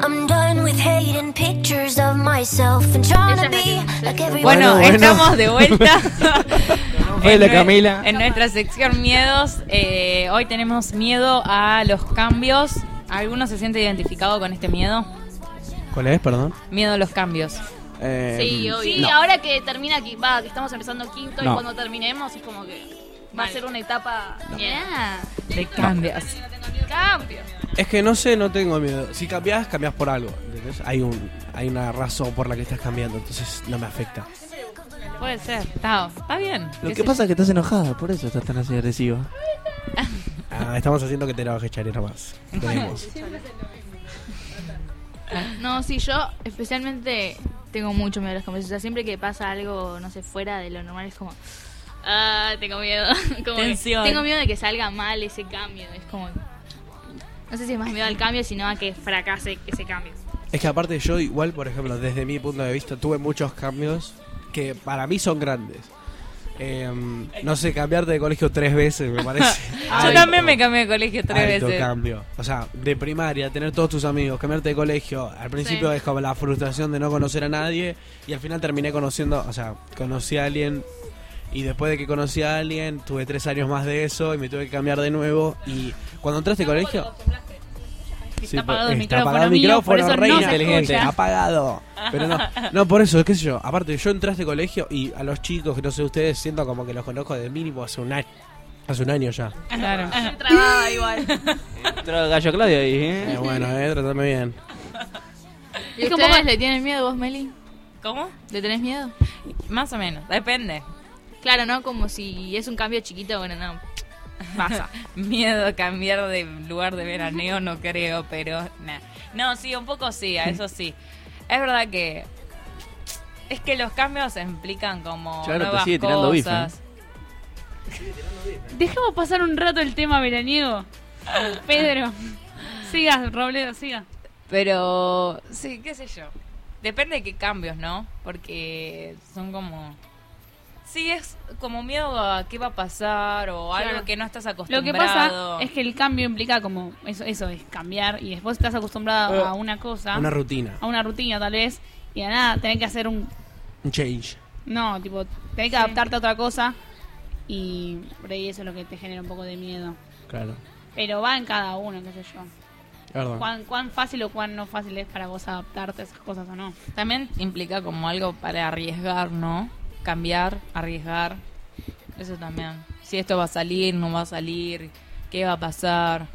Speaker 1: I'm done with hating pictures of myself and trying to be like everyone
Speaker 11: Bueno,
Speaker 1: else.
Speaker 11: estamos de vuelta.
Speaker 12: Fue la
Speaker 11: nue-
Speaker 12: Camila.
Speaker 11: En nuestra sección miedos, eh, hoy tenemos miedo a los cambios. ¿Alguno se siente identificado con este miedo?
Speaker 4: ¿Cuál es, perdón?
Speaker 11: Miedo a los cambios.
Speaker 4: Eh,
Speaker 12: mm,
Speaker 11: Mm.
Speaker 7: Sí, obvio.
Speaker 4: no.
Speaker 7: ahora que termina aquí, va, que estamos empezando quinto y
Speaker 4: No.
Speaker 7: cuando terminemos es como que va a ser una etapa Yeah.
Speaker 11: De cambios.
Speaker 7: Cambio.
Speaker 4: Es que no sé, no tengo miedo. Si cambiás, cambiás por algo. ¿entendés? Hay un, hay una razón por la que estás cambiando, entonces no me afecta.
Speaker 11: Puede ser. Está, está bien.
Speaker 12: Lo
Speaker 11: qué
Speaker 12: que
Speaker 11: sé
Speaker 12: pasa es que estás enojada, por eso estás tan así agresiva.
Speaker 4: Ah, estamos haciendo que te la bajes Chari, nomás. Veremos.
Speaker 7: No, sí, yo especialmente tengo mucho miedo a los cambios. O sea, siempre que pasa algo, no sé, fuera de lo normal, es como. Ah, tengo miedo. Como que
Speaker 11: Tensión.
Speaker 7: tengo miedo de que salga mal ese cambio. Es como. No sé si es más miedo al cambio, sino a que fracase ese cambio.
Speaker 4: Es que aparte yo igual, por ejemplo, desde mi punto de vista, tuve muchos cambios que para mí son grandes. Em, no sé, cambiarte de colegio tres veces, me parece.
Speaker 11: Yo también me cambié de colegio tres
Speaker 4: Alto
Speaker 11: veces.
Speaker 4: cambio. O sea, de primaria, tener todos tus amigos, cambiarte de colegio. Al principio es como la frustración de no conocer a nadie. Y al final terminé conociendo, o sea, conocí a alguien. Y después de que conocí a alguien, tuve tres años más de eso y me tuve que cambiar de nuevo. Y cuando entraste al colegio. Sí, pues,
Speaker 12: apagado el
Speaker 4: está
Speaker 12: micrófono,
Speaker 4: apagado el
Speaker 12: amigo,
Speaker 4: micrófono,
Speaker 12: por eso
Speaker 4: re
Speaker 12: no se
Speaker 4: inteligente.
Speaker 12: escucha.
Speaker 4: Apagado. Pero no, no, por eso, qué sé yo. Aparte, yo entré a este colegio y a los chicos, que no sé ustedes, siento como que los conozco de mínimo hace un año. Hace un año ya.
Speaker 11: Claro.
Speaker 7: Trababa igual.
Speaker 12: Entró el gallo Claudio ahí, ¿eh?
Speaker 4: Eh, bueno, eh, tratame bien.
Speaker 7: ¿Y ustedes le tienen miedo vos, Meli?
Speaker 11: ¿Cómo?
Speaker 7: ¿Le tenés miedo?
Speaker 11: Más o menos, depende.
Speaker 7: Claro, ¿no? Como si es un cambio chiquito, bueno, no.
Speaker 11: Pasa. Miedo a cambiar de lugar de veraneo, no creo, pero nah. No, sí, un poco sí, a eso sí. Es verdad que. Es que los cambios implican como.
Speaker 12: Claro, te
Speaker 11: nuevas
Speaker 12: sigue tirando bife, ¿eh?
Speaker 11: cosas.
Speaker 3: Dejemos pasar un rato el tema veraniego. Pedro, siga, Robledo, siga.
Speaker 11: Pero. Sí, qué sé yo. Depende de qué cambios, ¿no? Porque son como. Sí, es como miedo a qué va a pasar o
Speaker 3: Claro.
Speaker 11: algo que no estás
Speaker 3: Lo
Speaker 11: acostumbrado.
Speaker 3: que pasa es que el cambio implica como eso, eso es cambiar y después estás acostumbrado a una cosa,
Speaker 4: Una rutina.
Speaker 3: a una rutina tal vez y a nada tenés que hacer un
Speaker 4: Un change.
Speaker 3: no, tipo tenés que adaptarte a otra cosa y por ahí eso es lo que te genera un poco de miedo.
Speaker 4: Claro.
Speaker 3: Pero va en cada uno, qué sé yo.
Speaker 4: Perdón.
Speaker 3: ¿Cuán, cuán fácil o cuán no fácil es para vos adaptarte a esas cosas o no.
Speaker 11: También implica como algo para arriesgar, ¿no? Cambiar, arriesgar. Eso también. Si esto va a salir, no va a salir, qué va a pasar,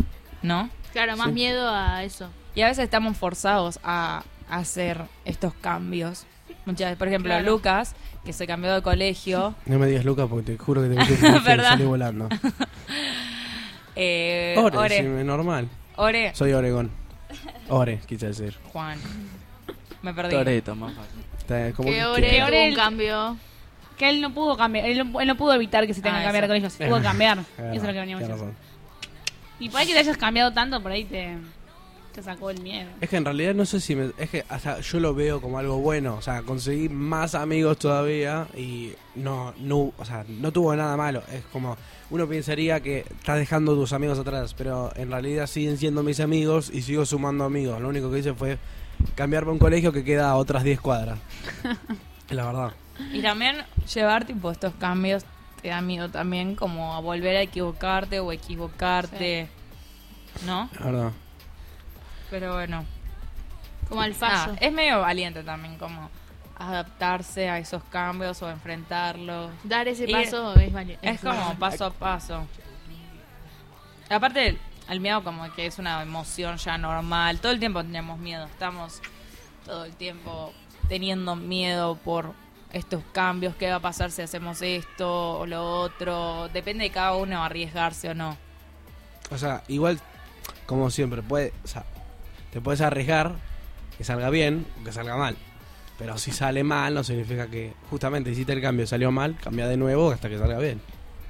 Speaker 11: ¿no?
Speaker 7: Claro, más
Speaker 11: Sí.
Speaker 7: miedo a eso.
Speaker 11: Y a veces estamos forzados a hacer estos cambios. Muchas veces, por ejemplo,
Speaker 7: Claro.
Speaker 11: Lucas, que se cambió de colegio,
Speaker 4: No me digas, Luca, porque te juro que te metí un bife y
Speaker 11: ¿Verdad?
Speaker 4: salí volando.
Speaker 11: eh,
Speaker 4: Ore,
Speaker 11: Ore,
Speaker 4: decime, normal.
Speaker 11: Ore.
Speaker 4: Soy Oregón. Ore, quise decir.
Speaker 11: Juan. Me perdí.
Speaker 12: Toreto, más fácil.
Speaker 4: Está como
Speaker 7: Que
Speaker 4: que
Speaker 7: ore,
Speaker 4: quiera.
Speaker 7: tuvo un cambio.
Speaker 3: Que él no pudo cambiar, él no, él no pudo evitar que se tenga
Speaker 7: Ah,
Speaker 3: que cambiar de
Speaker 7: eso.
Speaker 3: colegio, se pudo cambiar. Eso es lo que veníamos
Speaker 4: Tienes
Speaker 3: diciendo.
Speaker 4: Eh, razón.
Speaker 3: Y por ahí que te hayas cambiado tanto, por ahí te, te sacó el miedo.
Speaker 4: Es que en realidad no sé si me, es que hasta yo lo veo como algo bueno, o sea, conseguí más amigos todavía y no no, o sea, no tuvo nada malo, es como uno pensaría que estás dejando tus amigos atrás, pero en realidad siguen siendo mis amigos y sigo sumando amigos. Lo único que hice fue cambiarme a un colegio que queda a otras 10 cuadras. La verdad.
Speaker 11: Y también llevar tipo estos cambios te da miedo también como a volver a equivocarte o equivocarte, ¿no?
Speaker 4: La verdad.
Speaker 11: Pero bueno. Ah,
Speaker 7: Como al fallo.
Speaker 11: Nada, es medio valiente también como adaptarse a esos cambios o enfrentarlos.
Speaker 7: Dar ese
Speaker 11: Y-
Speaker 7: paso es vali-
Speaker 11: Es como paso a paso. Aparte, el miedo como que es una emoción ya normal. Todo el tiempo tenemos miedo. Estamos todo el tiempo teniendo miedo por estos cambios. ¿Qué va a pasar si hacemos esto o lo otro? Depende de cada uno arriesgarse o no.
Speaker 4: O sea, igual, como siempre, puede, o sea, te puedes arriesgar que salga bien o que salga mal. Pero si sale mal, no significa que justamente hiciste el cambio, salió mal, cambia de nuevo hasta que salga bien.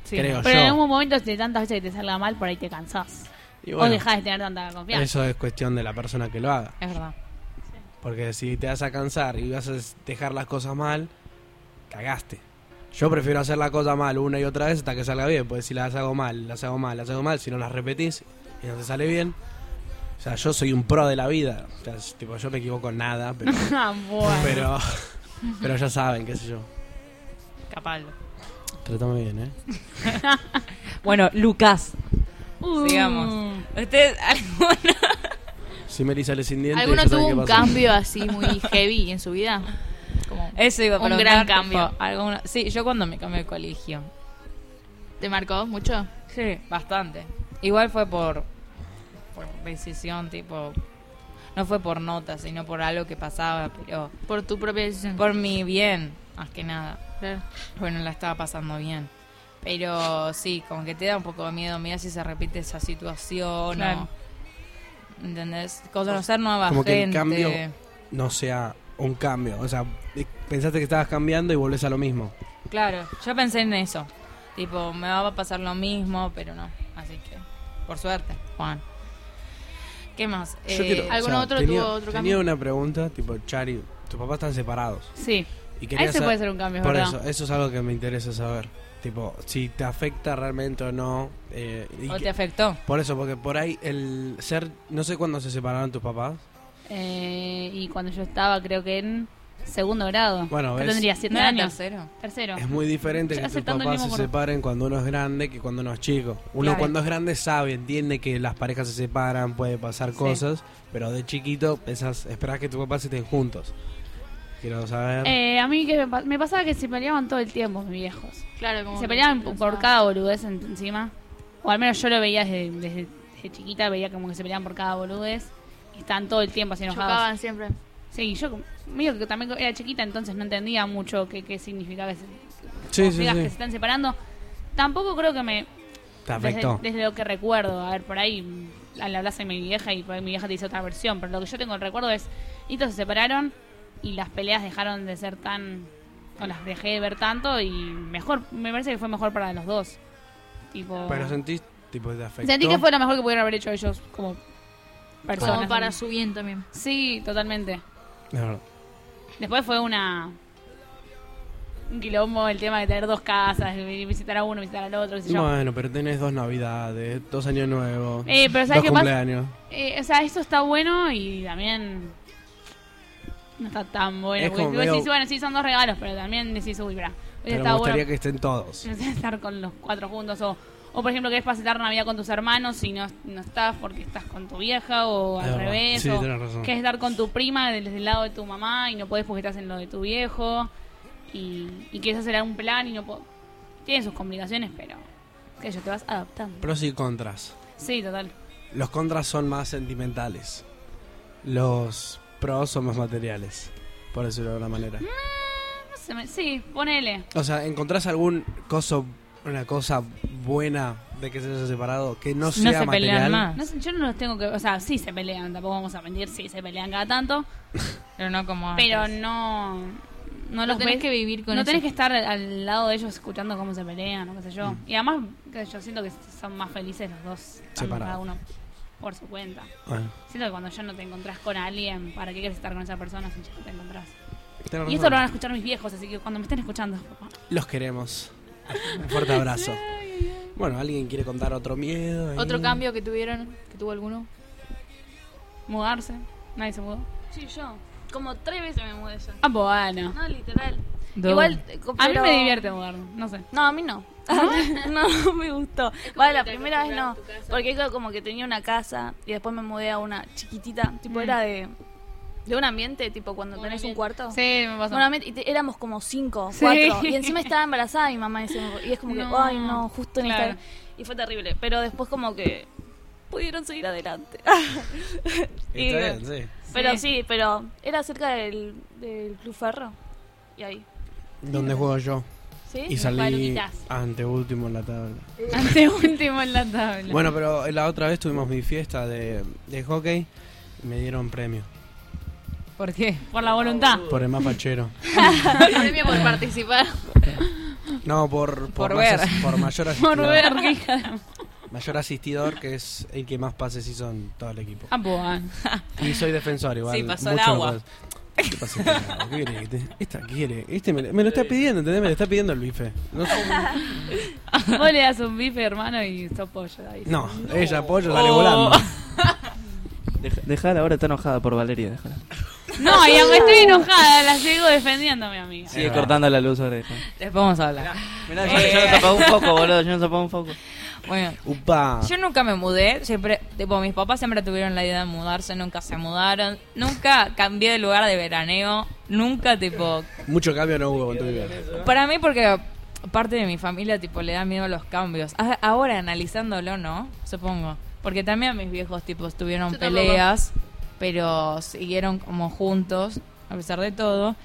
Speaker 4: Creo
Speaker 3: Pero en
Speaker 4: yo.
Speaker 3: algún momento, de tantas veces que te salga mal, por ahí te cansás.
Speaker 4: Y bueno,
Speaker 3: o dejás de tener tanta confianza.
Speaker 4: Eso es cuestión de la persona que lo haga.
Speaker 11: Es verdad.
Speaker 4: Porque si te vas a cansar y vas a dejar las cosas mal, cagaste. Yo prefiero hacer la cosa mal una y otra vez hasta que salga bien, porque si las hago mal, las hago mal, las hago mal, si no las repetís y no te sale bien. O sea, yo soy un pro de la vida. O sea, es tipo, yo me equivoco en nada, pero,
Speaker 3: Ah, bueno.
Speaker 4: pero, pero ya saben, qué sé yo.
Speaker 11: Capaz.
Speaker 4: Tratame bien, ¿eh?
Speaker 11: Bueno, Lucas.
Speaker 7: Uh.
Speaker 11: Sigamos. Usted, alguno,
Speaker 4: Si Meli sale sin dientes,
Speaker 7: ¿Alguno
Speaker 4: ya saben
Speaker 7: tuvo
Speaker 4: qué
Speaker 7: un
Speaker 4: pasó.
Speaker 7: cambio así muy heavy en su vida? Como
Speaker 11: Eso iba a
Speaker 7: un
Speaker 11: preguntar,
Speaker 7: gran cambio.
Speaker 11: tipo, alguna- sí, yo cuando me cambié de colegio.
Speaker 7: ¿Te marcó mucho?
Speaker 11: Sí, bastante. Igual fue por, por decisión, tipo. No fue por notas, sino por algo que pasaba, pero.
Speaker 7: Por tu propia decisión.
Speaker 11: Por mi bien, más que nada.
Speaker 7: Claro.
Speaker 11: Bueno, la estaba pasando bien. Pero sí, como que te da un poco de miedo, mira si se repite esa situación
Speaker 7: Claro.
Speaker 11: o. ¿Entendés? Conocer nueva
Speaker 4: Como
Speaker 11: gente.
Speaker 4: que el cambio no sea un cambio. O sea, eh, pensaste que estabas cambiando y volvés a lo mismo.
Speaker 11: Claro, yo pensé en eso. Tipo, me va a pasar lo mismo, pero no. Así que, por suerte, Juan. ¿Qué más?
Speaker 4: Yo
Speaker 11: Eh,
Speaker 4: quiero- o
Speaker 11: ¿Algún
Speaker 4: sea,
Speaker 11: otro
Speaker 4: tenía,
Speaker 11: tuvo otro
Speaker 4: tenía
Speaker 11: cambio?
Speaker 4: una pregunta, tipo, Chari, tus papás están separados.
Speaker 3: Sí.
Speaker 4: Y quería
Speaker 3: Ese
Speaker 4: sa-
Speaker 3: puede ser un cambio, es
Speaker 4: Por
Speaker 3: verdad.
Speaker 4: eso, eso es algo que me interesa saber. Tipo, si te afecta realmente o no. eh, y
Speaker 11: ¿O
Speaker 4: que-
Speaker 11: te afectó?
Speaker 4: Por eso, porque por ahí el ser. No sé cuándo se separaron tus papás.
Speaker 3: Eh, y cuando yo estaba, creo que en segundo grado.
Speaker 4: Bueno,
Speaker 3: Yo
Speaker 4: ¿ves?
Speaker 3: tendría siete
Speaker 11: ¿No era
Speaker 3: años.
Speaker 11: tercero?
Speaker 3: Tercero.
Speaker 4: Es muy diferente
Speaker 3: Ya
Speaker 4: que tus
Speaker 3: aceptando el
Speaker 4: papás se
Speaker 3: mismo color.
Speaker 4: separen cuando uno es grande que cuando uno es chico. Uno
Speaker 11: Claro.
Speaker 4: cuando es grande sabe, entiende que las parejas se separan, puede pasar
Speaker 11: Sí.
Speaker 4: cosas, pero de chiquito pensás, esperás que tus papás estén juntos. Quiero saber.
Speaker 3: Eh, a mí que me, pa- me pasaba que se peleaban todo el tiempo mis viejos.
Speaker 7: Claro, como
Speaker 3: Se
Speaker 7: que
Speaker 3: peleaban
Speaker 7: te
Speaker 3: por,
Speaker 7: pensabas.
Speaker 3: cada boludez en- encima. O al menos yo lo veía desde, desde- desde chiquita, veía como que se peleaban por cada boludez. Y estaban todo el tiempo así enojados.
Speaker 7: Chocaban siempre.
Speaker 3: Sí, yo como- medio que también era chiquita, entonces no entendía mucho qué, qué significaba que se,
Speaker 4: Sí,
Speaker 3: como
Speaker 4: sí,
Speaker 3: digas
Speaker 4: sí.
Speaker 3: que se están separando. Tampoco creo que me...
Speaker 4: Te
Speaker 3: desde-
Speaker 4: afectó.
Speaker 3: Desde, lo que recuerdo, a ver, por ahí mm, le hablas a mi vieja y por ahí mi vieja te dice otra versión, pero lo que yo tengo el recuerdo es, estos se separaron y las peleas dejaron de ser tan... o las dejé de ver tanto y mejor, me parece que fue mejor para los dos. Tipo,
Speaker 4: Pero sentís, tipo, te afectó.
Speaker 3: sentí que fue lo mejor que pudieron haber hecho ellos como personas.
Speaker 7: Como para su bien también.
Speaker 3: Sí, totalmente.
Speaker 4: Es verdad.
Speaker 3: Después fue una. Un quilombo el tema de tener dos casas, de venir a visitar a uno, visitar al otro, qué sé Pues yo.
Speaker 4: Bueno, pero tenés dos navidades, dos años nuevos,
Speaker 3: Eh, pero ¿sabes
Speaker 4: dos
Speaker 3: qué pasa?
Speaker 4: cumpleaños.
Speaker 3: Eh, o sea, esto está bueno y también. No está tan bueno.
Speaker 4: Es
Speaker 3: porque
Speaker 4: como
Speaker 3: vos
Speaker 4: medio-
Speaker 3: decís, bueno, sí, son dos regalos, pero también decís, uy, bra. Hubiese
Speaker 4: Pero me
Speaker 3: estado
Speaker 4: gustaría
Speaker 3: bueno
Speaker 4: que estén todos.
Speaker 3: no sé, estar con los cuatro juntos. O, o por ejemplo, querés pasar Navidad con tus hermanos y no, no estás porque estás con tu vieja o
Speaker 4: Es
Speaker 3: al
Speaker 4: verdad.
Speaker 3: revés.
Speaker 4: Sí,
Speaker 3: o
Speaker 4: tenés razón.
Speaker 3: querés estar con tu prima desde el lado de tu mamá y no podés porque estás en lo de tu viejo. Y, y querés hacer algún plan y no podés. Tiene sus complicaciones, pero. Que yo te vas adaptando.
Speaker 4: Pros y contras.
Speaker 3: Sí, total.
Speaker 4: Los contras son más sentimentales. Los pros son más materiales, por decirlo de alguna manera.
Speaker 3: Mm, No sé, me- sí, ponele.
Speaker 4: O sea, ¿encontrás algún coso, una cosa buena de que se hayan separado que no, sea material?
Speaker 3: No sé, yo no los tengo que. O sea, sí se pelean, tampoco vamos a mentir, sí se pelean cada tanto.
Speaker 11: Pero no como
Speaker 3: Pero
Speaker 11: antes.
Speaker 3: no. No los
Speaker 7: Ah, tenés
Speaker 3: ves-
Speaker 7: que vivir con
Speaker 3: No
Speaker 7: eso.
Speaker 3: tenés que estar al lado de ellos escuchando cómo se pelean o qué sé
Speaker 4: Mm.
Speaker 3: yo. Y además, que yo siento que son más felices los dos. estando
Speaker 4: Separados.
Speaker 3: Cada uno por su cuenta.
Speaker 4: Bueno.
Speaker 3: Siento que cuando ya no te encontrás con alguien, ¿para qué quieres estar con esa persona si ya no te encontrás?
Speaker 4: Tenés
Speaker 3: Y
Speaker 4: razón.
Speaker 3: esto lo van a escuchar mis viejos, así que cuando me estén escuchando, papá.
Speaker 4: Los queremos. Un fuerte abrazo. Bueno, ¿alguien quiere contar otro miedo? ahí?
Speaker 7: ¿Otro cambio que tuvieron? ¿Que tuvo alguno?
Speaker 3: mudarse. Nadie se mudó.
Speaker 9: Sí, yo. Como tres veces me mudé yo.
Speaker 3: Ah, bueno.
Speaker 9: No, literal.
Speaker 3: Dos.
Speaker 9: Igual. eh, co-
Speaker 3: A mí
Speaker 9: pero-
Speaker 3: me divierte mudarme, no sé.
Speaker 9: No, a mí no. no me gustó. Vale, la primera vez no.
Speaker 3: Mm.
Speaker 9: Porque co- como que tenía una casa y después me mudé a una chiquitita. Tipo, era de De un ambiente, tipo cuando
Speaker 3: Un
Speaker 9: tenés un
Speaker 3: ambiente.
Speaker 9: cuarto.
Speaker 3: Sí, me pasó.
Speaker 9: Un ambiente- y te- éramos como cinco,
Speaker 3: Sí.
Speaker 9: cuatro. Y encima estaba embarazada mi mamá. en ese momento, Y es como
Speaker 3: No.
Speaker 9: que, ay, no, justo en
Speaker 3: Claro.
Speaker 9: esta. Y fue terrible. Pero después, como que pudieron seguir adelante. Y-
Speaker 4: Está bien, sí.
Speaker 9: Pero
Speaker 3: Sí.
Speaker 9: sí, pero era cerca del, del Club Ferro. Y ahí.
Speaker 4: Donde juego yo.
Speaker 9: ¿Sí?
Speaker 4: Y salí ante último en la tabla.
Speaker 3: Ante último en la tabla.
Speaker 4: Bueno, pero la otra vez tuvimos mi fiesta de, de hockey y me dieron premio
Speaker 11: ¿Por qué?
Speaker 3: Por la voluntad.
Speaker 4: por el mapachero.
Speaker 7: Premio por participar.
Speaker 4: No, por,
Speaker 11: Por
Speaker 4: más
Speaker 11: ver.
Speaker 4: as- por mayor asistidor.
Speaker 3: Por ver, qué hija de-
Speaker 4: Mayor asistidor que es el que más pases hizo en todo el equipo.
Speaker 3: Ah, boa.
Speaker 4: Y soy defensor igual.
Speaker 11: Sí, pasó
Speaker 4: mucho
Speaker 11: el
Speaker 4: no
Speaker 11: agua.
Speaker 4: puedo- ¿Qué pasó el agua? ¿Qué quiere que te- Esta quiere. Este me, me lo está pidiendo, ¿entendés? Me lo está pidiendo el bife. No, sé-
Speaker 3: Vos le das un bife, hermano, y sos pollo. Ahí.
Speaker 4: no, ella apoyo, sale
Speaker 3: Oh.
Speaker 4: volando.
Speaker 12: Deja- Dejala, ahora está enojada por Valeria. Dejala.
Speaker 3: No, y aunque estoy enojada, la sigo defendiendo, mi amiga.
Speaker 12: Sigue cortando la luz sobre ella.
Speaker 11: Después vamos a hablar.
Speaker 12: Mirá,
Speaker 11: Eh,
Speaker 12: yo, yo
Speaker 7: Eh.
Speaker 12: no tapaba un foco, boludo. Yo no tapaba un foco.
Speaker 11: Bueno,
Speaker 4: Upa.
Speaker 11: yo nunca me mudé. Siempre, tipo, mis papás siempre tuvieron la idea de mudarse, nunca se mudaron. Nunca cambié de lugar de veraneo. Nunca, tipo,
Speaker 4: Mucho cambio no hubo con tu vida.
Speaker 11: Para mí porque parte de mi familia tipo le da miedo los cambios. A- Ahora analizándolo, ¿no? Supongo. Porque también mis viejos tipos tuvieron
Speaker 7: Yo tampoco.
Speaker 11: peleas, pero siguieron como juntos a pesar de todo.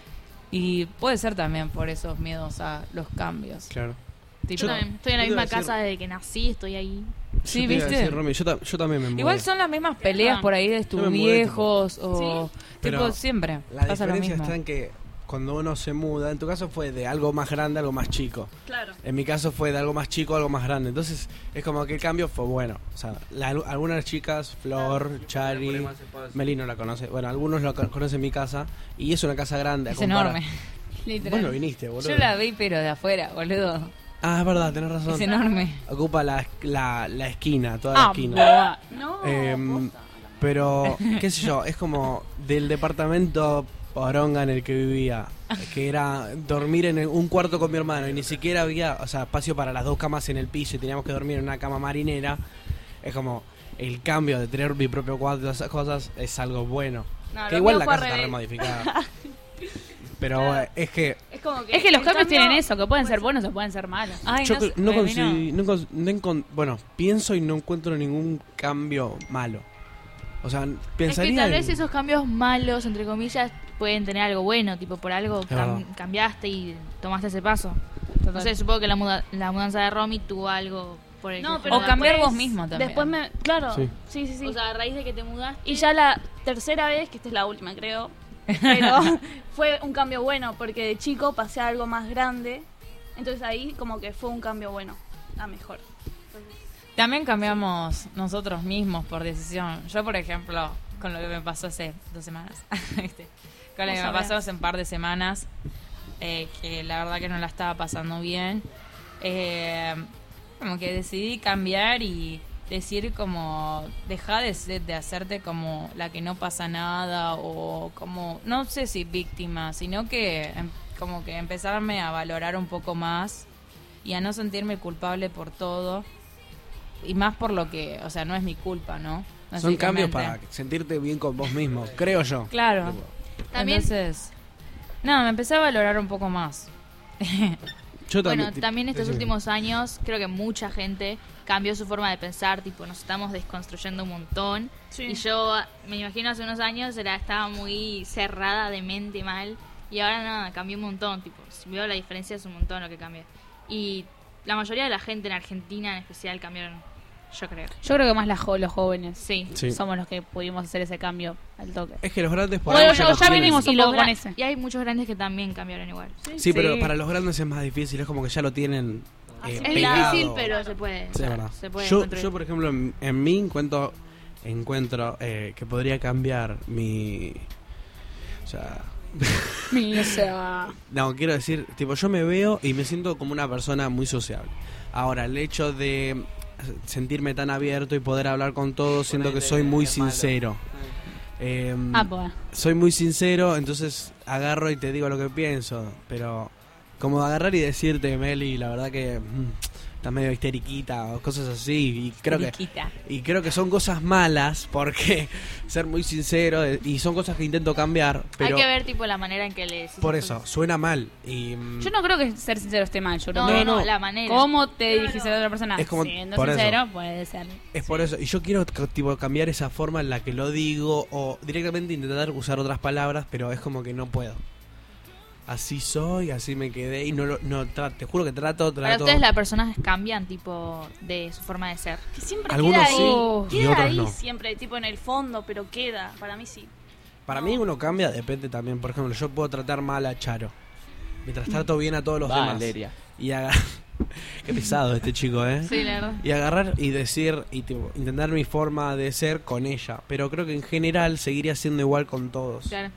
Speaker 11: Y puede ser también por esos miedos a los cambios.
Speaker 4: Claro.
Speaker 11: Tipo-
Speaker 7: Yo también estoy en la
Speaker 4: Yo te iba a
Speaker 7: misma
Speaker 4: decir-
Speaker 7: casa desde que nací, estoy ahí.
Speaker 11: Sí,
Speaker 4: Yo te iba a
Speaker 11: ¿viste?
Speaker 4: decir, Romy, yo, ta- yo también me mudé.
Speaker 11: Igual son las mismas peleas por ahí de
Speaker 4: Yo
Speaker 11: tus
Speaker 4: me mudé,
Speaker 11: viejos o tipo
Speaker 4: Pero
Speaker 11: siempre
Speaker 4: La
Speaker 11: pasa lo
Speaker 4: diferencia
Speaker 11: mismo.
Speaker 4: está en que cuando uno se muda, en tu caso fue de algo más grande a algo más chico.
Speaker 9: Claro.
Speaker 4: En mi caso fue de algo más chico a algo más grande. Entonces es como que el cambio fue bueno. O sea, la- algunas chicas, Flor, Chari, Meli no la conoce. Bueno, algunos la co- conocen en mi casa. Y es una casa grande. a
Speaker 11: Es
Speaker 4: comparar.
Speaker 11: enorme.
Speaker 4: Vos no viniste, boludo.
Speaker 11: Yo la vi pero de afuera, boludo.
Speaker 4: Ah, es verdad, tenés razón.
Speaker 11: Es enorme.
Speaker 4: Ocupa la, la, la esquina, toda la
Speaker 11: Ah,
Speaker 4: esquina.
Speaker 11: buah. No,
Speaker 4: Em, pero, qué sé yo, es como del departamento poronga en el que vivía, que era dormir en el- un cuarto con mi hermano y ni siquiera había, o sea, espacio para las dos camas en el piso y teníamos que dormir en una cama marinera. Es como el cambio de tener mi propio cuarto, todas esas cosas, es algo bueno.
Speaker 9: No,
Speaker 4: que
Speaker 9: lo
Speaker 4: igual
Speaker 9: mío
Speaker 4: la
Speaker 9: fue al
Speaker 4: casa está
Speaker 9: revés.
Speaker 4: remodificada. Pero eh, es que
Speaker 9: Es como
Speaker 3: Es que los cambios
Speaker 9: el cambio-
Speaker 3: tienen eso, que pueden ser buenos o pueden ser malos.
Speaker 4: Yo cre- no, consi- no cons- no encon- bueno, pienso y no encuentro ningún cambio malo. O sea,
Speaker 7: Es que
Speaker 4: pensaría
Speaker 7: tal vez
Speaker 4: en-
Speaker 7: esos cambios malos, entre comillas, pueden tener algo bueno, tipo por algo cam-
Speaker 4: verdad.
Speaker 7: cambiaste y tomaste ese paso. No sé, supongo que la, muda- la mudanza de Romy tuvo algo por el
Speaker 9: No,
Speaker 7: que-
Speaker 9: pero
Speaker 11: O cambiar
Speaker 9: después-
Speaker 11: vos mismo también.
Speaker 9: Después me. Claro.
Speaker 4: Sí.
Speaker 9: Sí, sí, sí.
Speaker 7: O sea, a raíz de que te mudaste.
Speaker 9: y ya la tercera vez, que esta es la última, creo. Pero fue un cambio bueno, porque de chico pasé a algo más grande. Entonces ahí, como que fue un cambio bueno. A mejor.
Speaker 11: También cambiamos nosotros mismos por decisión. Yo, por ejemplo, con lo que me pasó hace dos semanas, ¿viste? con lo que
Speaker 13: Vos
Speaker 11: me
Speaker 13: sabrás.
Speaker 11: pasó hace un par de semanas, eh, que la verdad que no la estaba pasando bien, eh, como que decidí cambiar y decir como, deja de, ser- de hacerte como la que no pasa nada o como, no sé si víctima, sino que em, como que empezarme a valorar un poco más y a no sentirme culpable por todo y más por lo que, o sea, no es mi culpa, ¿no?
Speaker 4: son cambios
Speaker 11: Básicamente.
Speaker 4: para sentirte bien con vos mismo, creo yo.
Speaker 11: Claro.
Speaker 7: También-
Speaker 11: Entonces, no, me empecé a valorar un poco más.
Speaker 4: Yo
Speaker 7: Bueno,
Speaker 4: ti-
Speaker 7: también estos
Speaker 4: decime.
Speaker 7: últimos años creo que mucha gente cambió su forma de pensar, tipo nos estamos desconstruyendo un montón. Y yo ah, me imagino hace unos años era estaba muy cerrada de mente mal y ahora nada, cambió un montón, tipo, si veo la diferencia es un montón lo que cambia. Y la mayoría de la gente en Argentina en especial cambiaron, yo creo.
Speaker 3: Yo creo que más la jo- los jóvenes
Speaker 7: Sí.
Speaker 4: Sí.
Speaker 3: somos los que pudimos hacer ese cambio al toque.
Speaker 4: Es que los grandes por
Speaker 3: Bueno,
Speaker 4: ahí
Speaker 3: ya,
Speaker 4: los
Speaker 3: ya
Speaker 4: tienen.
Speaker 3: venimos un
Speaker 7: los
Speaker 3: poco con
Speaker 7: gra-
Speaker 3: ese.
Speaker 7: Y hay muchos grandes que también cambiaron igual.
Speaker 4: Sí, pero para los grandes es más difícil, es como que ya lo tienen eh,
Speaker 7: es
Speaker 4: pegado.
Speaker 7: difícil, pero se puede.
Speaker 4: Sí, es verdad.
Speaker 7: Se puede
Speaker 4: yo,
Speaker 7: construir.
Speaker 4: yo, por ejemplo, en, en mí encuentro, encuentro eh, que podría cambiar mi... O sea, No, quiero decir, tipo, yo me veo y me siento como una persona muy sociable. Ahora, el hecho de sentirme tan abierto y poder hablar con todos, siento que soy muy sincero. Eh,
Speaker 3: Ah, pues.
Speaker 4: soy muy sincero, entonces agarro y te digo lo que pienso, pero como agarrar y decirte, Meli, la verdad que mm, estás medio histeriquita o cosas así. Y creo, que,
Speaker 13: Histeriquita.
Speaker 4: y creo que son cosas malas porque, ser muy sincero, eh, y son cosas que intento cambiar, pero
Speaker 7: Hay que ver tipo la manera en que le decís.
Speaker 4: por eso, suena mal. Y, mm,
Speaker 3: Yo no creo que ser sincero esté mal. Yo
Speaker 7: No,
Speaker 3: creo
Speaker 7: no,
Speaker 3: que-
Speaker 7: la manera.
Speaker 3: ¿Cómo te dirigís a la otra persona?
Speaker 4: Es como-
Speaker 3: Siendo
Speaker 4: por eso.
Speaker 3: sincero, puede ser.
Speaker 4: Es por eso. Y yo quiero c- tipo, cambiar esa forma en la que lo digo o directamente intentar usar otras palabras, pero es como que no puedo. Así soy, así me quedé y no lo no, tra- te juro que trato,
Speaker 7: Para
Speaker 4: trato.
Speaker 7: ustedes las personas cambian tipo de su forma de ser.
Speaker 9: Siempre
Speaker 4: Algunos
Speaker 9: queda
Speaker 4: sí,
Speaker 9: ahí.
Speaker 4: y
Speaker 9: queda
Speaker 4: otros
Speaker 9: ahí
Speaker 4: no.
Speaker 9: siempre, tipo en el fondo, pero queda. Para mí sí.
Speaker 4: Para mí uno cambia, depende también. Por ejemplo, yo puedo tratar mal a Charo, mientras
Speaker 7: Mm.
Speaker 4: trato bien a todos los
Speaker 12: Valeria.
Speaker 4: demás. Y aga- Qué pesado este chico, ¿eh?
Speaker 7: Sí, la verdad.
Speaker 4: Y agarrar y decir y tipo, intentar mi forma de ser con ella. Pero creo que en general seguiría siendo igual con todos.
Speaker 7: Claro.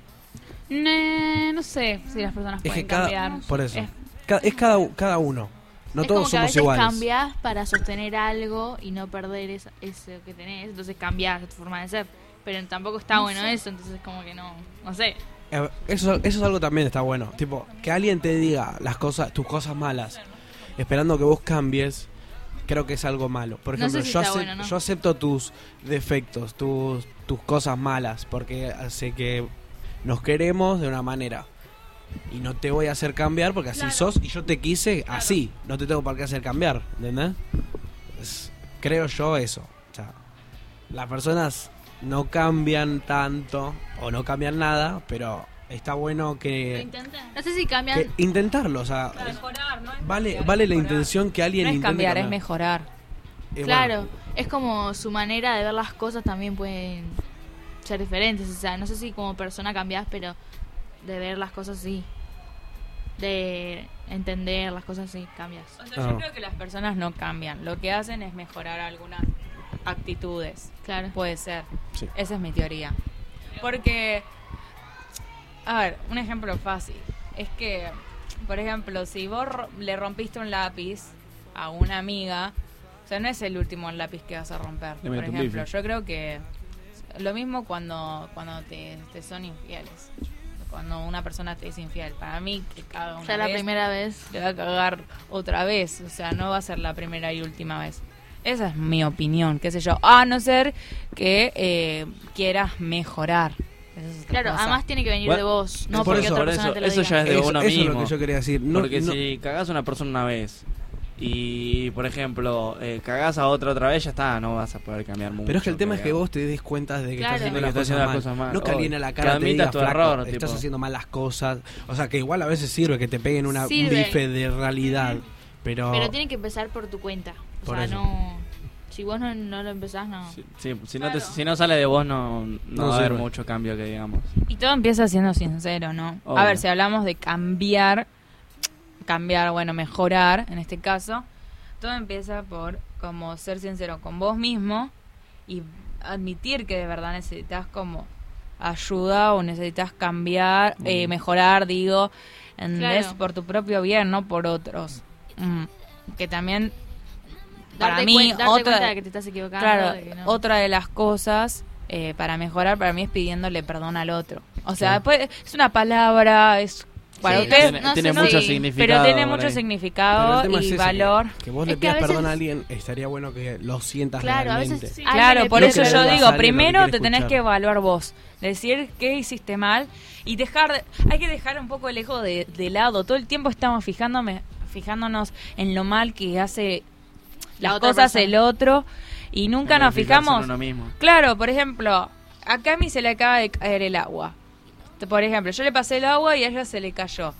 Speaker 3: No, no sé si las personas
Speaker 4: Es
Speaker 3: pueden
Speaker 4: que cada.
Speaker 3: cambiar.
Speaker 4: Por eso.
Speaker 3: Es-
Speaker 4: Ca- Es, cada, cada uno. No
Speaker 7: es
Speaker 4: todos
Speaker 7: como que a
Speaker 4: somos
Speaker 7: veces
Speaker 4: iguales.
Speaker 7: cambias para sostener algo y no perder esa- eso que tenés. Entonces cambias tu forma de ser. Pero tampoco está
Speaker 3: No
Speaker 7: bueno
Speaker 3: sé.
Speaker 7: eso. Entonces, como que no. No sé.
Speaker 4: Eh, Eso, eso es algo también está bueno. Tipo, que alguien te diga las cosas, tus cosas malas, esperando que vos cambies, creo que es algo malo. Por
Speaker 7: No sé
Speaker 4: ejemplo,
Speaker 7: si
Speaker 4: yo,
Speaker 7: está
Speaker 4: acep-
Speaker 7: bueno, ¿no?
Speaker 4: yo acepto tus defectos, tus, tus cosas malas, porque sé que nos queremos de una manera. Y no te voy a hacer cambiar porque así sos y yo te quise así. No te tengo por qué hacer cambiar, ¿entendés? Es- creo yo eso. O sea, las personas no cambian tanto o no cambian nada, pero está bueno que,
Speaker 7: No sé si cambian.
Speaker 4: que intentarlo. O sea, vale, vale la intención que alguien
Speaker 11: No es
Speaker 4: intente
Speaker 11: cambiar, es mejorar.
Speaker 4: Eh,
Speaker 7: Claro,
Speaker 4: bueno,
Speaker 7: es como su manera de ver las cosas también pueden ser diferentes. O sea, no sé si como persona cambiás, pero de ver las cosas sí. De entender las cosas sí, cambias.
Speaker 11: O sea,
Speaker 4: Ah.
Speaker 11: yo creo que las personas no cambian. Lo que hacen es mejorar algunas actitudes.
Speaker 7: Claro.
Speaker 11: Puede ser.
Speaker 4: Sí.
Speaker 11: Esa es mi teoría. Porque, a ver, un ejemplo fácil. Es que, por ejemplo, si vos ro- le rompiste un lápiz a una amiga, o sea, no es el último lápiz que vas a romper.
Speaker 13: Le
Speaker 11: por
Speaker 13: meto un
Speaker 11: ejemplo,
Speaker 13: bife.
Speaker 11: yo creo que lo mismo cuando, cuando te, te son infieles. Cuando una persona te es infiel. Para mí, que cada una
Speaker 7: Ya la
Speaker 11: vez
Speaker 7: primera vez.
Speaker 11: le va a cagar otra vez. O sea, no va a ser la primera y última vez. Esa es mi opinión, qué sé yo. A no ser que eh, quieras mejorar. Esa es otra
Speaker 7: Claro,
Speaker 11: cosa.
Speaker 7: además tiene que venir de vos, no
Speaker 12: Por
Speaker 7: porque
Speaker 12: eso,
Speaker 7: otra
Speaker 12: por
Speaker 7: persona
Speaker 12: eso,
Speaker 7: te lo
Speaker 12: eso
Speaker 7: diga.
Speaker 12: ya es de
Speaker 4: Eso-
Speaker 12: uno
Speaker 4: eso es lo
Speaker 12: mismo.
Speaker 4: que yo quería decir. No-
Speaker 12: porque
Speaker 4: no-
Speaker 12: si cagás a una persona una vez y, por ejemplo, eh, cagás a otra otra vez, ya está, no vas a poder cambiar mucho.
Speaker 4: Pero es que el tema es que
Speaker 12: creo.
Speaker 4: vos te des cuenta de que
Speaker 12: Claro.
Speaker 4: estás haciendo,
Speaker 12: De que
Speaker 4: las,
Speaker 12: estás
Speaker 4: cosas
Speaker 12: haciendo las
Speaker 4: mal.
Speaker 12: cosas mal.
Speaker 4: No que alguien a la cara
Speaker 12: Que
Speaker 4: te
Speaker 12: admitas
Speaker 4: diga,
Speaker 12: tu
Speaker 4: "Flaco,
Speaker 12: error",
Speaker 4: estás
Speaker 12: tipo.
Speaker 4: haciendo mal las cosas. O sea, que igual a veces sirve que te peguen una, un
Speaker 7: Sirve.
Speaker 4: bife de realidad. Pero,
Speaker 7: Pero tiene que empezar por tu cuenta. O
Speaker 4: Ah. Por
Speaker 7: sea,
Speaker 4: eso.
Speaker 7: no. Si vos no, no lo empezás, no.
Speaker 12: Sí, si, no te- si no sale de vos, no, no
Speaker 4: No
Speaker 12: va a haber
Speaker 4: sirve.
Speaker 12: mucho cambio que digamos.
Speaker 11: Y todo empieza siendo sincero, ¿no?
Speaker 12: Obvio.
Speaker 11: A ver, si hablamos de cambiar, cambiar, bueno, mejorar en este caso, todo empieza por como ser sincero con vos mismo y admitir que de verdad necesitas como ayuda o necesitas cambiar, eh, mejorar, digo, ¿entendés?
Speaker 7: Claro.
Speaker 11: por tu propio bien, no por otros. Mm. Que también para
Speaker 7: Darte
Speaker 11: mí
Speaker 7: cuen- darte
Speaker 11: otra
Speaker 7: cuenta de que te estás equivocando,
Speaker 11: claro,
Speaker 7: de que no.
Speaker 11: otra de las cosas eh, para mejorar para mí es pidiéndole perdón al otro o sea después es una palabra es para
Speaker 12: Sí,
Speaker 11: ustedes
Speaker 12: tiene- No tiene sé, mucho sí. significado
Speaker 11: pero tiene
Speaker 12: por
Speaker 11: mucho
Speaker 12: ahí.
Speaker 4: pero
Speaker 11: significado
Speaker 4: el tema
Speaker 11: y
Speaker 4: es ese, que-
Speaker 11: valor
Speaker 4: Que, vos le
Speaker 11: Es que
Speaker 4: pidas
Speaker 11: a veces-
Speaker 4: perdón a alguien, estaría bueno que lo sientas
Speaker 7: Claro, a veces
Speaker 4: realmente.
Speaker 7: sí.
Speaker 11: Claro, por
Speaker 4: No
Speaker 11: eso
Speaker 4: que
Speaker 11: yo
Speaker 4: le das
Speaker 11: digo,
Speaker 4: a alguien lo que
Speaker 11: primero
Speaker 4: quiere
Speaker 11: te tenés
Speaker 4: escuchar.
Speaker 11: que evaluar vos, decir qué hiciste mal y dejar, de- hay que dejar un poco el ego de, de lado. Todo el tiempo estamos fijándome, fijándonos en lo mal que hace
Speaker 7: La
Speaker 11: las
Speaker 7: otra
Speaker 11: cosas
Speaker 7: persona.
Speaker 11: el otro y nunca
Speaker 12: En vez
Speaker 11: nos
Speaker 12: de fijarse en
Speaker 11: fijamos.
Speaker 12: uno mismo.
Speaker 11: Claro, por ejemplo, a Cami se le acaba de caer el agua. Por ejemplo, yo le pasé el agua y a ella se le cayó,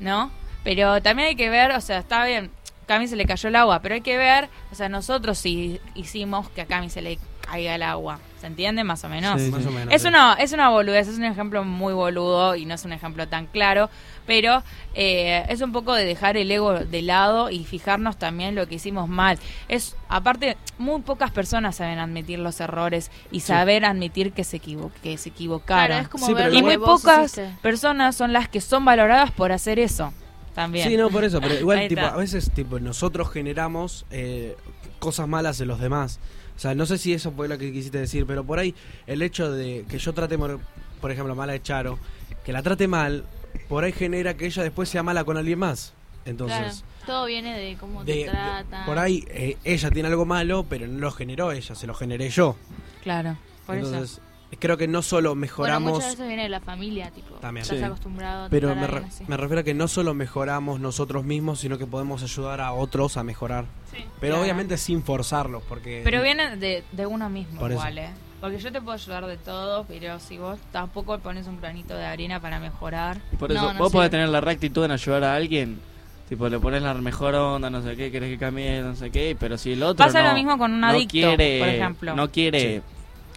Speaker 11: ¿no? Pero también hay que ver, o sea, está bien, Cami se le cayó el agua, pero hay que ver, o sea, nosotros sí hicimos que a Cami se le caiga el agua. ¿Se entiende? Más o menos.
Speaker 4: Sí, Más sí. o menos,
Speaker 11: Es,
Speaker 4: sí.
Speaker 11: una, es una boludez, es un ejemplo muy boludo y no es un ejemplo tan claro, pero eh, es un poco de dejar el ego de lado y fijarnos también lo que hicimos mal. Es Aparte, muy pocas personas saben admitir los errores y saber admitir que se, equivo que se equivocaron.
Speaker 7: Claro, es como
Speaker 4: Sí, ver pero lo
Speaker 11: y muy
Speaker 7: que vos
Speaker 11: pocas
Speaker 7: hiciste.
Speaker 11: personas son las que son valoradas por hacer eso. También.
Speaker 4: Sí, no, por eso, pero igual
Speaker 11: Ahí
Speaker 4: tipo,
Speaker 11: está.
Speaker 4: a veces tipo nosotros generamos eh, cosas malas en los demás. O sea, no sé si eso fue lo que quisiste decir, pero por ahí el hecho de que yo trate, mor- por ejemplo, mal a Charo, que la trate mal, por ahí genera que ella después sea mala con alguien más. Entonces,
Speaker 7: Claro, todo viene de cómo
Speaker 4: de-
Speaker 7: te
Speaker 4: de-
Speaker 7: tratan.
Speaker 4: por ahí eh, ella tiene algo malo, pero no lo generó ella, se lo generé yo.
Speaker 11: Claro, por
Speaker 4: Entonces,
Speaker 11: eso.
Speaker 4: creo que no solo
Speaker 7: Bueno,
Speaker 4: mejoramos.
Speaker 7: muchas veces viene de la familia, tipo.
Speaker 4: También.
Speaker 7: Estás
Speaker 4: Sí.
Speaker 7: acostumbrado a
Speaker 4: pero
Speaker 7: tratar a
Speaker 4: me, re-
Speaker 7: alguien así.
Speaker 4: me refiero a que no solo mejoramos nosotros mismos, sino que podemos ayudar a otros a mejorar. pero
Speaker 11: Claro.
Speaker 4: obviamente sin forzarlos, porque.
Speaker 11: Pero viene de, de uno mismo
Speaker 4: Por eso.
Speaker 11: igual, ¿eh? Porque yo te puedo ayudar de todo, pero si vos tampoco pones un granito de arena para mejorar.
Speaker 12: Por eso,
Speaker 11: No, no
Speaker 12: vos podés
Speaker 11: sirve.
Speaker 12: tener la rectitud en ayudar a alguien. Tipo, le pones la mejor onda, no sé qué, querés que cambie, no sé qué. Pero si el otro.
Speaker 11: Pasa
Speaker 12: no-
Speaker 11: lo mismo con un
Speaker 12: no
Speaker 11: adicto,
Speaker 12: quiere-
Speaker 11: por ejemplo.
Speaker 12: No quiere.
Speaker 11: Sí.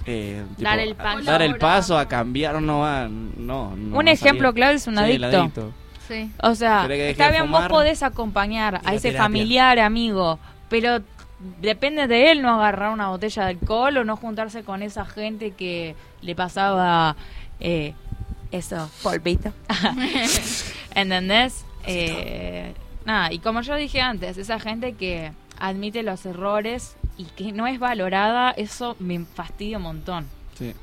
Speaker 12: eh, tipo,
Speaker 11: Dar el
Speaker 12: a-
Speaker 11: paso.
Speaker 12: dar el paso a cambiar, no va. No, no
Speaker 11: Un
Speaker 12: va a
Speaker 11: ejemplo
Speaker 12: salir.
Speaker 11: clave es un
Speaker 12: Sí, el
Speaker 11: adicto.
Speaker 7: Sí.
Speaker 11: O sea,
Speaker 12: Querés que deje
Speaker 11: está
Speaker 12: de
Speaker 11: bien, vos
Speaker 12: fumar.
Speaker 11: podés acompañar a
Speaker 12: la
Speaker 11: ese
Speaker 12: terapia.
Speaker 11: familiar, amigo, pero depende de él no agarrar una botella de alcohol o no juntarse con esa gente que le pasaba eh, eso, polvito. ¿Entendés? Eh, nada, y como yo dije antes, esa gente que admite los errores y que no es valorada, eso me fastidia un montón.
Speaker 12: Sí.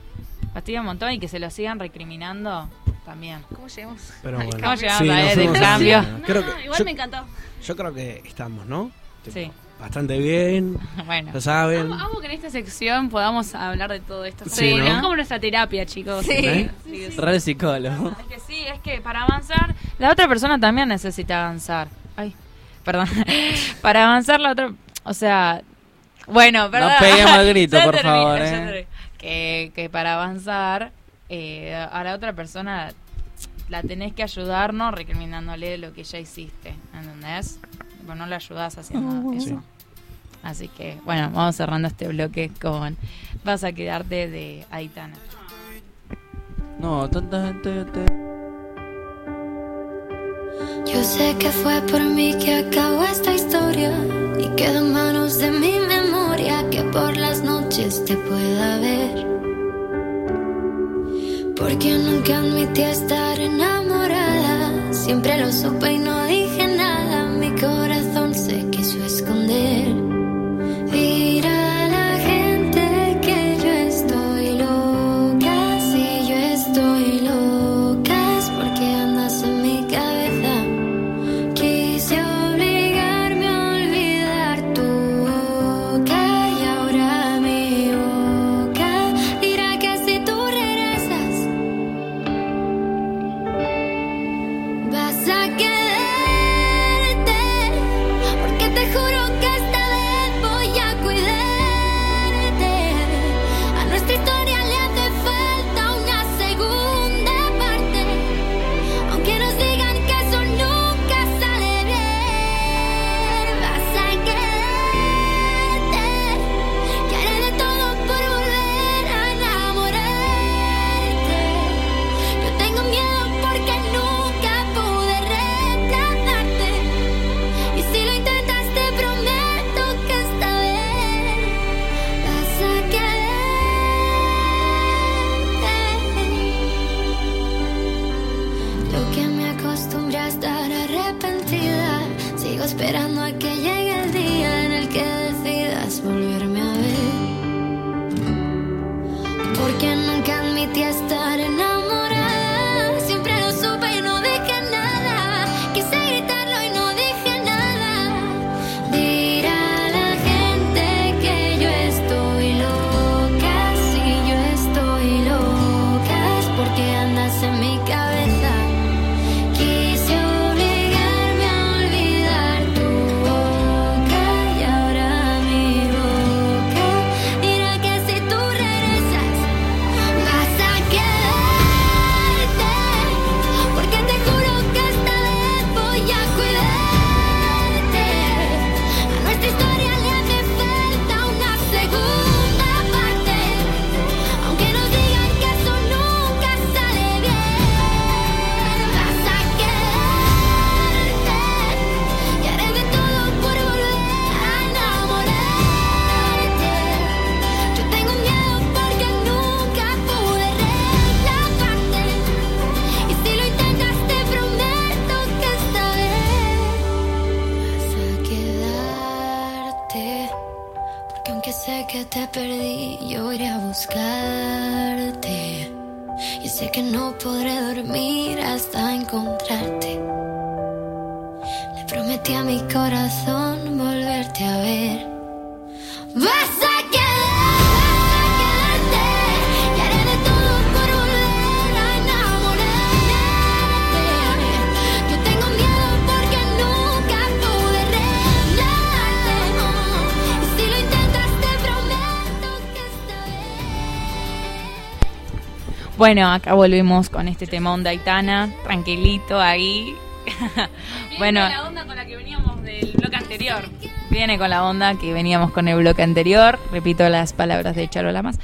Speaker 11: Fastidia un montón y que se lo sigan recriminando también.
Speaker 7: ¿Cómo llegamos?
Speaker 4: Pero
Speaker 11: Ay,
Speaker 4: bueno.
Speaker 11: ¿Cómo llegamos
Speaker 4: Sí,
Speaker 11: a
Speaker 4: nos
Speaker 11: ese
Speaker 4: fuimos-
Speaker 11: cambio?
Speaker 4: sí, creo que-
Speaker 7: igual
Speaker 4: yo-
Speaker 7: me encantó.
Speaker 4: Yo creo que estamos, ¿no? Tipo,
Speaker 11: Sí.
Speaker 4: Bastante bien.
Speaker 11: Bueno.
Speaker 4: Ya saben.
Speaker 3: Amo, amo que en esta sección podamos hablar de todo esto.
Speaker 4: Sí,
Speaker 3: Es
Speaker 4: ¿no?
Speaker 3: como nuestra terapia, chicos.
Speaker 12: ¿Eh?
Speaker 11: Sí, sí.
Speaker 12: Re psicólogo.
Speaker 11: Es que sí, es que para avanzar, la otra persona también necesita avanzar. Ay, perdón. para avanzar la otra, o sea, bueno, perdón.
Speaker 12: peguemos el grito,
Speaker 11: Ya
Speaker 12: por
Speaker 11: termino,
Speaker 12: favor,
Speaker 11: ya
Speaker 12: ¿eh?
Speaker 11: termino. Que, que para avanzar eh, a la otra persona la tenés que ayudar, no recriminándole lo que ya hiciste, ¿entendés? Tipo, no la ayudás
Speaker 3: Uh.
Speaker 11: haciendo eso. Así que, bueno, vamos cerrando este bloque con Vas a quedarte de Aitana.
Speaker 12: No, tanta gente. te-
Speaker 16: Yo sé que fue por mí que acabó esta historia y queda en manos de mi memoria que por las noches te pueda ver. Porque nunca admití estar enamorada, siempre lo supe y no dije nada, mi corazón se quiso esconder. Dirá la gente que yo estoy loca, si yo estoy loca es porque andas en mi cabeza. Quise obligarme a olvidar tu boca y ahora mi boca dirá que si tú regresas vas a quedarte porque te juro que esta vez voy a cuidarte. A nuestra historia le hace falta una segunda parte. Aunque nos digan que eso nunca sale bien, vas a quedarte. Que haré de todo por volver a enamorarte. Yo tengo miedo porque nunca pude reemplazarte. Y si lo intentas, te prometo que esta vez vas a quedarte. Yo que me acostumbré a estar arrepentida, sigo esperando a que llegue el día en el que decidas volverme a ver. Porque nunca admití estar enamorada. Siempre lo supe y no dije nada. Quise gritarlo y no dije nada. Dirá la gente que yo estoy loca. Si yo estoy loca es porque andas en mi cabeza. Quise obligarme a olvidar tu boca y ahora mi boca dirá que si tú regresas vas a quedarte porque te juro que esta vez voy a cuidarte. A nuestra historia le hace falta una segunda parte, aunque nos digan que eso nunca sale bien. Vas a quedarte y haré de todo por volver a enamorarte. Yo tengo miedo porque nunca pude reemplazarte. Y si lo intentas, te prometo que esta vez vas a quedarte. Porque aunque sé que te perdí, yo iré a buscarte. Y sé que no podré dormir hasta encontrarte. Le
Speaker 1: Prometí a mi corazón volverte a ver. Vas a quedar, vas a quedarte y haré de todo por volver a enamorarte. Yo tengo miedo porque nunca pude relarte. Y si lo intentas te prometo que esta
Speaker 11: Bueno, acá volvimos con este temón de Aitana, tranquilito ahí. bueno,
Speaker 13: Viene la onda con la que veníamos del bloque anterior.
Speaker 11: viene con la onda que veníamos con el bloque anterior. Repito las palabras de Charo Lamas.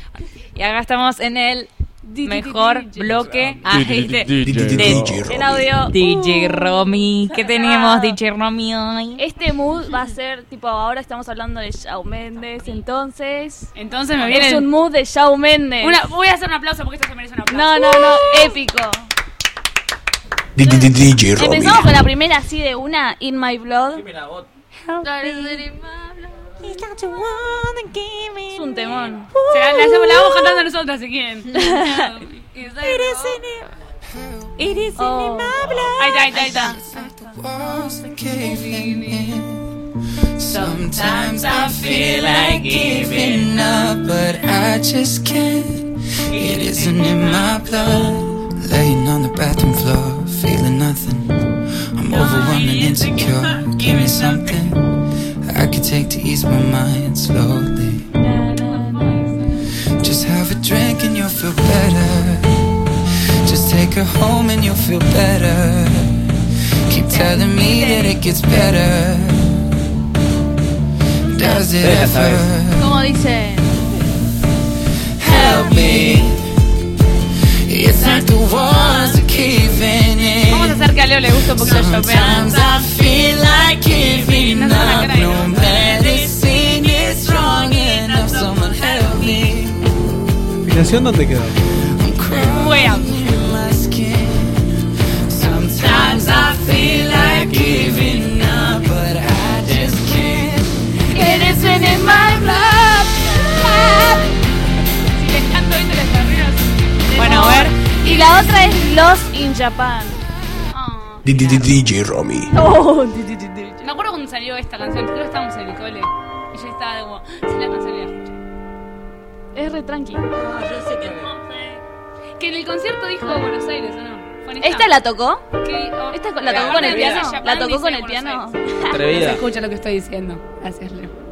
Speaker 11: Y acá estamos en el mejor bloque
Speaker 3: Ah,
Speaker 11: Ay, de-
Speaker 13: DJ
Speaker 11: del
Speaker 13: Robin. audio.
Speaker 11: DJ
Speaker 13: Uh.
Speaker 11: Romy. ¿Qué tenemos, DJ Romy, hoy?
Speaker 9: Este mood va a ser, tipo, ahora estamos hablando de Shawn Mendes, entonces...
Speaker 3: Entonces me viene
Speaker 9: Es
Speaker 3: el-
Speaker 9: un mood de Shawn Mendes. Uh.
Speaker 3: Una- voy a hacer un aplauso porque esto se merece un aplauso. Uh.
Speaker 9: No, no, no, épico.
Speaker 17: DJ
Speaker 9: Empezamos con la primera así de una, In My Blood. Es un temón.
Speaker 3: Se la, la hacemos- la vamos cantando nosotros si quieren.
Speaker 9: Oh.
Speaker 3: Ahí está, ahí está, ahí está.
Speaker 15: Sometimes I feel like giving up, but I just can't. It isn't in my blood. Laying on the bathroom floor, feeling nothing. I'm overwhelmed and insecure. Give me something I can take to ease my mind slowly. Just have a drink and you'll feel better. Just take her home and you'll feel better. Keep telling me that it gets better. Does it
Speaker 12: Ustedes la saben.
Speaker 15: ever?
Speaker 9: Como dice...
Speaker 15: help me. It's like the walls are caving in.
Speaker 3: Vamos a hacer que a Leo le guste un poquito de Chopin.
Speaker 15: Sometimes I feel like giving
Speaker 3: No se la
Speaker 15: up.
Speaker 3: crean.
Speaker 15: No medicine is strong enough. Someone help me.
Speaker 4: ¿Afinación dónde quedó?
Speaker 15: in my skin. Sometimes I feel like giving up, but I just can't.
Speaker 9: It isn't in my blood.
Speaker 3: Si les canto esto, les arruino.
Speaker 9: Bueno, a ver. Y la otra es Lost in Japan.
Speaker 17: DJ Romy.
Speaker 9: Oh,
Speaker 3: Me acuerdo cuando salió esta canción, creo que estábamos en el cole. Y yo estaba como, si la canción la Ah, escuché.
Speaker 9: es re tranqui.
Speaker 3: Que en el concierto dijo Buenos Aires, ¿o no? Fue en
Speaker 9: ¿Esta la tocó?
Speaker 3: Que- oh,
Speaker 9: ¿Esta la tocó con el piano? ¿La tocó con el piano?
Speaker 3: No se
Speaker 12: Atrevida.
Speaker 3: escucha lo que estoy diciendo. Gracias, Leo.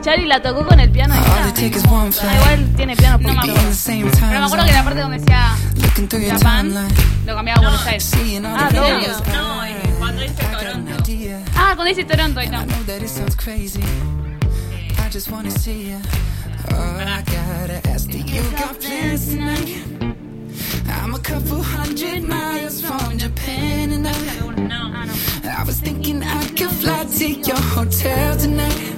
Speaker 9: Chari la tocó con el piano. Ah,
Speaker 15: All it takes is one flight.
Speaker 9: Igual tiene piano
Speaker 15: No me
Speaker 9: poquito.
Speaker 15: acuerdo. Same
Speaker 3: Pero me acuerdo que la parte donde decía
Speaker 15: Looking through your
Speaker 3: Japan,
Speaker 15: timeline.
Speaker 3: lo cambiaba a Buenos Aires.
Speaker 15: Ah,
Speaker 3: ¿en
Speaker 15: no.
Speaker 3: serio?
Speaker 15: No,
Speaker 3: cuando dice Toronto. Ah, cuando dice Toronto, ahí está.
Speaker 15: know that it sounds crazy. I just wanna see ya. Oh, I gotta ask, do you got plans tonight? I'm a couple hundred miles from Japan and I, I was thinking I could fly to your hotel tonight.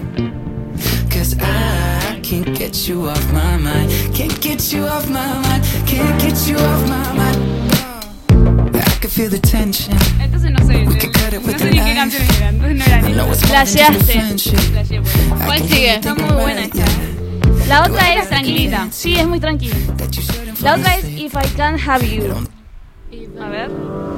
Speaker 15: Cause I can't get you off my mind. Can't get you off my mind. Can't get you off my mind. I can feel the tension.
Speaker 3: Entonces no sé.
Speaker 15: We could cut it with
Speaker 3: No sé
Speaker 15: an
Speaker 3: ni qué
Speaker 15: ice.
Speaker 3: canción era. Entonces no era
Speaker 15: I
Speaker 3: ni.
Speaker 15: know it's more than just a friendship.
Speaker 3: Flashé, bueno.
Speaker 15: I
Speaker 9: pues. ¿Cuál
Speaker 15: can
Speaker 9: sigue?
Speaker 15: even
Speaker 9: Está
Speaker 15: think
Speaker 9: muy
Speaker 15: about
Speaker 9: buena
Speaker 15: it,
Speaker 9: esta.
Speaker 15: yeah.
Speaker 9: La otra es
Speaker 3: tranquilita.
Speaker 9: Sí, es muy tranquila.
Speaker 15: That you shouldn't
Speaker 9: La
Speaker 15: fall
Speaker 9: otra es
Speaker 15: asleep.
Speaker 9: If I Can Have You. A ver.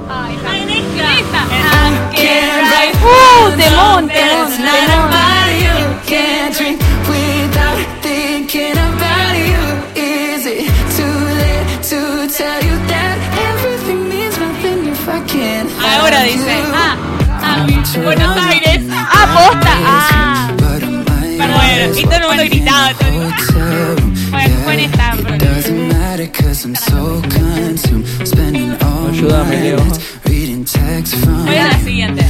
Speaker 3: Ahí está. Ahí está.
Speaker 9: ¡Uh! Temón, temón,
Speaker 15: It's not
Speaker 9: temón.
Speaker 15: about you. Can't drink without thinking about you. Is it too late to tell you that everything means nothing if I can't
Speaker 3: Ahora
Speaker 15: have
Speaker 3: dice,
Speaker 15: you?
Speaker 3: ah, ah, Buenos Aires.
Speaker 9: Ah, posta. Ah.
Speaker 15: But I might as
Speaker 3: y todo el mundo gritaba. todo el mundo.
Speaker 15: well tell
Speaker 3: Bueno, fue en esta, pero-
Speaker 15: Doesn't matter cause I'm so consumed Spending all
Speaker 12: Ayúdame,
Speaker 15: my
Speaker 12: Leo.
Speaker 15: nights reading texts from
Speaker 3: Voy a la siguiente.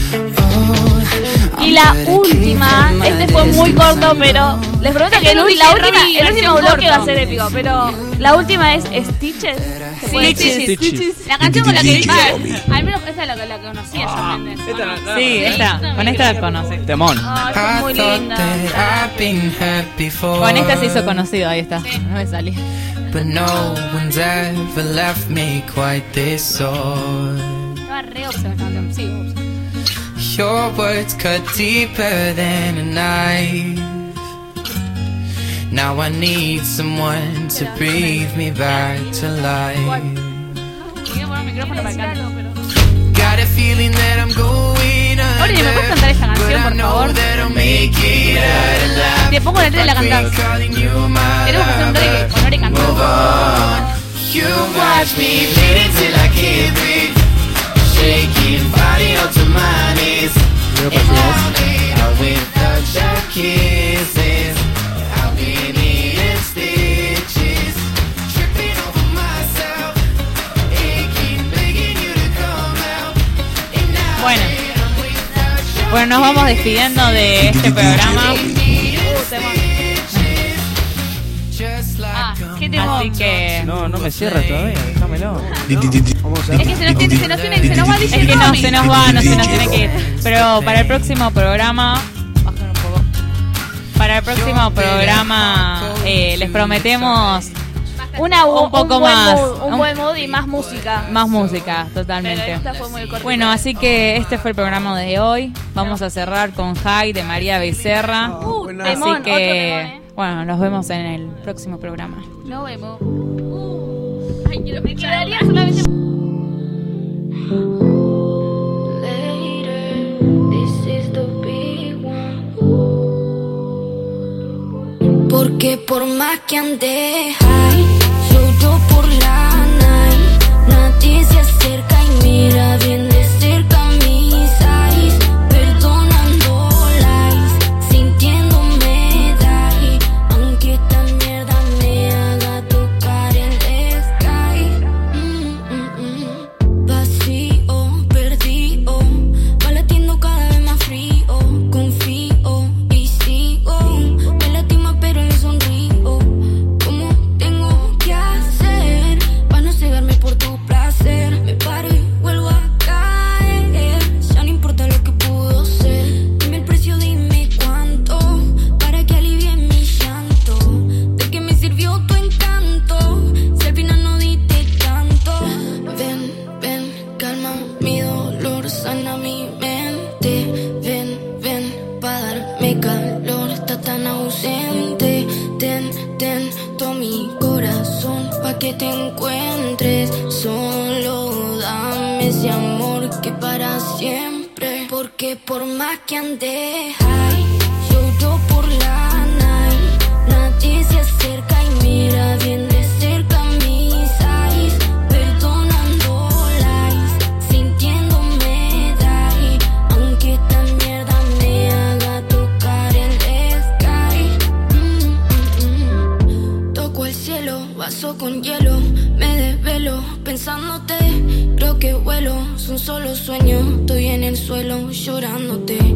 Speaker 9: Y la última, este fue muy corto, pero les prometo que el, ulti- la última, el último bloque va a ser épico, pero la última es Stitches. ¿Se puede decir?
Speaker 3: Stitches.
Speaker 9: Stitches.
Speaker 3: La canción con la que va, al menos esa es la que la conocía yo, ¿me entiendes?
Speaker 11: Sí, esta. Con esta la conoce.
Speaker 12: Temón.
Speaker 9: Ay, es muy linda.
Speaker 15: that I've been happy for
Speaker 11: Con esta se hizo conocido, ahí está. No me salía.
Speaker 15: But no one's ever left me quite this sore
Speaker 3: Estaba re obsa la canción, sí, obsa.
Speaker 15: Your words cut deeper than a knife Now I need someone to breathe me back to life
Speaker 3: Quiero poner el micrófono para acá.
Speaker 15: Got it
Speaker 3: Ori, ¿me puedes cantar esta canción, por favor? Te pongo la tele y la cantás. Tenemos que hacer un reggae con Ori cantando.
Speaker 15: You watch me bleeding till I can't breathe. Shaking body onto my knees. And now that I'm without your kisses, I'll be needing stitches. Tripping over myself. Aching, begging you to come out. And now
Speaker 11: Bueno.
Speaker 15: that I'm without your
Speaker 11: Bueno, nos vamos despidiendo de este programa.
Speaker 3: Uh, Ah, ¿qué tema?
Speaker 11: Así que.
Speaker 12: No, no me cierras todavía, ¿eh?
Speaker 11: Eh,
Speaker 12: déjamelo.
Speaker 3: Es que se nos tiene, se nos tiene, se nos va
Speaker 11: Es que
Speaker 3: DJ
Speaker 11: no,
Speaker 3: Romy.
Speaker 11: se nos va, no se nos tiene que ir. Pero para el próximo programa. bajar un poco. Para el próximo programa eh, les prometemos
Speaker 9: Una,
Speaker 11: Un poco
Speaker 9: buen
Speaker 11: más.
Speaker 9: mood, un
Speaker 11: Un-
Speaker 9: buen mood y más música.
Speaker 11: más música,
Speaker 9: Pero
Speaker 11: totalmente.
Speaker 9: esta fue muy cortita.
Speaker 11: Bueno, así que este fue el programa de hoy. Vamos a cerrar con High de María Becerra.
Speaker 9: Uh, temón,
Speaker 11: Así
Speaker 9: otro temón, eh.
Speaker 11: que, bueno, nos vemos en el próximo programa.
Speaker 15: Eh.
Speaker 3: No vemos. Uh, ay, quiero- me quedaría solamente.
Speaker 1: Later, this is the big one. Porque por más que ande high, solo por la night, nadie se acerca y mira bien de cerca mis eyes, perdonando lies, sintiéndome die, aunque esta mierda me haga tocar el sky. Mm, mm, mm. Vacío, perdido, va latiendo cada vez más frío. Confío y sigo, me lastima pero le sonrío. ¿Cómo tengo que hacer para no cegarme por tu placer? Me paro y vuelvo a caer, ya no importa lo que pudo ser. Dime el precio, dime cuánto, para que alivie mi llanto. ¿De qué me sirvió tu encanto? Si al final no diste tanto. Ven, ven, calma mi dolor, sana mi mente. Ven, ven, para darme calor, está tan ausente. Ten, ten, todo mi corazón, pa' que te encuentres. Solo dame ese amor que para siempre. Porque por más que ande high, solo por la night. Nadie se acerca y mira bien de cerca mis eyes, perdonando lies, sintiéndome die, aunque esta mierda me haga tocar el sky. Mm, mm, mm. Toco el cielo, vaso con hielo, me desvelo pensándote. Creo que vuelo, es un solo sueño, estoy en el suelo llorándote. Mm,